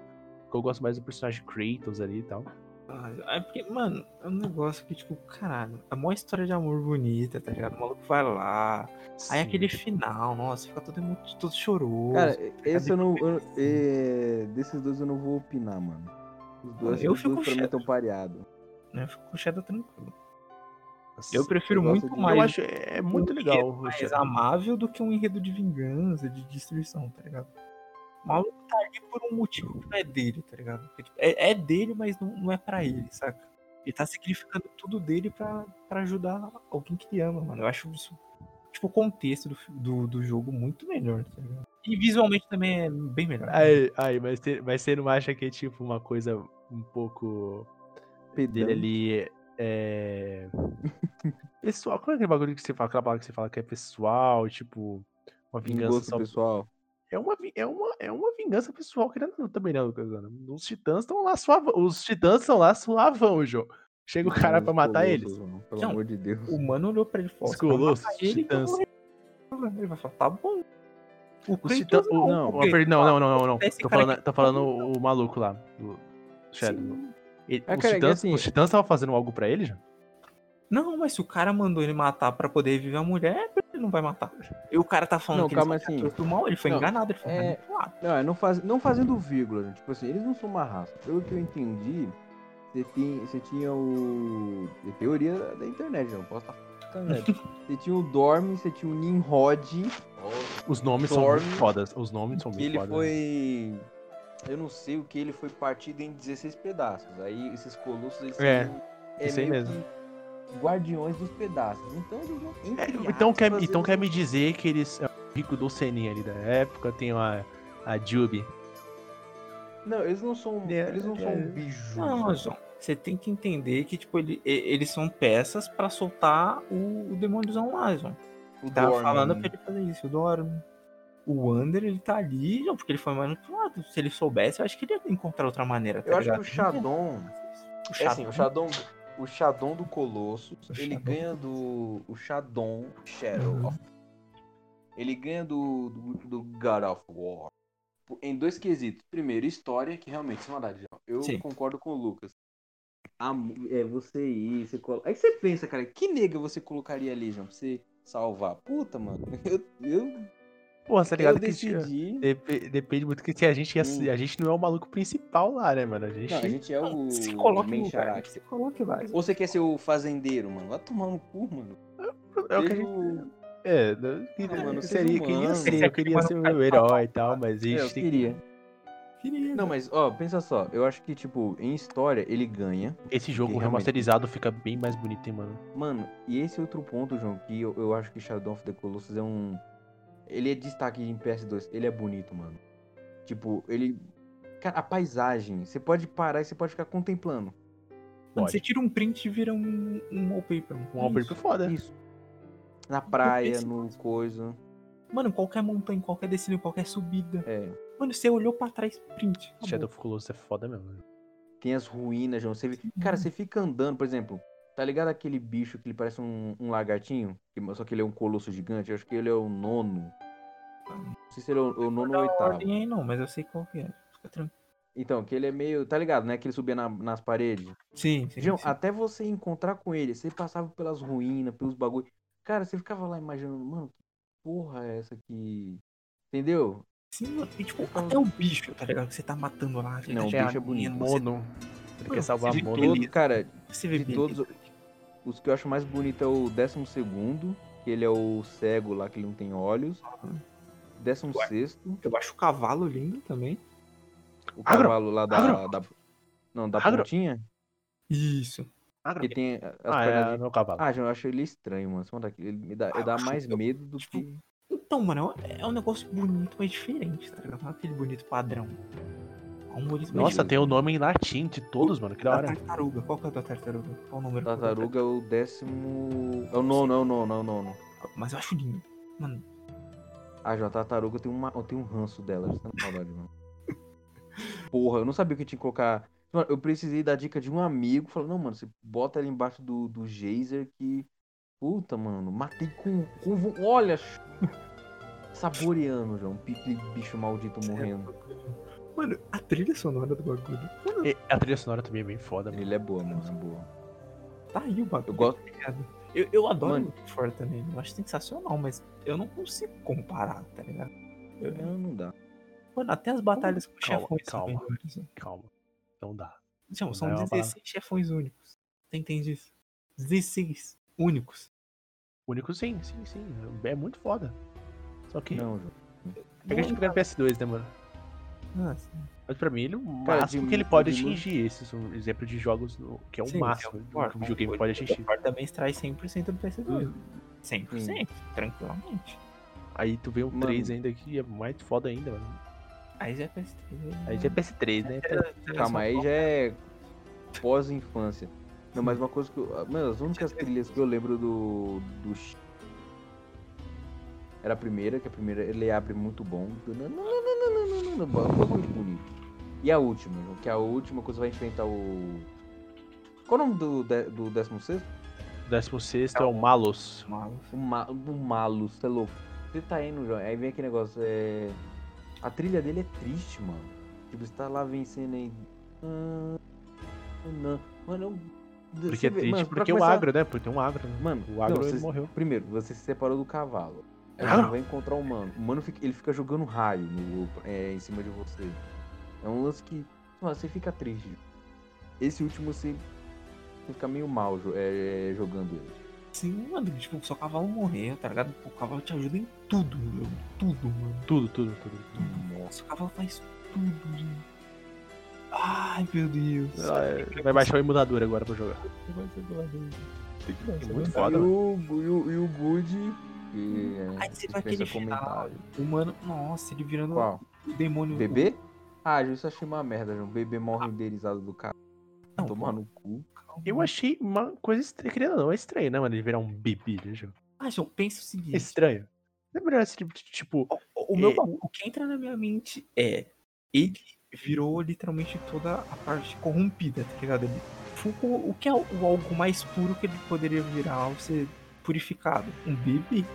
S3: Que eu gosto mais do personagem Kratos ali e tal.
S4: Ah, É porque, mano, é um negócio que, tipo, caralho, é uma história de amor bonita, tá ligado? O maluco vai lá. Aí
S3: Sim.
S4: aquele final, nossa, fica todo mundo todo choroso.
S2: Cara, esse eu não. eu- é, desses dois eu não vou opinar, mano. Os dois,
S4: Eu
S2: os
S4: fico
S2: dois pra mim
S4: chato.
S2: estão pareados.
S4: eu fico né? com o Shadow tranquilo.
S3: Nossa,
S4: Eu prefiro
S2: eu gosto
S4: muito
S2: de-
S3: eu
S4: mais,
S3: acho é muito
S4: um
S3: legal.
S4: enredo
S3: o
S4: mais
S3: Shadow.
S4: amável do que um enredo de vingança, de destruição, tá ligado? O maluco tá ali por um motivo que não é dele, tá ligado? Porque, tipo, é, é dele, mas não, não é pra ele, saca? Ele tá sacrificando tudo dele pra, pra ajudar alguém que ele ama, mano. Eu acho isso, tipo, o contexto do, fi- do, do jogo muito melhor, tá ligado? E visualmente também é bem melhor.
S2: Uhum.
S3: Aí, aí, mas, te- mas você não acha que é tipo uma coisa um pouco dele ali é. Pessoal, qual é aquele bagulho que você fala, aquela palavra que você fala que é pessoal, tipo, uma vingança
S2: Vingança,
S3: só.
S2: Um pessoal.
S3: É uma, vi- é, uma, é uma vingança pessoal, querendo ou não, também não, Kazana. Os titãs estão lá suavão. Os titãs estão lá suavão, João. Chega o cara
S2: Os
S3: pra matar
S2: colossos,
S3: eles.
S2: mano, Pelo
S4: Não.
S2: amor de Deus.
S4: O mano olhou pra ele e falou:
S3: Os
S4: "Você vai matar
S3: colossos, os
S4: ele, que eu
S3: titãs.
S4: vou resolver". Ele vai falar: tá bom. O
S3: Os
S4: Kratos
S3: titãs. o- Não,
S4: porque-
S3: per- não, não, não, não. não.
S4: Esse
S3: Tô
S4: cara
S3: falando,
S4: que- tá
S3: tô falando o, o maluco lá, do Shadow.
S4: Sim.
S3: Ele-
S2: Ah,
S3: os,
S2: cara, é que
S3: titãs,
S2: assim-
S3: os titãs estavam fazendo algo pra ele, já?
S4: Não, mas se o cara mandou ele matar pra poder viver a mulher, ele não vai matar. E o cara tá falando
S2: Não,
S4: que
S2: calma
S4: ele são
S2: assim.
S4: criaturas do mal, ele foi
S2: Não,
S4: enganado, ele foi
S2: é-
S4: manipulado.
S2: Não, é não, faz, não fazendo vírgula, né? tipo assim, eles não são uma raça. Pelo que eu entendi, você, tem, você tinha o. É teoria da internet, não posso estar. falando, né? Você tinha o Dorme, você tinha o Nimrod,
S3: Os nomes
S2: Thorne,
S3: são muito fodas. Os nomes são
S2: que
S3: muito
S2: ele
S3: fodas.
S2: foi. Eu não sei o que ele foi partido em 16 pedaços. Aí esses colossos eles
S3: É,
S2: são-
S3: isso aí
S2: meio
S3: mesmo.
S2: que guardiões dos pedaços. Então eles vão.
S3: É,
S2: entre
S3: então,
S2: aspas,
S3: quer,
S2: eles
S3: então
S2: vão-
S3: quer me dizer que eles. é o Rico do Seninha ali da época, tem a, a Jubi.
S2: Não, eles não são.
S3: É,
S2: Eles não são
S3: é.
S2: um bicho.
S4: Não, João. Você tem que entender que, tipo, ele- e- eles são peças pra soltar o, o demôniozão lá, João.
S2: O
S4: Tava
S2: Dorme, né?
S4: falando
S3: Hum.
S4: pra ele fazer isso, o Dorme. O Wander, ele tá ali, João, porque ele foi manipulado. Se ele soubesse, eu acho que ele ia encontrar outra maneira, tá
S2: Eu acho que
S4: ligado?
S2: o Shadon.
S4: O
S2: É assim, o
S4: Shadow-
S2: Shadon, o Shadon do Colossus,
S4: O
S2: ele
S4: Shadon.
S2: ganha do. O Shadon Shadow.
S4: Uhum.
S2: of- Ele ganha do, do, do God of War. Em dois quesitos. Primeiro, história, que realmente, sem maldade, João, eu
S4: Sim.
S2: concordo com o Lucas. A mu- é você ir, você colo... Aí você pensa, cara, que nega você colocaria ali, João, pra você salvar? Puta, mano. Eu, eu,
S3: Porra, tá
S2: eu
S3: ligado que tinha-
S2: decidi.
S3: Depe- Depende muito que que a gente, ia se-
S2: Hum.
S3: a gente não é o maluco principal lá, né, mano? A gente.
S2: Não, a gente é o.
S4: Se coloque no
S2: main
S4: lugar,
S2: character.
S4: se coloque lá. João.
S2: Ou você quer ser o fazendeiro, mano? Vai tomar no cu, mano.
S3: é o que a
S2: Seja
S3: gente.
S2: o-
S3: É, né, que-
S2: Ah, mano,
S3: eu
S2: ser
S3: seria, queria
S2: humano.
S3: ser, eu queria
S4: Mas
S3: ser
S4: não
S3: o
S4: faz
S3: herói e tal, mas a gente
S2: É, eu
S3: tem
S2: queria.
S4: Queria,
S2: Não, mas, ó, pensa só. Eu acho que, tipo, em história, ele ganha.
S3: que- Esse jogo
S2: realmente-
S3: remasterizado fica bem mais bonito, hein, mano?
S2: Mano, e esse é outro ponto, João, que eu, eu acho que Shadow of the Colossus é um... Ele é destaque em PS2. Ele é bonito, mano. Tipo, ele... Cara, a paisagem. Você pode parar e você pode ficar contemplando.
S4: Mano,
S3: Pode.
S4: você tira um print e vira um, um wallpaper. mano.
S3: Um Albert
S4: Isso.
S3: foda.
S2: Isso. Na praia,
S4: penso
S2: no coisa.
S4: Mano, qualquer montanha, qualquer descida, qualquer subida.
S2: É.
S4: Mano, você olhou pra trás, print. acabou.
S3: Shadow of Colossus é foda mesmo.
S2: Tem as ruínas, João. Você... vê- Cara, você fica andando, por exemplo. Tá ligado aquele bicho que ele parece um, um lagartinho? Que- Só que ele é um colosso gigante. Eu acho que ele é o nono. Não sei se ele é o, o nono ou
S4: Não dá
S2: oitavo.
S4: ordem aí não, mas eu sei qual que é. Fica tranquilo.
S2: Então, que ele é meio. Tá ligado, né? Que ele subia na- nas paredes.
S4: Sim, sim.
S2: João,
S4: sim.
S2: até você encontrar com ele, você passava pelas ruínas, pelos bagulhos. Cara, você ficava lá imaginando, mano, que porra é essa aqui? Entendeu?
S4: Sim, mano. E, tipo, até o bicho, tá ligado? Que você tá matando lá. que
S2: Então- Não,
S4: tá
S2: o bicho é
S4: gerando,
S2: bonito.
S4: Você,
S3: Mono. Ele
S4: Mano,
S3: quer salvar
S4: de
S3: a Mono.
S4: todo-
S2: Todo, cara,
S4: você vê
S2: de
S4: bem.
S2: todos- os que eu acho mais bonito é o décimo segundo, que ele é o cego lá, que ele não tem olhos. Décimo
S4: Ué.
S2: sexto,
S4: Eu acho o cavalo lindo também.
S2: o
S3: Agro!
S2: cavalo lá da.
S3: Agro!
S2: da não, da
S3: Agro!
S2: pontinha.
S4: Isso.
S2: Que tem as
S3: Ah,
S2: pernas
S3: é, Ah, meu cavalo.
S2: Ah, João, eu acho ele estranho, mano. Esse maluco aqui, Ele me dá, ele dá mais medo do
S4: Tipo,
S2: que.
S4: Então, mano, é um negócio bonito, mas diferente, tá ligado? Não é aquele bonito padrão. É um bonito mas
S3: Nossa,
S4: diferente.
S3: tem o nome em latim de todos, mano. Que da
S4: da
S3: hora.
S4: tartaruga. Qual que é o da tartaruga? Qual o número? que é o da
S2: Tartaruga é o décimo. É o nono, é o nono, é o nono.
S4: tartaruga? Mas eu acho lindo.
S2: Ah, João, a tartaruga tem uma... eu tenho um ranço dela. Você tá com saudade, mano. Porra, eu não sabia que tinha que colocar. Mano, eu precisei da dica de um amigo. Falou, não, mano, você bota ela embaixo do, do geyser que Puta, mano, matei com. com vo- olha! ch- Saboreando, João. um Pique bicho maldito morrendo.
S4: Mano, a trilha sonora do bagulho.
S3: E a trilha sonora também é bem foda, mano.
S2: Ele é boa, mano. É boa.
S4: Tá aí o bagulho.
S2: Eu gosto.
S4: Eu, eu adoro
S2: Mano.
S4: God of War também. Eu acho sensacional, mas eu não consigo comparar, tá ligado?
S2: É, Não dá.
S4: Mano, até as batalhas com
S3: Calma,
S4: chefões
S3: calma.
S4: são melhores. né?
S3: Calma. Não dá.
S4: Tião, são
S3: Não é uma
S4: 16 chefões únicos. Você entende isso? 16 únicos.
S3: Único sim, sim, sim. É muito foda. Só que.
S2: Não, João.
S3: É que a gente pega PS2, né, mano?
S4: Nossa,
S3: Mas pra mim, ele, é o
S2: Cara,
S3: máximo
S2: de
S3: que ele
S2: mu-
S3: pode
S2: de mu-
S3: atingir. Esse é um exemplo de jogos no- que é o
S4: Sim,
S3: máximo
S4: eu
S3: que
S4: concordo,
S3: um videogame
S4: concordo.
S3: pode Hum.
S4: God
S3: atingir.
S4: of War também extrai 100% do PS2. 100%, tranquilamente.
S3: Aí tu vê o
S2: Mano.
S3: 3 ainda que é mais foda ainda, mano.
S4: Aí já é PS3.
S3: Aí já é PS3, né?
S4: É,
S2: Calma, aí já é pós-infância. Não, mas uma coisa que eu. ah, Mano, as únicas trilhas que eu lembro do. do Ch- Era a primeira, que a primeira ele abre muito bom. Não, não, não, não, não, não, não, não, não, muito bonito. E a última, João, que é a última quando você vai enfrentar o. Qual o nome do, de- do 16?
S3: O 16 é o Malos.
S2: O, ma, o Malo, você é louco. Você tá indo, João, aí vem aquele negócio. É... A trilha dele é triste, mano. Tipo, você tá lá vencendo aí. Ah, não. Mano, eu.
S3: Porque
S2: você
S3: é
S2: vê-
S3: triste,
S2: mano, pra
S3: porque o
S2: começar-
S3: agro, né? Porque tem um agro. né?
S2: Mano,
S3: o agro
S2: não,
S3: ele
S2: vocês-
S3: morreu.
S2: Primeiro, você se separou do cavalo. Aí
S3: Ah.
S2: você vai encontrar o mano. O mano fica- ele fica jogando raio no- é, em cima de você. É um lance que. Mano, você fica triste. Esse último você, você fica meio mal jo- é, é, jogando ele.
S4: Sim, mano, tipo, só o cavalo morrer, tá ligado? O cavalo te ajuda em tudo, meu. Tudo, mano.
S3: Tudo, tudo, tudo. tudo.
S4: Nossa, o cavalo faz tudo, gente. Ai, meu Deus.
S3: Ah, é- Vai baixar o emulador agora pra jogar. é
S4: Tem que baixar.
S3: Muito foda,
S2: e,
S3: mano.
S2: o, e, o, e o Good. Que, é,
S4: Aí você
S2: dispensa
S4: vai aquele final.
S2: comentário.
S4: O mano, nossa, ele virando
S2: Qual?
S4: o demônio.
S2: Bebê? Ah, Ju, isso eu achei uma merda, João. Bebê mal renderizado do cara.
S4: Não,
S2: Tomar no cu.
S3: Eu achei uma coisa estranha. Querendo ou não, é estranho, né, mano? Ele virar um bebê no jogo.
S4: Ah, João, pensa o seguinte.
S3: Estranho. Não é melhor esse tipo, de- tipo
S4: O, o meu
S3: É.
S4: bagulho, o que entra na minha mente é. Ele virou literalmente toda a parte corrompida, tá ligado? Ele, foi o o que é o, o algo mais puro que ele poderia virar ao ser purificado? Um bebê.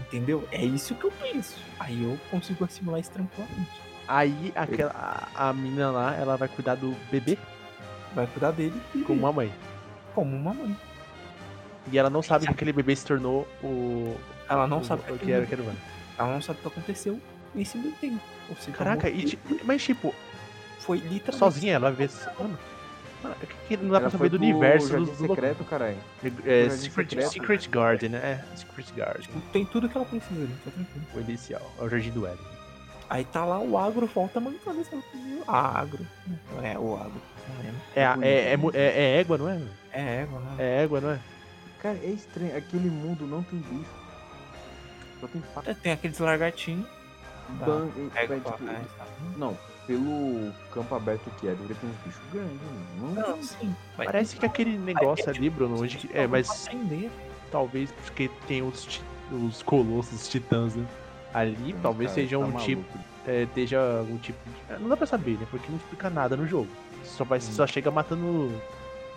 S4: Entendeu? É isso que eu penso. Aí eu consigo assimilar isso tranquilamente.
S3: Aí aquela, a, a menina lá, ela vai cuidar do bebê
S4: Vai cuidar dele e-
S3: com uma mãe.
S4: como uma mãe.
S3: E ela não sabe que aquele bebê se tornou o.
S4: Ela não
S3: o,
S4: sabe é
S3: o
S4: o
S3: que era aquele mano.
S4: Ela não sabe o que aconteceu nesse meio tempo. Ou seja,
S3: Caraca,
S4: ela
S3: e, tipo, mas tipo,
S4: foi literalmente.
S3: sozinha ela vê. Mano, mano, é que- que não dá
S2: Ela
S3: pra
S2: foi
S3: saber do
S2: pro
S3: universo do,
S2: Jardim
S3: do local.
S2: secreto, caralho.
S3: É,
S2: Jardim
S3: Secret,
S2: secreto.
S3: Secret Garden, né? É, Secret Garden.
S4: Tem tudo que ela precisa ali, tá tranquilo.
S3: O inicial. É o Jardim do Éden.
S4: Aí tá lá o agro, volta mancando esse maluco de agro. Não é o agro. não lembro.
S3: É, a- é, é, mu- é, é égua, não é? mano?
S4: É égua, né?
S3: É égua, não é?
S2: Cara, é estranho. Aquele mundo não tem bicho. Só tem faca.
S4: É, Tem aqueles lagartinhos. Tá.
S2: Ban- é,
S4: Égua,
S2: tipo,
S4: né? tá.
S2: Não, pelo campo aberto que é, deveria ter uns bichos grandes, mano. Não,
S4: Não, sim. mas-
S3: Parece que aquele negócio ali, Bruno, onde. que- É,
S4: Não,
S3: mas.
S4: pra aprender.
S3: talvez porque tem os, ti- os colossos, os titãs, né? Ali talvez
S2: cara,
S3: seja
S2: tá
S3: um
S2: maluco.
S3: tipo. é, esteja algum tipo de. é, Não dá pra saber, né? Porque não explica nada no jogo. Você só, vai, você só chega matando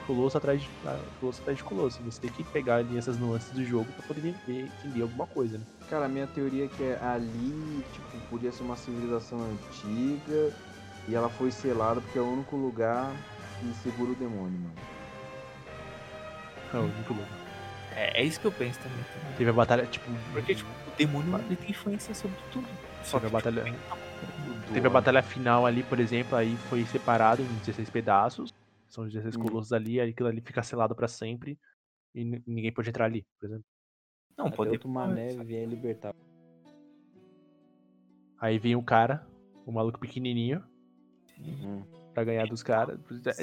S3: colosso atrás, de, ah, colosso atrás de colosso. Você tem que pegar ali essas nuances do jogo pra poder ver, entender alguma coisa, né?
S2: Cara, a minha teoria é que é ali, tipo, podia ser uma civilização antiga e ela foi selada porque é o único lugar que segura o demônio, mano.
S3: Não, muito louco.
S4: É, é isso que eu penso também. tá ligado?
S3: Teve a batalha, tipo.
S4: Porque, tipo, o demônio ele tem influência sobre tudo. Só
S3: Teve
S4: que
S3: a batalha-
S4: tipo, ele tá-
S3: Teve a batalha final ali, por exemplo, aí foi separado em 16 pedaços. São 16
S2: Hum.
S3: colossos ali, aí aquilo ali fica selado pra sempre. E n- ninguém pode entrar ali, por exemplo.
S4: Não, pode
S2: vier libertar.
S3: Aí vem o cara, o maluco pequenininho,
S2: Hum.
S3: pra ganhar dos caras.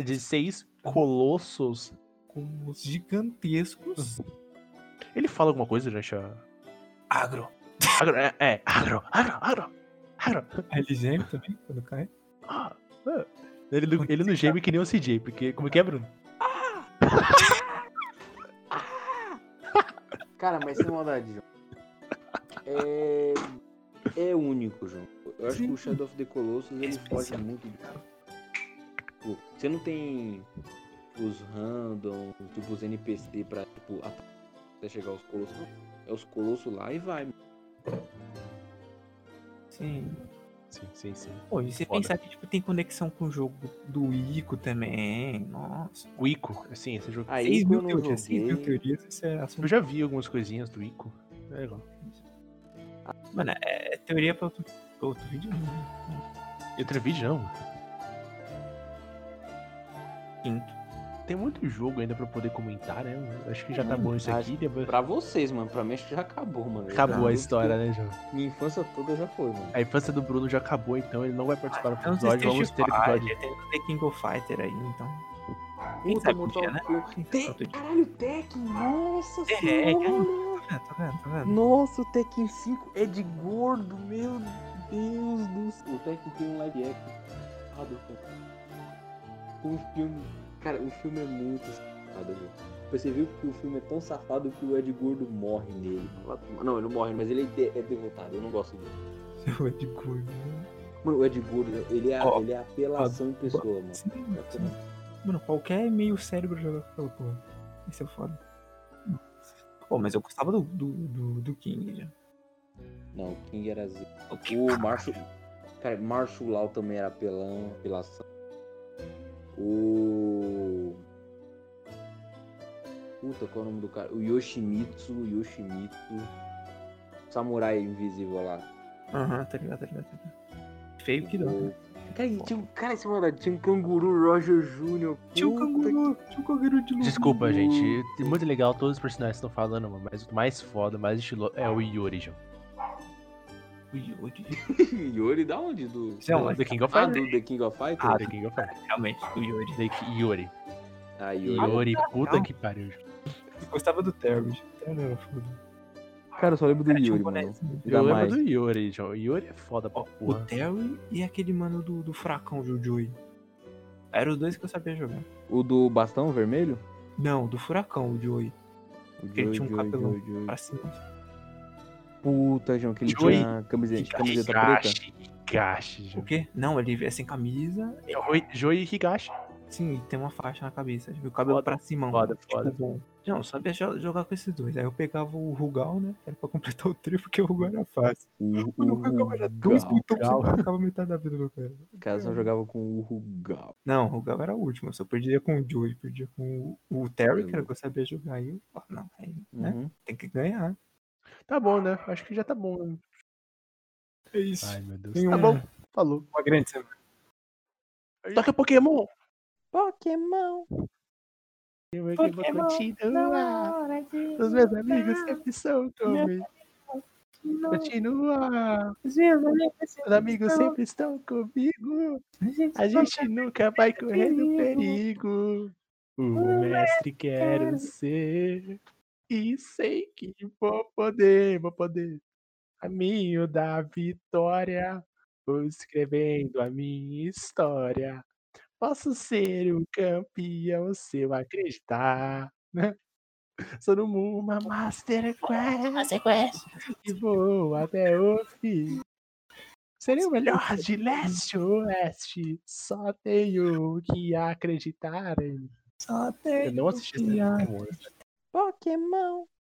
S3: De seis colossos.
S4: Com os gigantescos.
S3: Ele fala alguma coisa durante a.
S4: Agro.
S3: Agro, é, é, agro, agro, agro, agro.
S4: Aí Ele geme É também quando cai.
S3: Ah, ah. Ele, não- ele não geme que nem o CJ, porque. Como que é, Bruno?
S2: Cara, mas sem maldade, João. É. É único, João. Eu acho que o Shadow of the Colossus
S4: É
S2: ele
S4: especial.
S2: foge muito de Tipo, você não tem os random, tipo, os NPC pra, tipo, atacar. até chegar aos colossos. Não, É os colossos lá e vai.
S4: Sim.
S3: Sim, sim, sim.
S4: Pô, e você
S3: Foda.
S4: pensar que tipo, tem conexão com o jogo do Ico também. Nossa.
S3: O Ico, assim, esse jogo.
S2: Aí
S4: 6
S2: que eu
S4: mil
S2: não
S4: teorias, 6 mil
S2: joguei.
S4: teorias, isso é assunto.
S3: Eu já vi algumas coisinhas do Ico. É legal.
S4: Mano, é teoria pra outro, pra outro vídeo. Né?
S3: E outro vídeo não.
S4: Quinto.
S3: Tem muito jogo ainda pra poder comentar, né? Acho que já tá
S2: Hum,
S3: bom isso
S2: acho-
S3: aqui. Depois...
S2: Pra vocês, mano. Pra mim acho que já acabou, mano. Já
S3: Acabou a
S2: tudo
S3: história, né, João?
S2: que- Minha infância toda já foi, mano.
S3: A infância do Bruno já acabou, então ele não vai participar do
S4: Então, vocês
S3: episódio.
S4: têm
S3: Vamos ter
S4: Street
S3: episódio.
S4: Fighter, tem que ter King of Fighter aí, então. Quem
S2: Puta,
S4: sabe um
S2: Mortal
S4: dia, né?
S2: Kombat.
S4: Quem sabe
S2: Te-
S4: outro dia.
S2: Caralho, Tekken, nossa
S4: É, é,
S2: senhora.
S4: Tá vendo, tá vendo, tá vendo?
S2: Nossa, o Tekken 5 é de gordo, meu Deus do céu. O Tekken tem um live action. Ah, do cara. Tem um filme. Cara, o filme é muito safado, velho. Você viu que o filme é tão safado que o Ed Gordo morre nele. Vai tomar- Não, ele não morre, mas ele é de- é devotado. Eu não gosto dele.
S4: Seu Ed Gordo.
S2: Mano, o Ed Gordo, ele é,
S4: Ó,
S2: ele é apelação em pessoa, mano.
S4: Sim, sim. Mano, qualquer meio cérebro joga com aquela porra. Isso é foda. Pô, mas eu gostava do, do, do, do King já.
S2: Não, o King era Z.
S4: O King-
S2: O Marshall. Cara, Marshall Law também era apelão, apelação. O. Puta, qual é o nome do cara? O Yoshimitsu, Yoshimitsu. Samurai invisível lá.
S4: Aham, tá ligado, tá ligado, tá ligado. Feio que dá.
S2: O- Cara, e tinha um cara esse mano, tinha um canguru Roger Jr.
S4: Tinha o
S2: Puta
S4: canguru, tinha o canguru de novo.
S3: Desculpa, gente. é Muito legal, todos os personagens estão falando, mano. Mas o mais foda, o mais estiloso é o Yori, João.
S4: Ui, ui, ui.
S2: que- Yori da onde? Do.
S4: Não, mas Ah,
S3: The King of
S2: Ah,
S3: Fighters.
S2: do The King of Fighters?
S3: The King of Fighters.
S4: realmente, o Yori.
S3: The Ki- Yori.
S2: Ah, Yori.
S3: Yori, puta que pariu, João.
S4: Eu gostava do Terry. gente. Terry era foda.
S2: Cara, eu só lembro do
S4: Cara, tinha um
S2: Yori, mano.
S4: bonezinho.
S3: Eu lembro
S2: mais.
S3: do Yori, João. Yori é foda pra
S4: Ó, o
S3: porra.
S4: Terry e aquele mano do, do fracão, viu, o Joey. Eram os dois que eu sabia jogar.
S2: O do bastão vermelho?
S4: Não, do furacão, o Joey.
S2: O
S4: Ele tinha um cabelão
S2: Joey, Joey.
S4: Pra cima.
S2: Puta, João, que ele
S3: Joey.
S2: tinha camiseta, camiseta preta.
S3: Higashi, Higashi,
S4: O
S3: João.
S4: quê? Não, ele é sem camisa.
S3: É o Oi- Joey Higashi.
S4: Sim, e tem uma faixa na cabeça. viu? O cabelo
S3: Foda,
S4: pra cima. Tipo,
S3: foda, foda.
S4: bom. Não, eu sabia jo- jogar com esses dois. Aí eu pegava o Rugal, né? Era pra completar o trio, porque o Rugal era fácil.
S2: O
S4: Quando o Rugal era dois
S2: Rugal.
S4: putão, você marcava metade da vida do cara.
S2: Caso eu jogava com o Rugal.
S4: Não, o Rugal era o último. Eu só perdia com o Joey, perdia com o, o Terry, que era o que eu sabia jogar. Aí eu falava, não, aí, né?
S2: Uhum.
S4: Tem que ganhar.
S3: Tá bom, né? Acho que já tá bom. né?
S4: É isso.
S3: Ai, meu Deus.
S4: Tem
S3: Tá
S4: um-
S3: bom. Falou.
S4: Uma grande semana.
S3: Toca é Pokémon.
S6: Pokémon.
S3: Eu vou continuar. Os meus amigos sempre são comigo. Continua. Os amigos sempre estão comigo. A gente tá nunca vai correr do perigo. O mestre é quero ser. E sei que vou poder, vou poder. Caminho da vitória. Vou escrevendo a minha história. Posso ser o campeão se eu acreditar. né? Sou no uma Master Quest e vou até o fim. Seria o melhor de leste a oeste. Só tenho que acreditar em.
S4: Só tem
S3: Eu não assisti é esse
S4: que
S3: Pokémon.
S6: Pokémon.